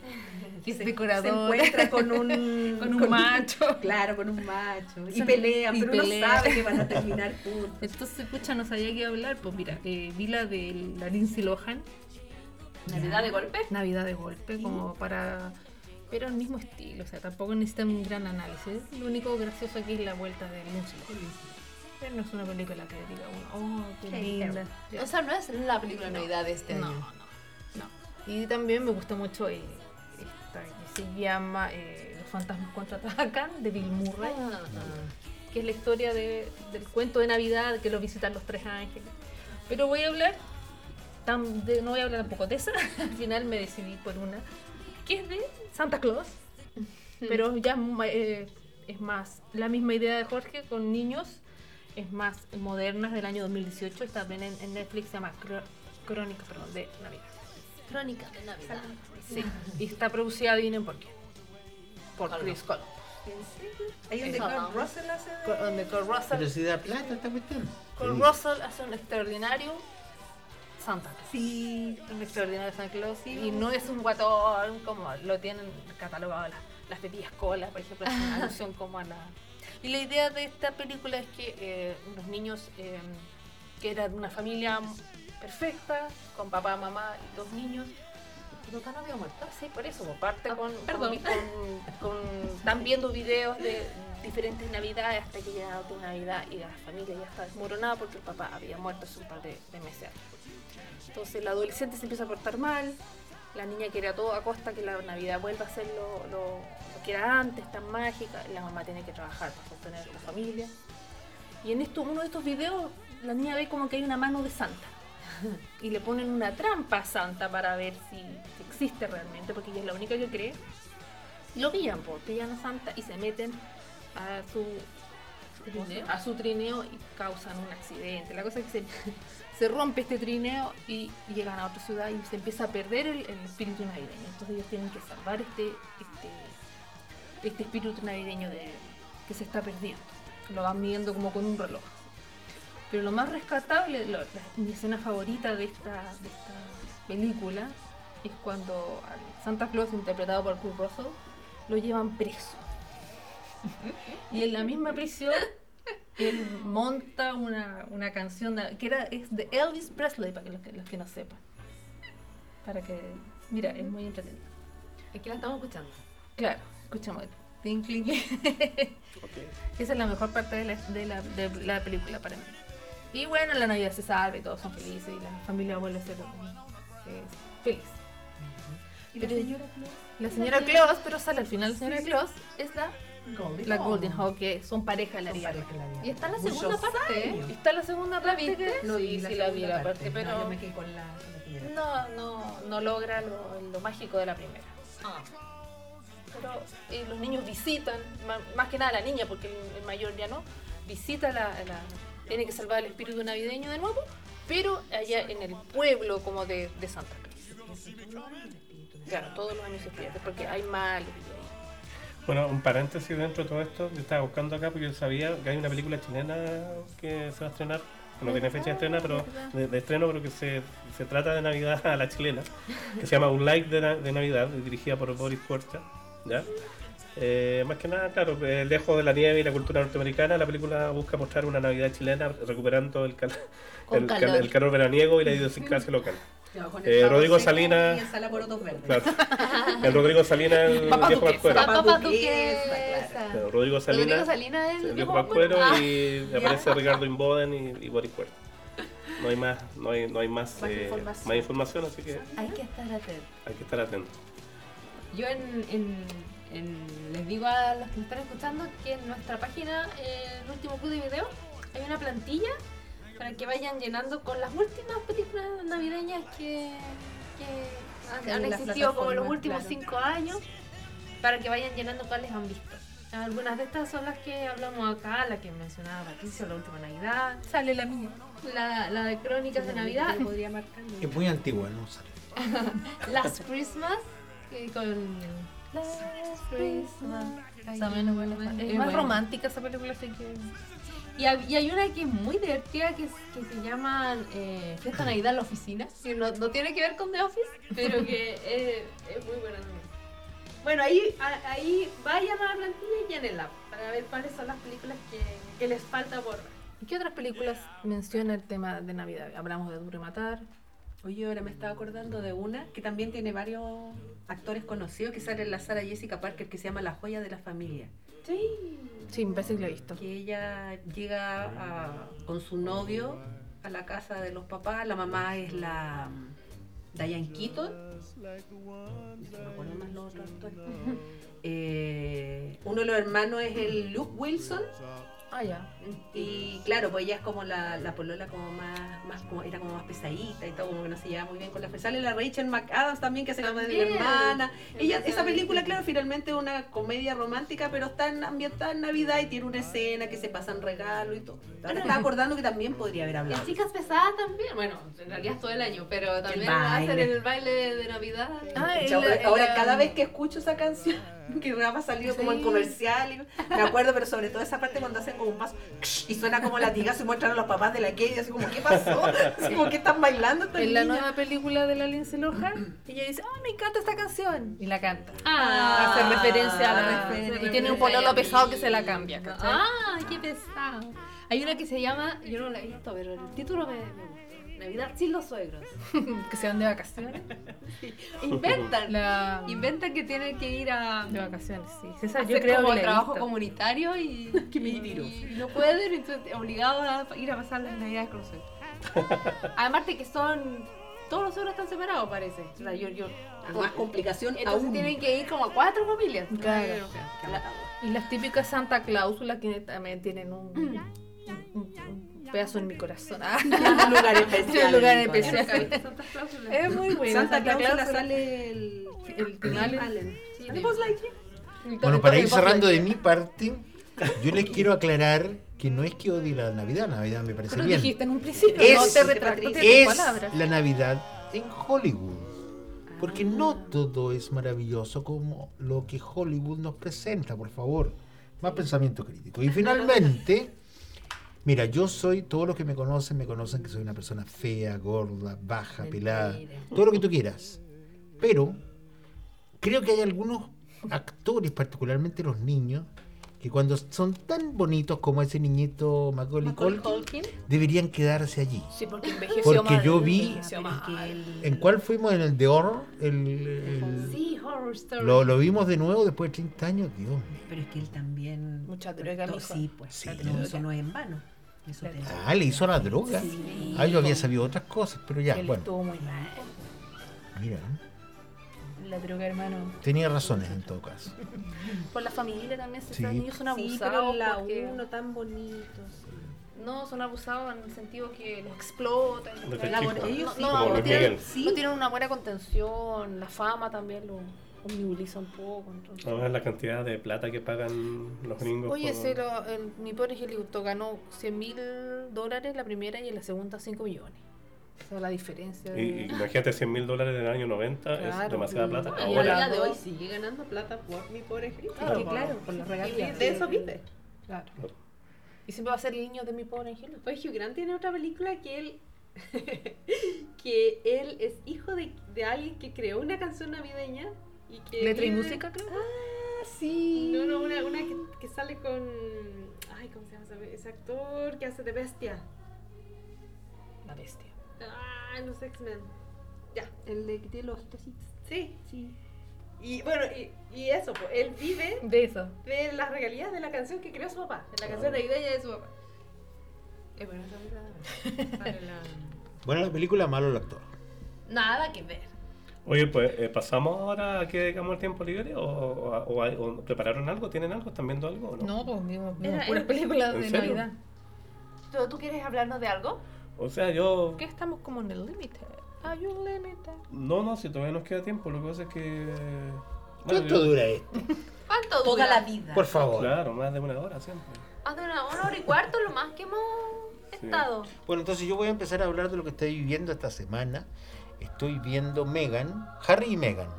Speaker 4: que es
Speaker 5: se, se
Speaker 4: decoradora,
Speaker 5: encuentra con un,
Speaker 4: [laughs] con un macho.
Speaker 5: Claro, con un macho. Y
Speaker 4: Son-
Speaker 5: pelean,
Speaker 4: y
Speaker 5: pero
Speaker 4: pelean.
Speaker 5: uno sabe que [laughs] van a terminar juntos.
Speaker 4: Entonces, pucha, no sabía qué iba a hablar. Pues mira, eh, vi la de la Lindsay Lohan,
Speaker 2: ¿Navidad de golpe?
Speaker 4: Navidad de golpe, como para. Pero el mismo estilo, o sea, tampoco necesitan un gran análisis. Lo único gracioso aquí es la vuelta del músico. Pero no es una película que diga uno, oh, qué
Speaker 5: Qué
Speaker 4: linda.
Speaker 2: O sea, no es la película de Navidad de este
Speaker 4: No,
Speaker 2: año.
Speaker 4: no, no. Y también me gusta mucho eh, esta que se llama eh, Los fantasmas contraatacan de Bill Murray,
Speaker 2: Ah,
Speaker 4: que es la historia de- del cuento de Navidad que lo visitan los tres ángeles. Pero voy a hablar, tan- de- no voy a hablar tampoco de esa, [laughs] al final me decidí por una, que es de Santa Claus, pero ya ma- eh, es más la misma idea de Jorge con niños, es más modernas del año 2018, está también en, en Netflix, se llama Cro- Crónica perdón, de Navidad.
Speaker 2: Crónica de Navidad.
Speaker 4: Sí, y está producida, adivinen por quién. Por
Speaker 2: Claro.
Speaker 4: Chris Cole.
Speaker 5: ¿En serio? Hay un de
Speaker 2: Eso
Speaker 5: Kurt
Speaker 2: no.
Speaker 5: Russell hace de-
Speaker 4: Con- Donde Cole
Speaker 3: Pero
Speaker 4: Russell,
Speaker 3: si da plata esta cuestión.
Speaker 4: Cole
Speaker 3: Sí.
Speaker 4: Russell hace un extraordinario Santa Claus.
Speaker 5: Sí.
Speaker 4: Un extraordinario Santa Claus.
Speaker 5: Sí.
Speaker 4: Y no es un guatón como lo tienen catalogado las, las bebidas cola, por ejemplo, es una alusión como a la. Y la idea de esta película es que eh, unos niños eh, que eran de una familia perfecta, con papá, mamá y dos niños,
Speaker 2: ¿Tu papá no había muerto?
Speaker 4: Ah, Sí, por eso, pues, parte
Speaker 2: Ah,
Speaker 4: con,
Speaker 2: perdón.
Speaker 4: con- con- Están viendo videos de diferentes navidades hasta que llega otra navidad y la familia ya está desmoronada porque el papá había muerto hace un par de, de meses. antes. Entonces la adolescente se empieza a portar mal, la niña quiere a toda costa que la navidad vuelva a ser lo, lo- lo que era antes, tan mágica, la mamá tiene que trabajar para sostener a la familia. Y en esto, uno de estos videos la niña ve como que hay una mano de Santa [laughs] y le ponen una trampa a Santa para ver si, si existe realmente, porque ella es la única que cree. Y lo pillan, por pillan a Santa y se meten a su, a su trineo y causan un accidente. La cosa es que se, [laughs] se rompe este trineo y llegan a otra ciudad y se empieza a perder el, el espíritu navideño. Entonces ellos tienen que salvar este, este, este espíritu navideño de, que se está perdiendo. Lo van midiendo como con un reloj. Pero lo más rescatable, lo- la- mi escena favorita de esta, de esta película es cuando al Santa Claus, interpretado por Kurt Russell, lo llevan preso. Y en la misma prisión, él monta una, una canción de- que era, es de Elvis Presley, para que los, que los que no sepan. Para que. Mira, es muy entretenido.
Speaker 2: Aquí la estamos escuchando.
Speaker 4: Claro, escuchamos. Clink, clink, clink. Esa es la mejor parte de la, de la- de la película para mí. Y bueno, la Navidad se salve, todos son felices y la familia vuelve a ser eh, feliz.
Speaker 5: ¿Y la
Speaker 4: Pero-
Speaker 5: señora Claus?
Speaker 4: La señora Claus, pero sale al final la señora Claus, es la,
Speaker 5: Golden
Speaker 4: la
Speaker 5: Dawn.
Speaker 4: Golden Hawk, que son pareja en la
Speaker 5: Son
Speaker 4: vida.
Speaker 5: pareja en la vida.
Speaker 2: Y está la
Speaker 5: Muchos
Speaker 2: segunda parte,
Speaker 5: años.
Speaker 4: Está ¿eh? la segunda
Speaker 2: ¿La
Speaker 4: parte que...
Speaker 2: viste?
Speaker 5: No
Speaker 4: sí, sí la vi
Speaker 5: segunda
Speaker 4: la parte,
Speaker 5: No,
Speaker 4: pero
Speaker 5: yo me quedé con la, con la primera.
Speaker 4: no, no, no logra lo, lo mágico de la primera.
Speaker 2: Ah.
Speaker 4: Pero eh, los niños visitan, ma- más que nada la niña, porque el, el mayor ya no, visita la, la- Tiene que salvar el espíritu navideño de nuevo, pero allá en el pueblo como de, de Santa Cruz. Claro, todos los años se pierde, porque hay males. y-
Speaker 1: Bueno, un paréntesis dentro de todo esto. Yo estaba buscando acá porque yo sabía que hay una película chilena que se va a estrenar. No tiene fecha de estreno, pero de, de estreno, pero que se, se trata de Navidad a la chilena, que se llama Un Like de, Na- de Navidad, dirigida por Boris Puerta. ¿ya? Eh, más que nada, claro, eh, lejos de la nieve y la cultura norteamericana, la película busca mostrar una Navidad chilena recuperando el, cal-
Speaker 2: Con
Speaker 1: el cal-
Speaker 2: calor.
Speaker 1: el calor veraniego y la idiosincrasia local.
Speaker 5: No, con
Speaker 1: Eh,
Speaker 5: pavo
Speaker 1: Rodrigo
Speaker 5: seco
Speaker 1: Salinas-
Speaker 5: Y el salaporotos
Speaker 2: [laughs]
Speaker 5: verdes.
Speaker 1: Claro. El Rodrigo Salinas, el
Speaker 4: Papá
Speaker 1: viejo
Speaker 4: Duques.
Speaker 1: barcuero.
Speaker 2: Papá
Speaker 5: Papá
Speaker 2: Duques,
Speaker 5: Duques, claro.
Speaker 1: Claro, Rodrigo
Speaker 2: Rodrigo
Speaker 1: Salinas.
Speaker 2: Salinas es
Speaker 1: El
Speaker 2: el
Speaker 1: viejo
Speaker 2: como-
Speaker 1: Pascuero
Speaker 2: Ah,
Speaker 1: y aparece Ricardo Imboden y, y Boris Cuerda. No hay más, no hay, no hay más,
Speaker 2: Más
Speaker 1: eh,
Speaker 2: información.
Speaker 1: más información, así que
Speaker 2: Hay que estar atento.
Speaker 1: hay que estar atento.
Speaker 2: Yo en, en- en- les digo a los que me están escuchando que en nuestra página, eh, el último club de video, hay una plantilla para que vayan llenando con las últimas películas navideñas que, que han,
Speaker 11: Que
Speaker 2: han
Speaker 11: en las
Speaker 2: existido como los
Speaker 11: plataformas,
Speaker 2: últimos
Speaker 11: claro.
Speaker 2: cinco años, para que vayan llenando cuáles han visto. Algunas de estas son las que hablamos acá, la que mencionaba Patricia, la última Navidad,
Speaker 4: Sale la mía.
Speaker 2: la, la de Crónicas de Navidad,
Speaker 11: Yo podría marcarlo.
Speaker 3: Es muy antigua, no sale.
Speaker 2: Last Christmas, que con... Last Christmas. También es buena. Es
Speaker 4: Es
Speaker 2: más
Speaker 4: buena.
Speaker 2: romántica esa película, así que.
Speaker 4: Y, hab- y hay una que es muy divertida que, es- que se llama eh, Fiesta Navidad en la oficina. que no, no tiene que ver con The Office, pero que eh, es muy buena también. Bueno, ahí,
Speaker 5: ah,
Speaker 4: a- ahí vayan a la plantilla y llenenla para ver cuáles son las películas que, que les falta por ver.
Speaker 2: ¿Qué otras películas menciona el tema de Navidad? Hablamos de Duro y Matar.
Speaker 5: Oye, ahora me estaba acordando de una que también tiene varios actores conocidos que sale en la Sara Jessica Parker que se llama La joya de la familia.
Speaker 2: Sí, me parece que la he visto.
Speaker 5: Que ella llega a- con su novio a la casa de los papás. La mamá es la mm, Diane Keaton. No me acuerdo más los otros actores. [laughs] Eh, uno de los hermanos es el Luke Wilson.
Speaker 2: Ah, ya.
Speaker 5: Y claro, pues ella es como la, la polola como más, más como, era como más pesadita y todo, como que no se llevaba muy bien con la Sale la Rachel McAdams también, que hace la madre de la
Speaker 4: También.
Speaker 5: hermana. Ella,
Speaker 4: Empezó
Speaker 5: esa
Speaker 4: a
Speaker 5: película,
Speaker 4: ver.
Speaker 5: claro, finalmente es una comedia romántica, pero está en- ambientada en Navidad y tiene una escena que se pasan regalo y todo. Ahora estaba acordando que también podría haber
Speaker 4: Y
Speaker 5: hablado.
Speaker 4: en Chicas Pesadas también, bueno, en realidad es todo el año, pero también lo
Speaker 5: baile.
Speaker 4: hacen en el baile de Navidad.
Speaker 2: Ah,
Speaker 5: Chao,
Speaker 2: el- el-
Speaker 5: Ahora, cada vez que escucho esa canción, [laughs] que ha salido como en
Speaker 4: Sí.
Speaker 5: comercial, y- me acuerdo, pero sobre todo esa parte cuando hacen como un paso [laughs] y suena como latigazo y muestran a los papás de la Kelly, así como, ¿qué pasó? Así como, ¿qué están bailando? estas
Speaker 2: En la
Speaker 5: niñas?"
Speaker 2: nueva película de la Lindsay Lohan, [clears throat] ella dice, ¡ay, me encanta esta canción! Y la canta.
Speaker 4: Ah,
Speaker 2: hace referencia a la...
Speaker 5: hace
Speaker 2: y tiene un
Speaker 4: referencia
Speaker 2: pololo
Speaker 4: a
Speaker 2: pesado
Speaker 4: mí.
Speaker 2: que se la cambia, ¿cachai?
Speaker 4: Ah, qué pesado. Hay una que se llama, yo no la he visto, pero el título me, me gusta. Navidad sin los suegros.
Speaker 2: Que se van de
Speaker 4: [laughs]
Speaker 2: vacaciones. [laughs]
Speaker 4: Inventan.
Speaker 2: La-
Speaker 4: Inventan que tienen que ir a
Speaker 2: De vacaciones, sí. César,
Speaker 4: hacer
Speaker 2: yo creo
Speaker 4: como
Speaker 2: que la he
Speaker 4: trabajo
Speaker 2: visto.
Speaker 4: comunitario y,
Speaker 2: [laughs]
Speaker 5: Qué
Speaker 4: y-
Speaker 5: mentiroso.
Speaker 4: y no pueden, entonces obligados a ir a pasar las navidades con
Speaker 2: [laughs]
Speaker 4: los suegros. Además de que son, todos los suegros están separados parece. O sea,
Speaker 2: [laughs]
Speaker 4: yo, yo-
Speaker 5: Más complicación
Speaker 4: entonces
Speaker 5: aún.
Speaker 4: tienen que ir como a cuatro familias.
Speaker 2: Claro.
Speaker 5: La-
Speaker 2: Y las típicas Santa Cláusulas que también tienen un,
Speaker 4: Mm.
Speaker 2: un- un- un pedazo en mi corazón.
Speaker 4: [laughs]
Speaker 2: Ah,
Speaker 5: [laughs] un lugar especial.
Speaker 2: un lugar
Speaker 5: en mi corazón.
Speaker 2: especial. Es muy buena.
Speaker 5: Santa Cláusula
Speaker 2: Cláusula.
Speaker 5: sale el...
Speaker 2: El final.
Speaker 5: Allen.
Speaker 4: Sí,
Speaker 5: Sale Buzz Lightyear.
Speaker 3: Bueno, para ir cerrando de mi parte, yo les quiero aclarar que no es que odie la Navidad, Navidad me parece
Speaker 2: Lo
Speaker 3: bien.
Speaker 2: dijiste en un principio. no
Speaker 3: Es-
Speaker 2: te retracto de
Speaker 3: es
Speaker 2: tus palabras.
Speaker 3: la Navidad en Hollywood. Porque no todo es maravilloso como lo que Hollywood nos presenta, por favor. Más pensamiento crítico. Y finalmente, mira, yo soy, todos los que me conocen, me conocen que soy una persona fea, gorda, baja, pelada, todo lo que tú quieras. Pero creo que hay algunos actores, particularmente los niños, que cuando son tan bonitos como ese niñito Macaulay,
Speaker 5: Macaulay
Speaker 3: Culkin,
Speaker 5: Culkin.
Speaker 3: deberían quedarse allí.
Speaker 2: Sí, porque envejeció
Speaker 3: Porque
Speaker 2: mal,
Speaker 3: yo vi-
Speaker 2: envejeció mal.
Speaker 3: ¿En cuál fuimos? ¿En el de Horror? El, el-
Speaker 4: Sí, horror story.
Speaker 3: lo, lo vimos de nuevo después de 30 años. Dios mío.
Speaker 5: Pero es que él también...
Speaker 2: Mucha droga,
Speaker 5: No,
Speaker 2: mijo.
Speaker 5: Sí, pues.
Speaker 3: Sí.
Speaker 5: no, Eso no es en vano. Eso te-
Speaker 3: Ah, le hizo la droga. Ah, yo había sabido otras cosas, pero ya,
Speaker 2: Él
Speaker 3: bueno.
Speaker 2: estuvo muy mal.
Speaker 3: Mira,
Speaker 2: La droga, hermano.
Speaker 3: tenía razones en todo caso.
Speaker 2: Por la familia también, se
Speaker 3: Sí.
Speaker 2: los niños son
Speaker 8: Sí,
Speaker 2: abusados.
Speaker 8: pero la
Speaker 2: porque-
Speaker 8: uno tan bonito. sí.
Speaker 2: No, son abusados en el sentido que los explotan.
Speaker 1: Los
Speaker 2: ¿cachai?
Speaker 1: cachifa.
Speaker 2: No,
Speaker 5: Ellos sí,
Speaker 2: no,
Speaker 1: como
Speaker 2: no
Speaker 1: Luis
Speaker 2: tienen,
Speaker 1: Miguel.
Speaker 5: Sí.
Speaker 2: no tienen una buena contención, la fama también lo omnibuliza un poco. entonces.
Speaker 1: Vamos a ver la cantidad de plata que pagan los gringos.
Speaker 2: Oye,
Speaker 1: por-
Speaker 2: si lo- el, mi pobre Angelito ganó 100 mil dólares la primera y en la segunda 5 millones. O sea, la diferencia.
Speaker 1: Y,
Speaker 2: De...
Speaker 1: y imagínate 100 mil dólares en el año 90,
Speaker 2: Claro,
Speaker 1: es demasiada
Speaker 2: mm.
Speaker 1: plata.
Speaker 2: Ah,
Speaker 4: Y el día
Speaker 1: Ahora,
Speaker 4: de hoy sigue ganando plata por mi pobre gente.
Speaker 2: Claro,
Speaker 5: Sí,
Speaker 2: por-
Speaker 5: claro,
Speaker 2: por las
Speaker 4: Y
Speaker 2: regalías.
Speaker 4: de eso vive.
Speaker 2: Claro. Y siempre va a ser el niño de mi pobre Angelito.
Speaker 4: Pues Hugh Grant tiene otra película que él [laughs] que él es hijo de, de alguien que creó una canción navideña y que
Speaker 2: Letra y
Speaker 4: vive-
Speaker 2: música, creo.
Speaker 4: Ah, sí. No, no, una, una que, que sale con ay, ¿cómo se llama ese- ese actor que hace de bestia?
Speaker 2: La bestia.
Speaker 4: Ah, los X-Men. Ya. El de que tiene los ojitos Sí, sí. Y bueno, y, y eso, pues, él vive
Speaker 2: De eso.
Speaker 4: de las regalías de la canción que creó su papá, de la canción navideña de su papá.
Speaker 2: Eh,
Speaker 4: Es bueno, esa película. [laughs] Vale la-
Speaker 3: Bueno, la película, malo el actor.
Speaker 4: Nada que ver.
Speaker 1: oye, pues eh, pasamos ahora a que dedicamos el tiempo libre o, o- o hay- o prepararon algo, tienen algo, están viendo algo o no.
Speaker 2: No, pues vimos, vimos
Speaker 4: Era-
Speaker 2: puras películas
Speaker 1: ¿En
Speaker 2: de
Speaker 1: serio?
Speaker 2: Navidad.
Speaker 4: ¿Tú, tú quieres hablarnos de algo?
Speaker 1: O sea, yo...
Speaker 2: Que estamos como en el límite. Hay un límite.
Speaker 1: No, no, si todavía nos queda tiempo, lo que pasa es que... bueno,
Speaker 3: ¿Cuánto
Speaker 1: yo-
Speaker 3: dura esto?
Speaker 4: ¿Cuánto
Speaker 5: Toda
Speaker 4: dura?
Speaker 5: la vida.
Speaker 3: Por favor.
Speaker 1: Claro, más de una hora siempre.
Speaker 4: Más de una, una hora y cuarto lo más que hemos
Speaker 1: Sí.
Speaker 4: estado.
Speaker 3: Bueno, entonces yo voy a empezar a hablar de lo que estoy viviendo esta semana. Estoy viendo Megan, Harry y Megan,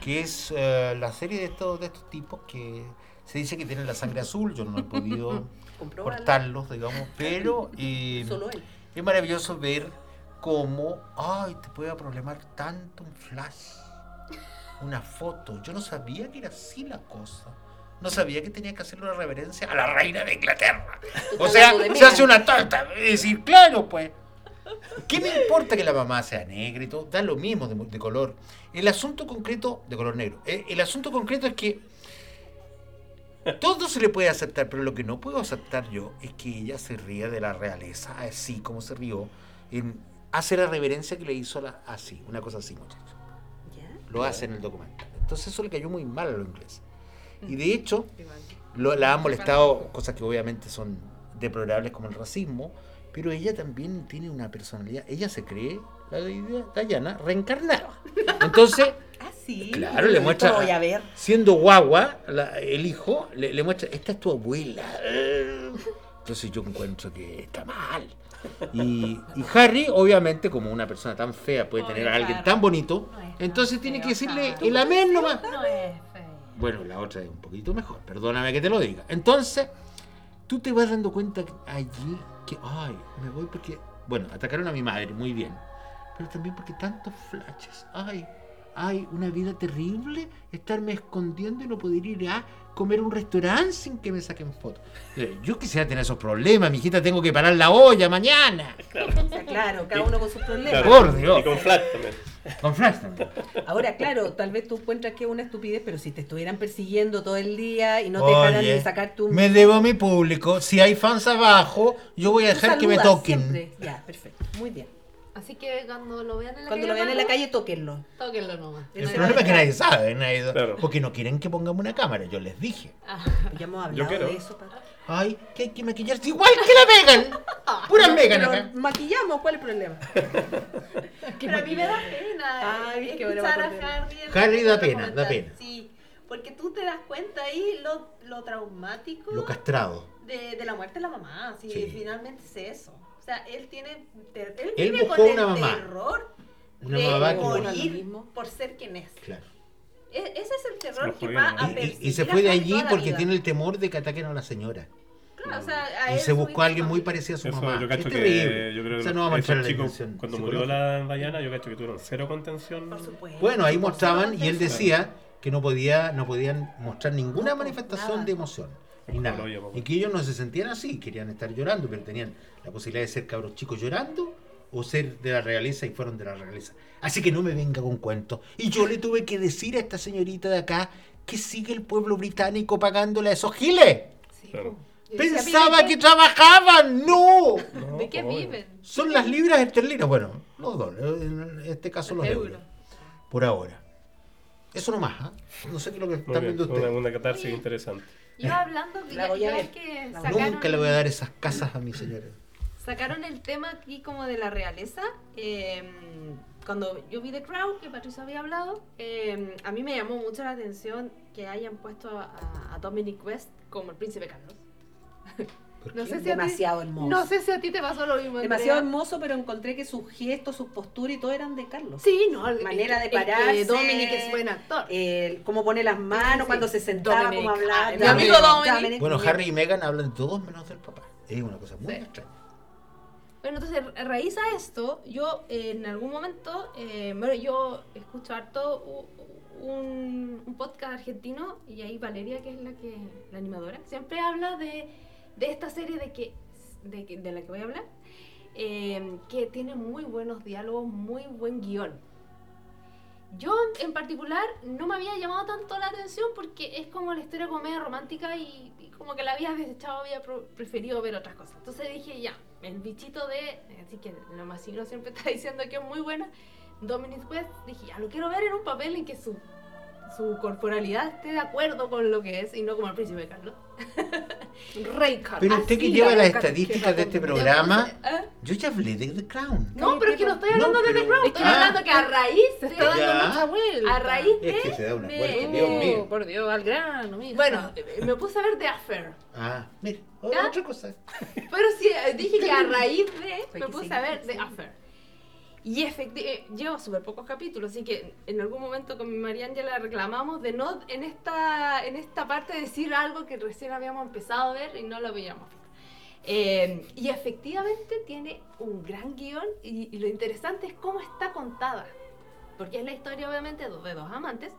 Speaker 3: que es eh, la serie de estos, de estos tipos que Se dice que tiene la sangre azul, yo no he podido
Speaker 5: Compruébalo.
Speaker 3: cortarlos, digamos, pero eh,
Speaker 5: Solo él.
Speaker 3: es maravilloso ver cómo, ay, te puede problemar tanto un flash, una foto. Yo no sabía que era así la cosa. No sabía que tenía que hacer una reverencia a la reina de Inglaterra. O sea,
Speaker 4: hablando de
Speaker 3: se
Speaker 4: Meghan.
Speaker 3: hace una torta. Es decir, claro, pues. ¿Qué me importa que la mamá sea negra y todo? Da lo mismo de, de color. El asunto concreto, de color negro. Eh, El, asunto concreto es que todo se le puede aceptar, pero lo que no puedo aceptar yo es que ella se ría de la realeza, así como se rió, en, hace la reverencia que le hizo a la, así, una cosa así, muchachos
Speaker 5: ¿Ya?
Speaker 3: lo hace en el documental. Entonces eso le cayó muy mal a los ingleses. Y de hecho, lo- la han molestado cosas que obviamente son deplorables como el racismo, pero ella también tiene una personalidad. Ella se cree, la deidad Diana, reencarnada. Entonces,
Speaker 5: Ah, sí.
Speaker 3: Claro, le muestra-
Speaker 5: Esto lo voy a ver.
Speaker 3: siendo guagua, la- el hijo le, le muestra, esta es tu abuela. Entonces yo encuentro que está mal. Y, y Harry, obviamente, como una persona tan fea puede
Speaker 8: Pobre
Speaker 3: tener a alguien
Speaker 8: Harry.
Speaker 3: tan bonito,
Speaker 8: No es tan
Speaker 3: entonces tiene que
Speaker 8: feo,
Speaker 3: decirle
Speaker 8: Harry.
Speaker 3: el amén nomás.
Speaker 8: No es feo.
Speaker 3: Bueno, la otra es un poquito mejor, perdóname que te lo diga. Entonces, tú te vas dando cuenta que allí que, ay, me voy porque, bueno, atacaron a mi madre, muy bien, pero también porque tantos flashes, ay, ay, una vida terrible, estarme escondiendo y no poder ir a comer a un restaurante sin que me saquen fotos. Eh, Yo quisiera tener esos problemas, mijita, tengo que parar la olla mañana.
Speaker 5: O sea, claro, cada uno con sus problemas.
Speaker 3: Claro. Por Dios.
Speaker 1: Y con Flash también.
Speaker 3: Con flash también.
Speaker 5: Ahora, claro, tal vez tú encuentras que es una estupidez, pero si te estuvieran persiguiendo todo el día y no te dejaran
Speaker 3: Oye,
Speaker 5: ni sacar tu.
Speaker 3: Me debo a mi público, si hay fans abajo, yo voy a
Speaker 5: tú
Speaker 3: dejar que me
Speaker 5: saludas
Speaker 3: toquen.
Speaker 5: siempre. Ya, perfecto. Muy bien.
Speaker 4: Así que cuando lo vean en la
Speaker 5: Cuando
Speaker 4: calle,
Speaker 5: lo vean en la
Speaker 4: hermano,
Speaker 5: calle, tóquenlo.
Speaker 4: Tóquenlo nomás.
Speaker 3: El
Speaker 5: Nadie
Speaker 3: problema
Speaker 5: va a
Speaker 3: es que nadie sabe, nadie-
Speaker 1: Claro.
Speaker 3: porque no quieren que pongamos una cámara, yo les dije.
Speaker 5: Ya hemos
Speaker 1: Yo
Speaker 5: hablado
Speaker 1: quiero.
Speaker 5: de eso. pa-
Speaker 3: Ay, que hay que maquillarse igual que la Megan. Pura Megan
Speaker 5: Pero
Speaker 3: acá.
Speaker 5: maquillamos, ¿cuál es el problema?
Speaker 4: Pero a mí me da pena
Speaker 5: Ay, es que ahora va a
Speaker 4: escuchar a
Speaker 5: volver.
Speaker 4: Harry. en
Speaker 3: Harry da
Speaker 4: el
Speaker 3: pena,
Speaker 4: documental.
Speaker 3: da pena.
Speaker 4: Sí, porque tú te das cuenta ahí lo, lo traumático
Speaker 3: Lo castrado.
Speaker 4: de, de la muerte de la mamá. Si
Speaker 3: Sí.
Speaker 4: finalmente es eso. O sea, él tiene. ter- él,
Speaker 3: Él
Speaker 4: vive
Speaker 3: buscó
Speaker 4: con
Speaker 3: una
Speaker 4: el
Speaker 3: mamá.
Speaker 4: terror
Speaker 3: Una
Speaker 4: de
Speaker 3: mamá que lo-
Speaker 5: Bueno, lo
Speaker 4: morir
Speaker 5: mismo.
Speaker 4: por ser quien es.
Speaker 3: Claro.
Speaker 4: E- ese es el terror
Speaker 1: Se
Speaker 4: que
Speaker 1: lo
Speaker 4: va
Speaker 1: jodieron,
Speaker 4: a
Speaker 3: Y-
Speaker 4: perseguir.
Speaker 3: Y, y se
Speaker 4: a
Speaker 3: fue de
Speaker 4: Harry
Speaker 3: allí
Speaker 4: toda la
Speaker 3: porque
Speaker 4: vida.
Speaker 3: tiene el temor de que ataquen a la señora.
Speaker 4: Claro, o sea, a
Speaker 3: Y
Speaker 4: él
Speaker 3: se
Speaker 4: su
Speaker 3: buscó a alguien
Speaker 4: hijo.
Speaker 3: muy parecido a su
Speaker 1: Eso
Speaker 3: mamá.
Speaker 1: yo
Speaker 3: Es
Speaker 1: cacho
Speaker 3: terrible.
Speaker 1: que. Yo creo
Speaker 3: o sea,
Speaker 1: que
Speaker 3: no vamos a
Speaker 1: esos
Speaker 3: entrar en la
Speaker 1: chicos,
Speaker 3: dimensión
Speaker 1: Cuando murió
Speaker 3: psicológica.
Speaker 1: la Diana, yo cacho que tuvieron cero contención.
Speaker 5: Por supuesto.
Speaker 3: Bueno, ahí
Speaker 5: Por
Speaker 3: mostraban y él
Speaker 5: supuesto.
Speaker 3: decía que no podía, no podían mostrar ninguna
Speaker 5: No,
Speaker 3: manifestación
Speaker 5: nada.
Speaker 3: de emoción. Ni
Speaker 1: Ojo,
Speaker 3: nada.
Speaker 1: lo llevo.
Speaker 3: Y que ellos no se sentían así, querían estar llorando, pero tenían la posibilidad de ser cabros chicos llorando o ser de la realeza y fueron de la realeza. Así que no me venga con cuentos. Y yo le tuve que decir a esta señorita de acá que sigue el pueblo británico pagándole a esos giles.
Speaker 1: Claro.
Speaker 3: Pensaba que trabajaban, no.
Speaker 1: No, pues,
Speaker 4: ¿De qué
Speaker 1: obvio.
Speaker 4: viven?
Speaker 3: Son las libras esterlinas, bueno, los dólares, en este caso los euros. Por ahora. Eso nomás, ¿ah? No sé qué es lo que
Speaker 1: Muy
Speaker 3: están
Speaker 1: bien,
Speaker 3: viendo
Speaker 1: una,
Speaker 3: ustedes.
Speaker 1: una catarsis interesante.
Speaker 7: Yo hablando, que
Speaker 5: La
Speaker 7: ya,
Speaker 5: voy a
Speaker 7: ya
Speaker 5: ver.
Speaker 7: es que
Speaker 5: La voy a
Speaker 7: sacaron,
Speaker 3: Nunca le voy a dar esas casas a mi señora.
Speaker 4: Sacaron el tema aquí como de la realeza. eh, cuando yo vi The Crown, que Patricio había hablado, eh, a mí me llamó mucho la atención que hayan puesto a, a Dominic West como el príncipe Carlos. No sé, si a ti,
Speaker 5: Demasiado hermoso.
Speaker 4: no sé si a ti te pasó lo mismo. Andrea.
Speaker 5: Demasiado hermoso, pero encontré que sus gestos, sus posturas y todo eran de Carlos.
Speaker 4: Sí, no, el-
Speaker 5: Manera de
Speaker 4: el que
Speaker 5: pararse.
Speaker 4: Dominic es buen actor.
Speaker 5: El cómo pone las manos,
Speaker 4: Sí.
Speaker 5: cuando se sentaba,
Speaker 4: Dominic.
Speaker 5: cómo hablaba.
Speaker 4: Ah,
Speaker 3: mi amigo
Speaker 4: Dominic.
Speaker 3: Bueno, Harry y Meghan hablan todos menos del papá. Es una cosa muy extraña.
Speaker 4: Bueno, entonces, a raíz a esto, yo eh, en algún momento, eh, bueno, yo escucho harto u- un, un podcast argentino y ahí Valeria, que es la que la animadora, siempre habla de, de esta serie de, que, de, que- de la que voy a hablar, eh, que tiene muy buenos diálogos, muy buen guión. Yo en particular no me había llamado tanto la atención porque es como la historia de comedia romántica y, y como que la había desechado, había pro- preferido ver otras cosas. Entonces dije, ya, el bichito de, así que lo más signo siempre [laughs] está diciendo que es muy buena, Dominic West, dije, ya lo quiero ver en un papel en que su, su corporalidad esté de acuerdo con lo que es y no como el príncipe Carlos. Rey Carlos.
Speaker 3: Pero usted que
Speaker 4: Así
Speaker 3: lleva
Speaker 4: la
Speaker 3: las
Speaker 4: boca que
Speaker 3: estadísticas de este
Speaker 4: queda con-
Speaker 3: programa,
Speaker 4: ¿Ah?
Speaker 3: yo ya hablé de The Crown.
Speaker 4: No, pero es que no estoy hablando
Speaker 3: No,
Speaker 4: de
Speaker 3: pero-
Speaker 4: The Crown, estoy
Speaker 3: Ah.
Speaker 4: hablando que a raíz de-
Speaker 3: está dando Ya. mucha
Speaker 4: a raíz de
Speaker 3: Es que se da una
Speaker 4: me-
Speaker 3: vuelta, Dios
Speaker 2: Oh,
Speaker 3: mío.
Speaker 2: por Dios, al grano, mira.
Speaker 4: Bueno, eh, me puse a ver The Affair.
Speaker 3: Ah, mira,
Speaker 4: ¿Ya?
Speaker 3: otra cosa.
Speaker 4: Pero sí, eh, dije que a raíz de.
Speaker 5: Soy
Speaker 4: Me
Speaker 5: que
Speaker 4: puse
Speaker 5: sí,
Speaker 4: a ver
Speaker 5: sí.
Speaker 4: The Affair. Y efectivamente, llevo súper pocos capítulos, así que en algún momento con mi María Ángela reclamamos de no en esta, en esta parte decir algo que recién habíamos empezado a ver y no lo veíamos. Eh, y efectivamente tiene un gran guión y, y lo interesante es cómo está contada, porque es la historia obviamente de de dos amantes,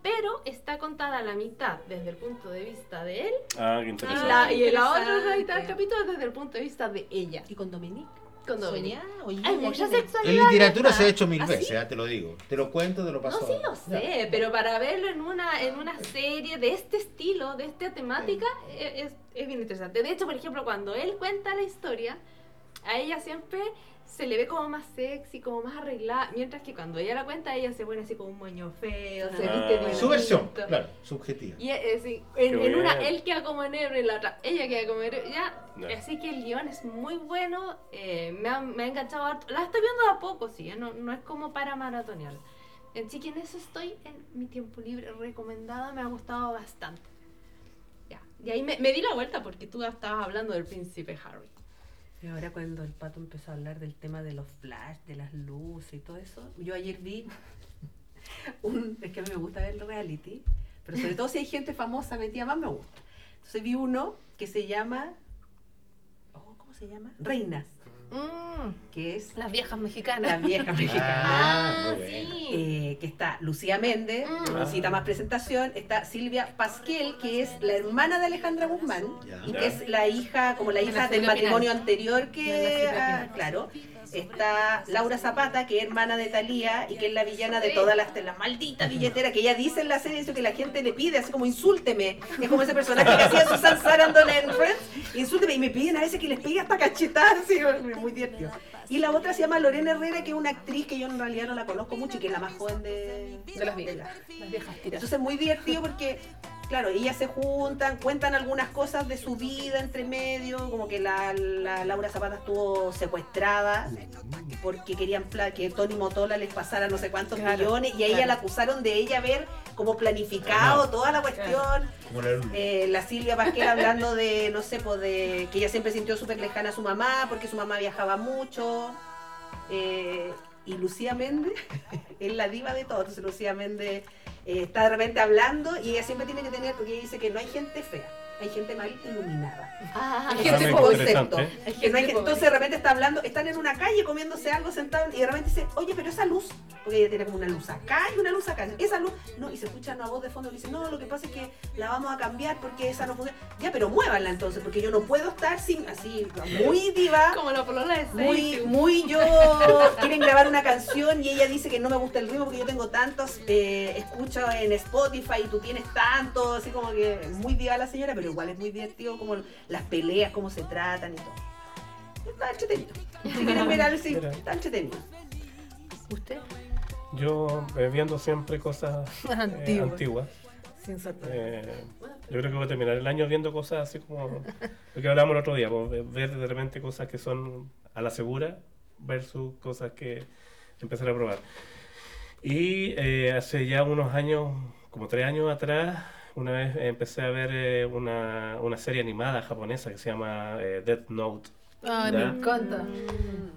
Speaker 4: pero está contada la mitad desde el punto de vista de él
Speaker 1: Ah, qué
Speaker 4: y
Speaker 1: interesante.
Speaker 4: la, y la
Speaker 8: interesante.
Speaker 4: otra mitad del capítulo desde el punto de vista de ella.
Speaker 5: Y con Dominique.
Speaker 4: Con Dominique.
Speaker 5: Soñá, oye,
Speaker 4: Hay mucha
Speaker 5: oye.
Speaker 4: sexualidad.
Speaker 3: En literatura
Speaker 4: acá.
Speaker 3: se ha hecho mil
Speaker 4: ¿Ah, sí?
Speaker 3: veces, ah, te lo digo. Te lo cuento, te lo paso.
Speaker 4: No, sí lo
Speaker 3: Ya.
Speaker 4: sé, pero para verlo en una, en una serie de este estilo, de esta temática, e- es, es bien interesante. De hecho, por ejemplo, cuando él cuenta la historia, a ella siempre se le ve como más sexy, como más arreglada, mientras que cuando ella la cuenta, ella se pone así como un moño feo, se
Speaker 1: Ah.
Speaker 4: viste distinto.
Speaker 3: Su versión, claro, subjetiva.
Speaker 4: Y eh, eh, sí, en,
Speaker 1: Qué
Speaker 4: en una
Speaker 1: bien.
Speaker 4: él queda como en y en la otra ella queda como en ya.
Speaker 1: No.
Speaker 4: Así que el guión es muy bueno, eh, me, ha, me ha enganchado harto. La estoy viendo de a poco, sí, eh, no, no es como para maratonear. Así que en eso estoy en mi tiempo libre recomendada, me ha gustado bastante. Ya, y ahí me, me di la vuelta porque tú estabas hablando del príncipe Harry.
Speaker 5: Y ahora cuando el pato empezó a hablar del tema de los flash, de las luces y todo eso, yo ayer vi [laughs] un, es que a mí me gusta ver reality, pero sobre todo si hay gente famosa metida más me gusta. Entonces vi uno que se llama, oh, ¿cómo se llama? Reinas, que es
Speaker 2: Las viejas mexicanas.
Speaker 5: la vieja mexicana.
Speaker 3: Ah, muy bien.
Speaker 5: Eh, que está Lucía Méndez,
Speaker 4: Mm.
Speaker 5: no necesita más presentación, está Silvia Pasquel, que es la hermana de Alejandra Guzmán,
Speaker 3: Ya.
Speaker 5: y que es la hija, como la hija del
Speaker 2: Silvia
Speaker 5: matrimonio anterior
Speaker 2: De la
Speaker 5: que,
Speaker 2: Silvia
Speaker 5: ah,
Speaker 2: Pinal.
Speaker 5: claro, está Laura Zapata, que es hermana de Talía y que es la villana de todas las, de la maldita billetera, que ella dice en la serie eso que la gente le pide, así como insúlteme, es como ese personaje que hacía Susan Sarandon en Friends, insúlteme, y me piden a veces que les pegue hasta cachetadas, así, es muy divertido. Y la otra se llama Lorena Herrera, que es una actriz que yo en realidad no la conozco mucho y que es la más joven de,
Speaker 2: De las
Speaker 5: de
Speaker 2: viejas. Las viejas tiras.
Speaker 5: Entonces es muy divertido porque, claro, ellas se juntan, cuentan algunas cosas de su vida entre medio, como que la, la Laura Zapata estuvo secuestrada porque querían pla- que Tony Motola les pasara no sé cuántos
Speaker 2: Claro,
Speaker 5: millones y a ella
Speaker 2: claro.
Speaker 5: la acusaron de ella haber como planificado
Speaker 3: Ajá.
Speaker 5: toda la cuestión.
Speaker 3: Como la luna.
Speaker 5: Eh, la Silvia Pasquel hablando de, no sé, pues de que ella siempre sintió súper lejana a su mamá porque su mamá viajaba mucho. Eh, y Lucía Méndez [laughs] es la diva de todo. Entonces Lucía Méndez eh, está de repente hablando y ella siempre tiene que tener, porque ella dice que no hay gente fea, hay gente mal iluminada.
Speaker 4: Ah,
Speaker 5: Hay
Speaker 1: Está
Speaker 5: gente
Speaker 1: muy
Speaker 5: con
Speaker 1: interesante.
Speaker 5: concepto. Que no hay gente- entonces de repente está hablando, están en una calle comiéndose algo, sentados, y de repente dice, oye, pero esa luz, porque ella tiene como una luz acá y una luz acá, esa luz, no, y se escucha una voz de fondo que dice, no, lo que pasa es que la vamos a cambiar porque esa no funciona. Ya, pero muévanla entonces, porque yo no puedo estar sin, así, muy diva.
Speaker 4: como la polola de
Speaker 5: Muy,
Speaker 4: Seinfeld.
Speaker 5: muy
Speaker 2: [laughs]
Speaker 5: yo. Quieren grabar una canción y ella dice que no me gusta el ritmo porque yo tengo tantos eh, escucho en Spotify y tú tienes tantos. Así como que es muy diva la señora, pero igual es muy divertido como las peleas, cómo se tratan y todo. Está entretenido.
Speaker 2: [laughs]
Speaker 5: Si quieren ver algo, sí,
Speaker 1: Mira.
Speaker 5: está entretenido.
Speaker 2: ¿Usted?
Speaker 1: Yo eh, viendo siempre cosas eh,
Speaker 2: Antiguas.
Speaker 1: antiguas.
Speaker 2: Sin sorprender.
Speaker 1: Eh, yo creo que voy a terminar el año viendo cosas así como lo que hablábamos el otro día, como ver de repente cosas que son a la segura versus cosas que empezar a probar. Y eh, hace ya unos años, como tres años atrás, una vez empecé a ver eh, una, una serie animada japonesa que se llama eh, Death Note.
Speaker 2: Ay,
Speaker 1: Ya.
Speaker 2: me encanta.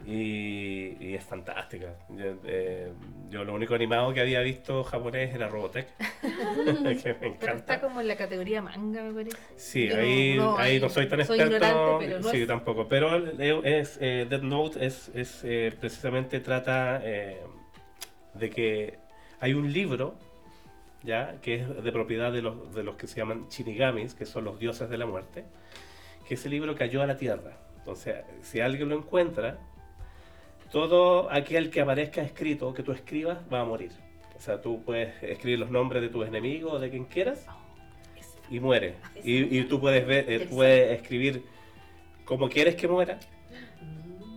Speaker 1: Y, y es fantástica. Yo, eh, yo lo único animado que había visto japonés era Robotech. [laughs] que me
Speaker 2: Pero
Speaker 1: encanta.
Speaker 2: está como en la categoría manga, me parece.
Speaker 1: Sí,
Speaker 2: Yo
Speaker 1: ahí,
Speaker 2: no-
Speaker 1: no,
Speaker 2: no,
Speaker 1: ahí
Speaker 2: ahí
Speaker 1: no soy tan
Speaker 2: soy
Speaker 1: experto.
Speaker 2: ignorante, pero no
Speaker 1: sí,
Speaker 2: es-
Speaker 1: tampoco. Pero es, eh, Death Note es, es, eh, precisamente trata eh, de que hay un libro, ¿ya? Que es de propiedad de los, de los que se llaman Shinigamis, que son los dioses de la muerte, que ese libro cayó a la tierra. Entonces, si alguien lo encuentra, todo aquel que aparezca escrito, que tú escribas, va a morir. O sea, tú puedes escribir los nombres de tus enemigos, de quien quieras, y muere. Y, y tú puedes ver, eh, tú puedes escribir como quieres que muera,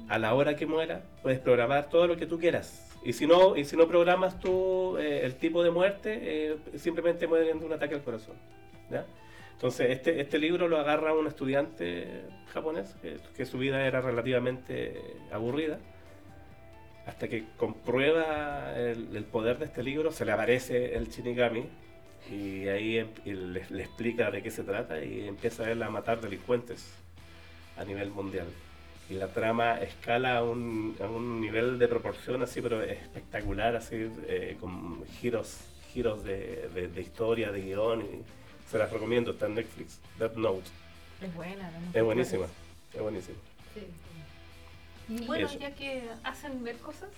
Speaker 1: a la hora que muera, puedes programar todo lo que tú quieras. Y si no, y si no programas tú eh, el tipo de muerte, eh, simplemente mueren de un ataque al corazón. ¿ya? Entonces, este, este libro lo agarra un estudiante japonés, que, que su vida era relativamente aburrida, hasta que comprueba el, el poder de este libro, se le aparece el Shinigami, y ahí em- y le, le explica de qué se trata y empieza él a matar delincuentes a nivel mundial. la trama escala a un, a un nivel de proporción así, pero espectacular, así, eh, con giros, giros de, de- de historia, de guión. y se las recomiendo, está en Netflix, Death Note.
Speaker 2: Es buena, ¿no?
Speaker 1: Es buenísima, es buenísima.
Speaker 2: Y bueno,
Speaker 1: Eso.
Speaker 2: ya que hacen ver cosas.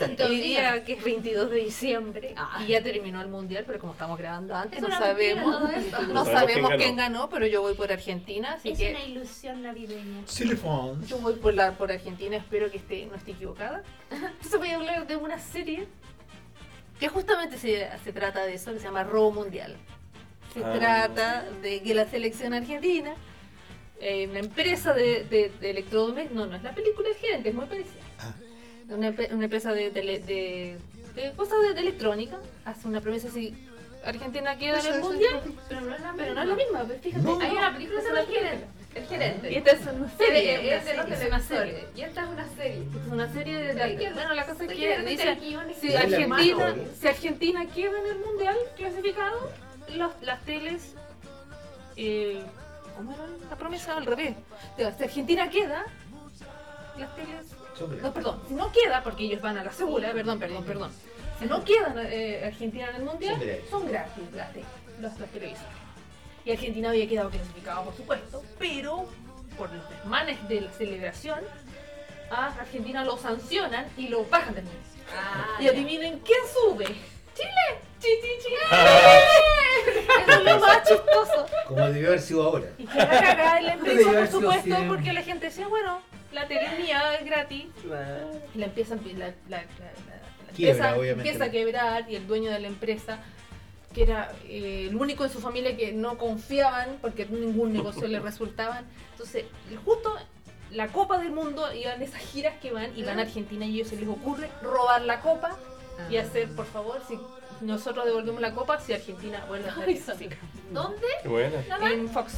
Speaker 2: Hoy
Speaker 7: Todavía.
Speaker 2: día que es 22 de diciembre
Speaker 4: Ah.
Speaker 2: y ya terminó el mundial, pero como estamos grabando antes,
Speaker 4: Es
Speaker 2: no
Speaker 4: una
Speaker 2: sabemos,
Speaker 4: mentira todo
Speaker 2: [laughs]
Speaker 4: esto.
Speaker 2: no
Speaker 1: No sabemos
Speaker 2: sabemos
Speaker 1: quién
Speaker 2: quién ganó, pero yo voy por Argentina, así
Speaker 7: Es
Speaker 2: que
Speaker 7: una ilusión navideña.
Speaker 3: Silphon.
Speaker 2: Yo voy por, la, por Argentina, espero que esté, no esté [laughs] equivocada. Entonces voy a hablar de una serie que justamente se, se trata de eso, que se llama Robo Mundial. Se
Speaker 1: Ah.
Speaker 2: trata de que la selección argentina, eh, una empresa de, de, de electrodomésticos, no, no es la película es gigante, es muy parecida. Una, empe- una empresa de, tele- de, de cosas de, de electrónica hace una promesa así. Argentina queda en el mundial, pero no es la, pero no es la misma. pues, fíjate,
Speaker 3: No.
Speaker 2: hay una película que se llama Gerente.
Speaker 4: El gerente.
Speaker 2: Y esta es una serie,
Speaker 4: Serie,
Speaker 2: es de los
Speaker 4: es una
Speaker 2: televisores.
Speaker 4: serie. Y esta es una serie.
Speaker 2: Es una serie de Bueno, la cosa es
Speaker 4: Estoy
Speaker 2: que
Speaker 4: quedando
Speaker 2: dice,
Speaker 4: entre guiones
Speaker 2: si
Speaker 4: y el
Speaker 2: Argentina,
Speaker 4: hermano.
Speaker 2: si Argentina queda en el mundial clasificado, los- las teles. eh, ¿Cómo era la promesa? Al revés. Ya, Si Argentina queda, las teles. No, perdón, si no queda, porque ellos van a la segura, perdón, perdón, perdón. Si no queda eh, Argentina en el mundial,
Speaker 3: Son gratis.
Speaker 2: son gratis, gratis, los, los televisores. Y Argentina había quedado clasificado, por supuesto, pero por los desmanes de la celebración, a Argentina lo sancionan y lo bajan del mundial.
Speaker 4: Ah,
Speaker 2: Y
Speaker 4: ya.
Speaker 2: adivinen quién sube. ¡Chile! ¡Chi, chi,
Speaker 4: Ah.
Speaker 2: chi! Eso es lo más chistoso.
Speaker 3: Como debió haber sido ahora.
Speaker 2: Y que la cagada en la
Speaker 5: Debió
Speaker 2: empresa, por
Speaker 5: haber sido
Speaker 2: supuesto,
Speaker 5: siempre.
Speaker 2: porque la gente decía, bueno, la tele es mía, es gratis.
Speaker 3: Eh.
Speaker 2: Y la empiezan la, la- la- la- la
Speaker 3: Quiebra,
Speaker 2: empresa
Speaker 3: obviamente.
Speaker 2: empieza a quebrar y el dueño de la empresa, que era eh, el único en su familia que no confiaban porque ningún negocio
Speaker 3: [laughs]
Speaker 2: le resultaban. Entonces, justo la Copa del Mundo iban esas giras que van y van a Argentina y a ellos se les ocurre robar la copa y hacer, por favor, si nosotros devolvemos la copa, si Argentina vuelve a estar clasificada. ¿Dónde?
Speaker 1: Qué buena.
Speaker 2: En Fox.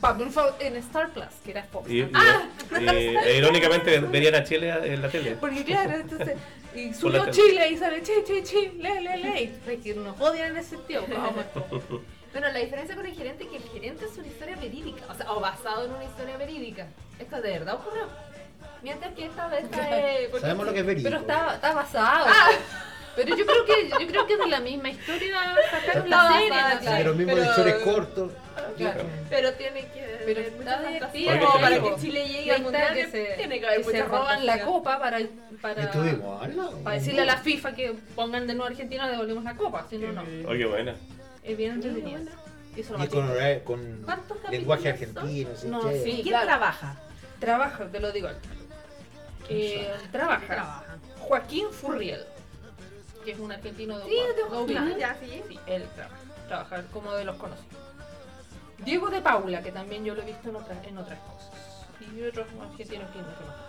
Speaker 2: Perdón, en Fox- en Star Plus, que era Fox.
Speaker 1: Y, y-
Speaker 2: Ah.
Speaker 1: y- e irónicamente verían a Chile en la tele.
Speaker 2: Porque claro, entonces, y
Speaker 1: Por la tele.
Speaker 2: subió Chile y sale che, che, che, le, le, le, y es que nos odian en ese sentido. vamos.
Speaker 4: Bueno, la diferencia con el gerente es que el gerente es una historia verídica, o sea, o basado en una historia verídica. Esto de verdad ocurrió. Mientras que esta vez está, eh, porque-
Speaker 3: Sabemos lo que es verídico.
Speaker 4: Pero está, está basado.
Speaker 2: Ah. Pero yo creo que yo creo que de la misma historia sacaron
Speaker 4: Está
Speaker 2: la serie.
Speaker 4: basada,
Speaker 2: ¿no?
Speaker 4: claro.
Speaker 3: Pero mismo
Speaker 4: pero-
Speaker 3: lectores cortos.
Speaker 4: Claro. Pero tiene que.
Speaker 2: Pero
Speaker 4: haber
Speaker 2: está
Speaker 4: mucha
Speaker 2: divertido,
Speaker 4: fantasía. Como para
Speaker 1: claro.
Speaker 4: que Chile llegue
Speaker 2: Y ahí
Speaker 4: al
Speaker 2: está
Speaker 4: mundial,
Speaker 2: que se,
Speaker 4: tiene que haber
Speaker 2: que se
Speaker 4: mucha
Speaker 2: roban
Speaker 4: fantasía.
Speaker 2: la copa para, para,
Speaker 3: Estuvimos al lado.
Speaker 2: para decirle a la FIFA que pongan de nuevo a Argentina devolvemos la copa, si no, no.
Speaker 1: Oye, buena.
Speaker 2: Es bien entretenido. Y eso lo
Speaker 3: Y
Speaker 2: más
Speaker 3: con,
Speaker 2: chistoso.
Speaker 3: hora- con
Speaker 4: ¿Cuántos capítulos
Speaker 3: lenguaje
Speaker 4: son?
Speaker 3: argentino. así,
Speaker 2: No,
Speaker 3: che.
Speaker 2: sí.
Speaker 5: ¿Quién
Speaker 2: claro.
Speaker 5: trabaja?
Speaker 2: Trabaja, te lo digo. Eh, trabaja. Joaquín Furriel, que es un argentino de
Speaker 4: Sí,
Speaker 2: Guam,
Speaker 4: de
Speaker 2: ¿lo ubicas?
Speaker 4: Guam, ya, sí.
Speaker 2: Sí, él trabaja, trabaja como de los conocidos. Diego de Paula, que también yo lo he visto en otras, en otras cosas. Y otros argentinos que no conozco.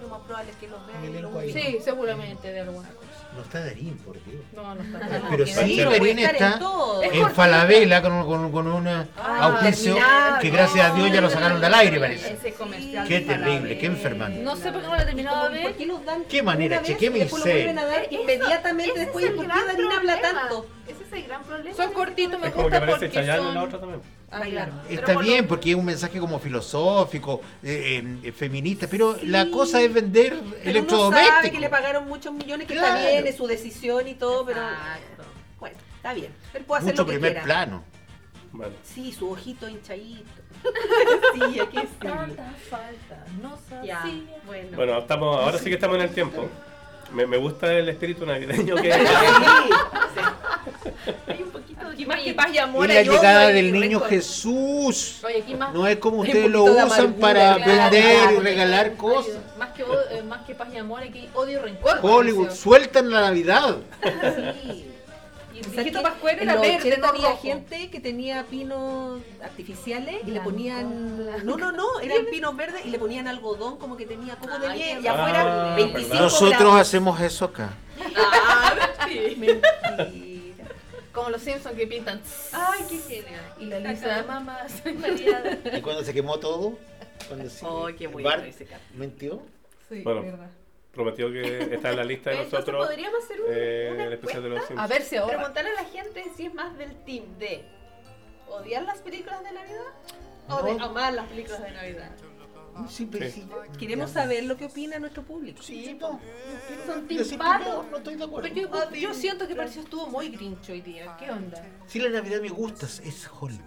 Speaker 8: Lo más probable es que los vean y
Speaker 3: Elenco
Speaker 8: los
Speaker 3: ahí.
Speaker 2: Sí, seguramente de alguna cosa.
Speaker 3: No está Darín, por Dios.
Speaker 2: No, no está
Speaker 3: Pero,
Speaker 2: Ah, no, que-
Speaker 3: sí,
Speaker 1: no puede
Speaker 3: Darín
Speaker 4: estar en
Speaker 3: está
Speaker 4: todo.
Speaker 2: Es
Speaker 3: en
Speaker 2: cortita.
Speaker 3: Falabella con, con, con un
Speaker 2: Ah,
Speaker 3: auspicio que gracias a Dios ya lo sacaron del aire, parece.
Speaker 8: Ese comercial.
Speaker 3: Qué
Speaker 8: de
Speaker 3: terrible,
Speaker 8: Falabella.
Speaker 3: qué enfermante.
Speaker 2: No sé por qué no la he terminado de ver.
Speaker 5: ¿Por qué los dan?
Speaker 3: Qué manera,
Speaker 5: una vez
Speaker 3: chequé
Speaker 5: y
Speaker 3: mi
Speaker 5: después lo
Speaker 3: cel.
Speaker 5: vuelven a dar inmediatamente
Speaker 4: Ese
Speaker 5: después.
Speaker 4: es
Speaker 5: ¿Y
Speaker 4: el
Speaker 5: por qué
Speaker 4: gran
Speaker 5: Darín habla
Speaker 4: problema.
Speaker 5: tanto?
Speaker 4: Ese es el gran problema.
Speaker 2: Son cortitos, me
Speaker 1: Es como que
Speaker 2: gusta
Speaker 1: aparece
Speaker 2: porque
Speaker 1: Chayanne en la otra
Speaker 2: son...
Speaker 1: también.
Speaker 2: Ah, claro.
Speaker 3: Está
Speaker 2: Pero por lo-
Speaker 3: bien, porque es un mensaje como filosófico, eh, eh, feminista, pero la cosa es
Speaker 5: Pero
Speaker 3: vender
Speaker 5: uno sabe que le
Speaker 3: electrodomésticos.
Speaker 5: pagaron muchos millones, que
Speaker 3: Claro.
Speaker 5: está bien, es su decisión y todo, pero
Speaker 4: Exacto.
Speaker 5: bueno, está bien. Él puede hacer
Speaker 3: Mucho
Speaker 5: lo que
Speaker 3: primer
Speaker 5: quiera.
Speaker 3: plano.
Speaker 1: Vale.
Speaker 5: Sí, su ojito hinchadito. [laughs] sí, aquí sí.
Speaker 2: Tanta falta, no sé.
Speaker 5: Ya,
Speaker 2: Sí.
Speaker 5: bueno. [laughs]
Speaker 1: Bueno, estamos, ahora sí que estamos en el tiempo. Me, me gusta el espíritu navideño
Speaker 2: [laughs]
Speaker 1: que
Speaker 4: Hay un poquito de
Speaker 2: Y más que paz y amor.
Speaker 3: Y la
Speaker 2: hay odio
Speaker 3: llegada
Speaker 2: y
Speaker 3: del niño
Speaker 2: rencor.
Speaker 3: Jesús.
Speaker 2: Oye, aquí más
Speaker 3: No es como
Speaker 5: Hay un
Speaker 3: ustedes lo
Speaker 5: poquito de
Speaker 3: usan
Speaker 5: amargura,
Speaker 3: para
Speaker 5: claro,
Speaker 3: vender y
Speaker 5: claro.
Speaker 3: regalar
Speaker 2: Hay-
Speaker 3: cosas.
Speaker 2: Más que, od- eh, más que paz y amor, aquí odio y rencor.
Speaker 3: Hollywood,
Speaker 2: parece.
Speaker 3: sueltan la Navidad.
Speaker 5: sí.
Speaker 2: Y el
Speaker 5: ¿Sabes
Speaker 2: viejito
Speaker 5: qué?
Speaker 2: Pascual
Speaker 5: En
Speaker 2: era
Speaker 5: los
Speaker 2: verde,
Speaker 5: 80
Speaker 2: no
Speaker 5: había
Speaker 2: rojo.
Speaker 5: gente que tenía pinos artificiales y le
Speaker 4: Blanco,
Speaker 5: ponían.
Speaker 4: blanco.
Speaker 5: No, no, no, eran pinos verdes y le ponían algodón como que tenía coco de
Speaker 4: Ay,
Speaker 5: nieve
Speaker 4: qué
Speaker 5: y afuera
Speaker 1: Ah,
Speaker 5: 25
Speaker 1: ¿verdad?
Speaker 3: Nosotros hacemos eso acá.
Speaker 4: [laughs]
Speaker 5: grados. Ah, Mentira.
Speaker 2: Como los Simpsons que pintan.
Speaker 4: Ay, qué genial.
Speaker 2: Y la Lisa, mamá, soy
Speaker 3: ¿Y cuando se quemó todo? Cuando se...
Speaker 5: Ay, qué
Speaker 3: el
Speaker 5: bueno
Speaker 3: bar-
Speaker 5: ese caso.
Speaker 3: ¿Mentió?
Speaker 2: Sí,
Speaker 1: Bueno.
Speaker 2: verdad.
Speaker 1: prometió que está en la lista de
Speaker 4: Entonces
Speaker 1: nosotros.
Speaker 4: podríamos hacer un,
Speaker 1: eh,
Speaker 4: una
Speaker 1: el especial de los
Speaker 2: A
Speaker 1: Simpsons.
Speaker 2: ver si ahora.
Speaker 4: Preguntarle a la gente si es más del team de odiar las películas de Navidad o
Speaker 3: No.
Speaker 4: de amar las películas de Navidad.
Speaker 3: Sí, pero
Speaker 1: Sí.
Speaker 3: sí.
Speaker 5: Queremos
Speaker 3: Ya.
Speaker 5: saber lo que opina nuestro público.
Speaker 3: Sí, no.
Speaker 4: Son
Speaker 3: Yo siempre
Speaker 4: timpados.
Speaker 3: no, no estoy de acuerdo.
Speaker 5: Pues
Speaker 2: Pero yo, yo siento que pareció estuvo muy grinch hoy día. ¿Qué onda?
Speaker 3: Si la Navidad me gusta, es Hollywood.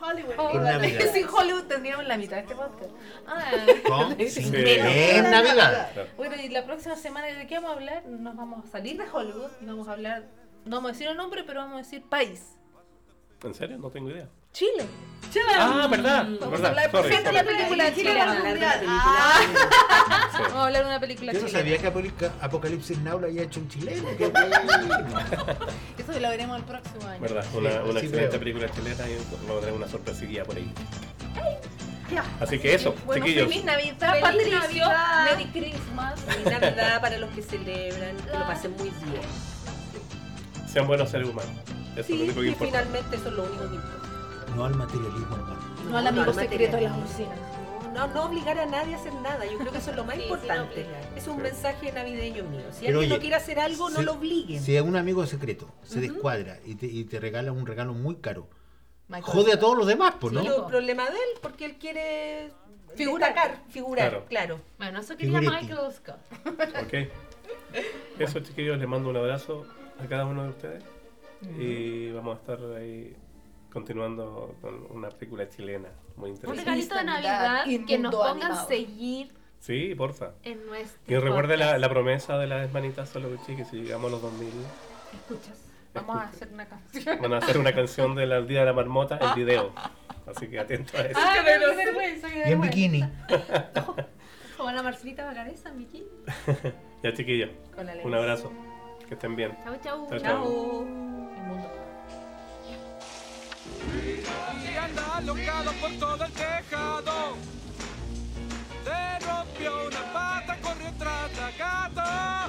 Speaker 2: Hollywood.
Speaker 3: Con Navidad.
Speaker 2: [laughs] Sin Oh, Hollywood tendríamos la mitad de este podcast. Ah,
Speaker 3: ¿No?
Speaker 2: Sí.
Speaker 3: [laughs] Sí.
Speaker 1: Sí.
Speaker 3: Es Navidad.
Speaker 2: Bueno, y la próxima semana de qué vamos a hablar, nos vamos a salir de Hollywood y vamos a hablar, no vamos a decir el nombre, pero vamos a decir país.
Speaker 1: ¿En serio? No tengo idea.
Speaker 2: Chile. Chile.
Speaker 1: Ah, verdad.
Speaker 2: Vamos a
Speaker 1: verdad.
Speaker 2: hablar por
Speaker 1: Sorry,
Speaker 2: cierto de la
Speaker 1: sorry.
Speaker 2: película chilena. Ah.
Speaker 5: hablar de la película.
Speaker 2: Vamos a hablar de una película
Speaker 3: Yo no
Speaker 2: chilena.
Speaker 3: sabía que Apocalipsis- Apocalipsis Now lo había hecho un chileno. que-
Speaker 2: Eso lo veremos el próximo año.
Speaker 1: Verdad, una, una
Speaker 3: sí
Speaker 1: excelente
Speaker 3: veo.
Speaker 1: película chilena y vamos a tener una sorpresilla por ahí. Así que eso,
Speaker 2: Bueno,
Speaker 1: chiquillos.
Speaker 2: feliz Navidad,
Speaker 5: Feliz
Speaker 2: Patricio.
Speaker 5: Navidad.
Speaker 2: Merry Christmas.
Speaker 5: Feliz Navidad para los que celebran, que lo pasen muy bien.
Speaker 1: Sean buenos seres humanos. Eso es lo
Speaker 5: Sí,
Speaker 1: único que
Speaker 5: que
Speaker 1: importa.
Speaker 5: finalmente eso es lo único que importa.
Speaker 3: No al materialismo, hermano.
Speaker 2: No al amigo secreto de las
Speaker 5: material.
Speaker 2: oficinas.
Speaker 5: No, no obligar a nadie a hacer nada. Yo creo que eso es lo más
Speaker 2: Sí, sí, no
Speaker 5: importante.
Speaker 2: obligar.
Speaker 5: es un
Speaker 1: Sí.
Speaker 5: mensaje navideño mío. Si
Speaker 3: Pero
Speaker 5: alguien no
Speaker 3: oye,
Speaker 5: quiere hacer algo, no
Speaker 3: sí,
Speaker 5: lo obliguen.
Speaker 3: Si un amigo secreto se descuadra y te, y te regala un regalo muy caro, jode a todos los demás, pues,
Speaker 5: Y
Speaker 3: ¿no?
Speaker 5: lo- problema de él, porque él quiere
Speaker 2: Figurar.
Speaker 5: destacar, figurar,
Speaker 1: Claro.
Speaker 5: claro.
Speaker 4: Bueno, eso quería
Speaker 3: Figuretti.
Speaker 4: Michael Scott.
Speaker 1: Ok. Eso, chiquillos, les mando un abrazo a cada uno de ustedes. Y vamos a estar ahí continuando con una película chilena muy
Speaker 4: Un
Speaker 1: interesante.
Speaker 4: regalito de
Speaker 2: Navidad
Speaker 4: Navidad
Speaker 2: y
Speaker 4: que nos
Speaker 2: mundo
Speaker 4: pongan
Speaker 2: animado.
Speaker 4: seguir
Speaker 1: Sí, porfa.
Speaker 4: en nuestro.
Speaker 1: Y recuerden la,
Speaker 4: podcast.
Speaker 1: la promesa de las manitas solo que que si llegamos a los 2000
Speaker 2: Escuchas. Vamos a hacer una canción.
Speaker 1: van a hacer una canción del Día de la Marmota, el video. Así que atento a eso.
Speaker 2: Ah, pero qué vergüenza, qué
Speaker 3: Y en
Speaker 2: vergüenza.
Speaker 3: bikini.
Speaker 2: Como la Marcelita Vagaresa, Miki.
Speaker 1: Ya, chiquillos,
Speaker 2: Con la
Speaker 1: un abrazo. Que estén bien.
Speaker 4: Chau, chau.
Speaker 1: Chau, chau.
Speaker 5: Chao.
Speaker 2: El mundo.
Speaker 10: Y anda alocado por todo el tejado. Se rompió una pata, corrió tras la gata.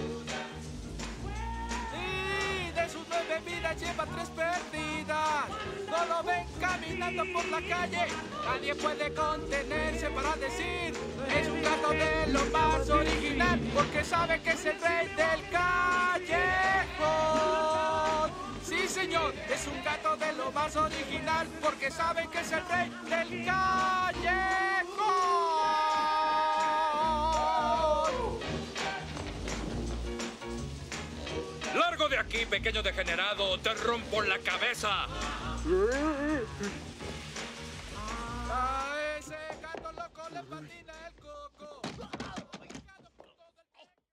Speaker 10: Y de sus nueve vidas lleva tres perdidas. No lo ven caminando por la calle. Nadie puede contenerse para decir. Es un gato de lo más original. Porque sabe que es el rey del callejón. Sí, señor, es un gato de lo más original. Porque sabe que es el rey del callejón.
Speaker 9: Largo de aquí, pequeño degenerado, te rompo la cabeza.
Speaker 10: A ese gato loco le patina el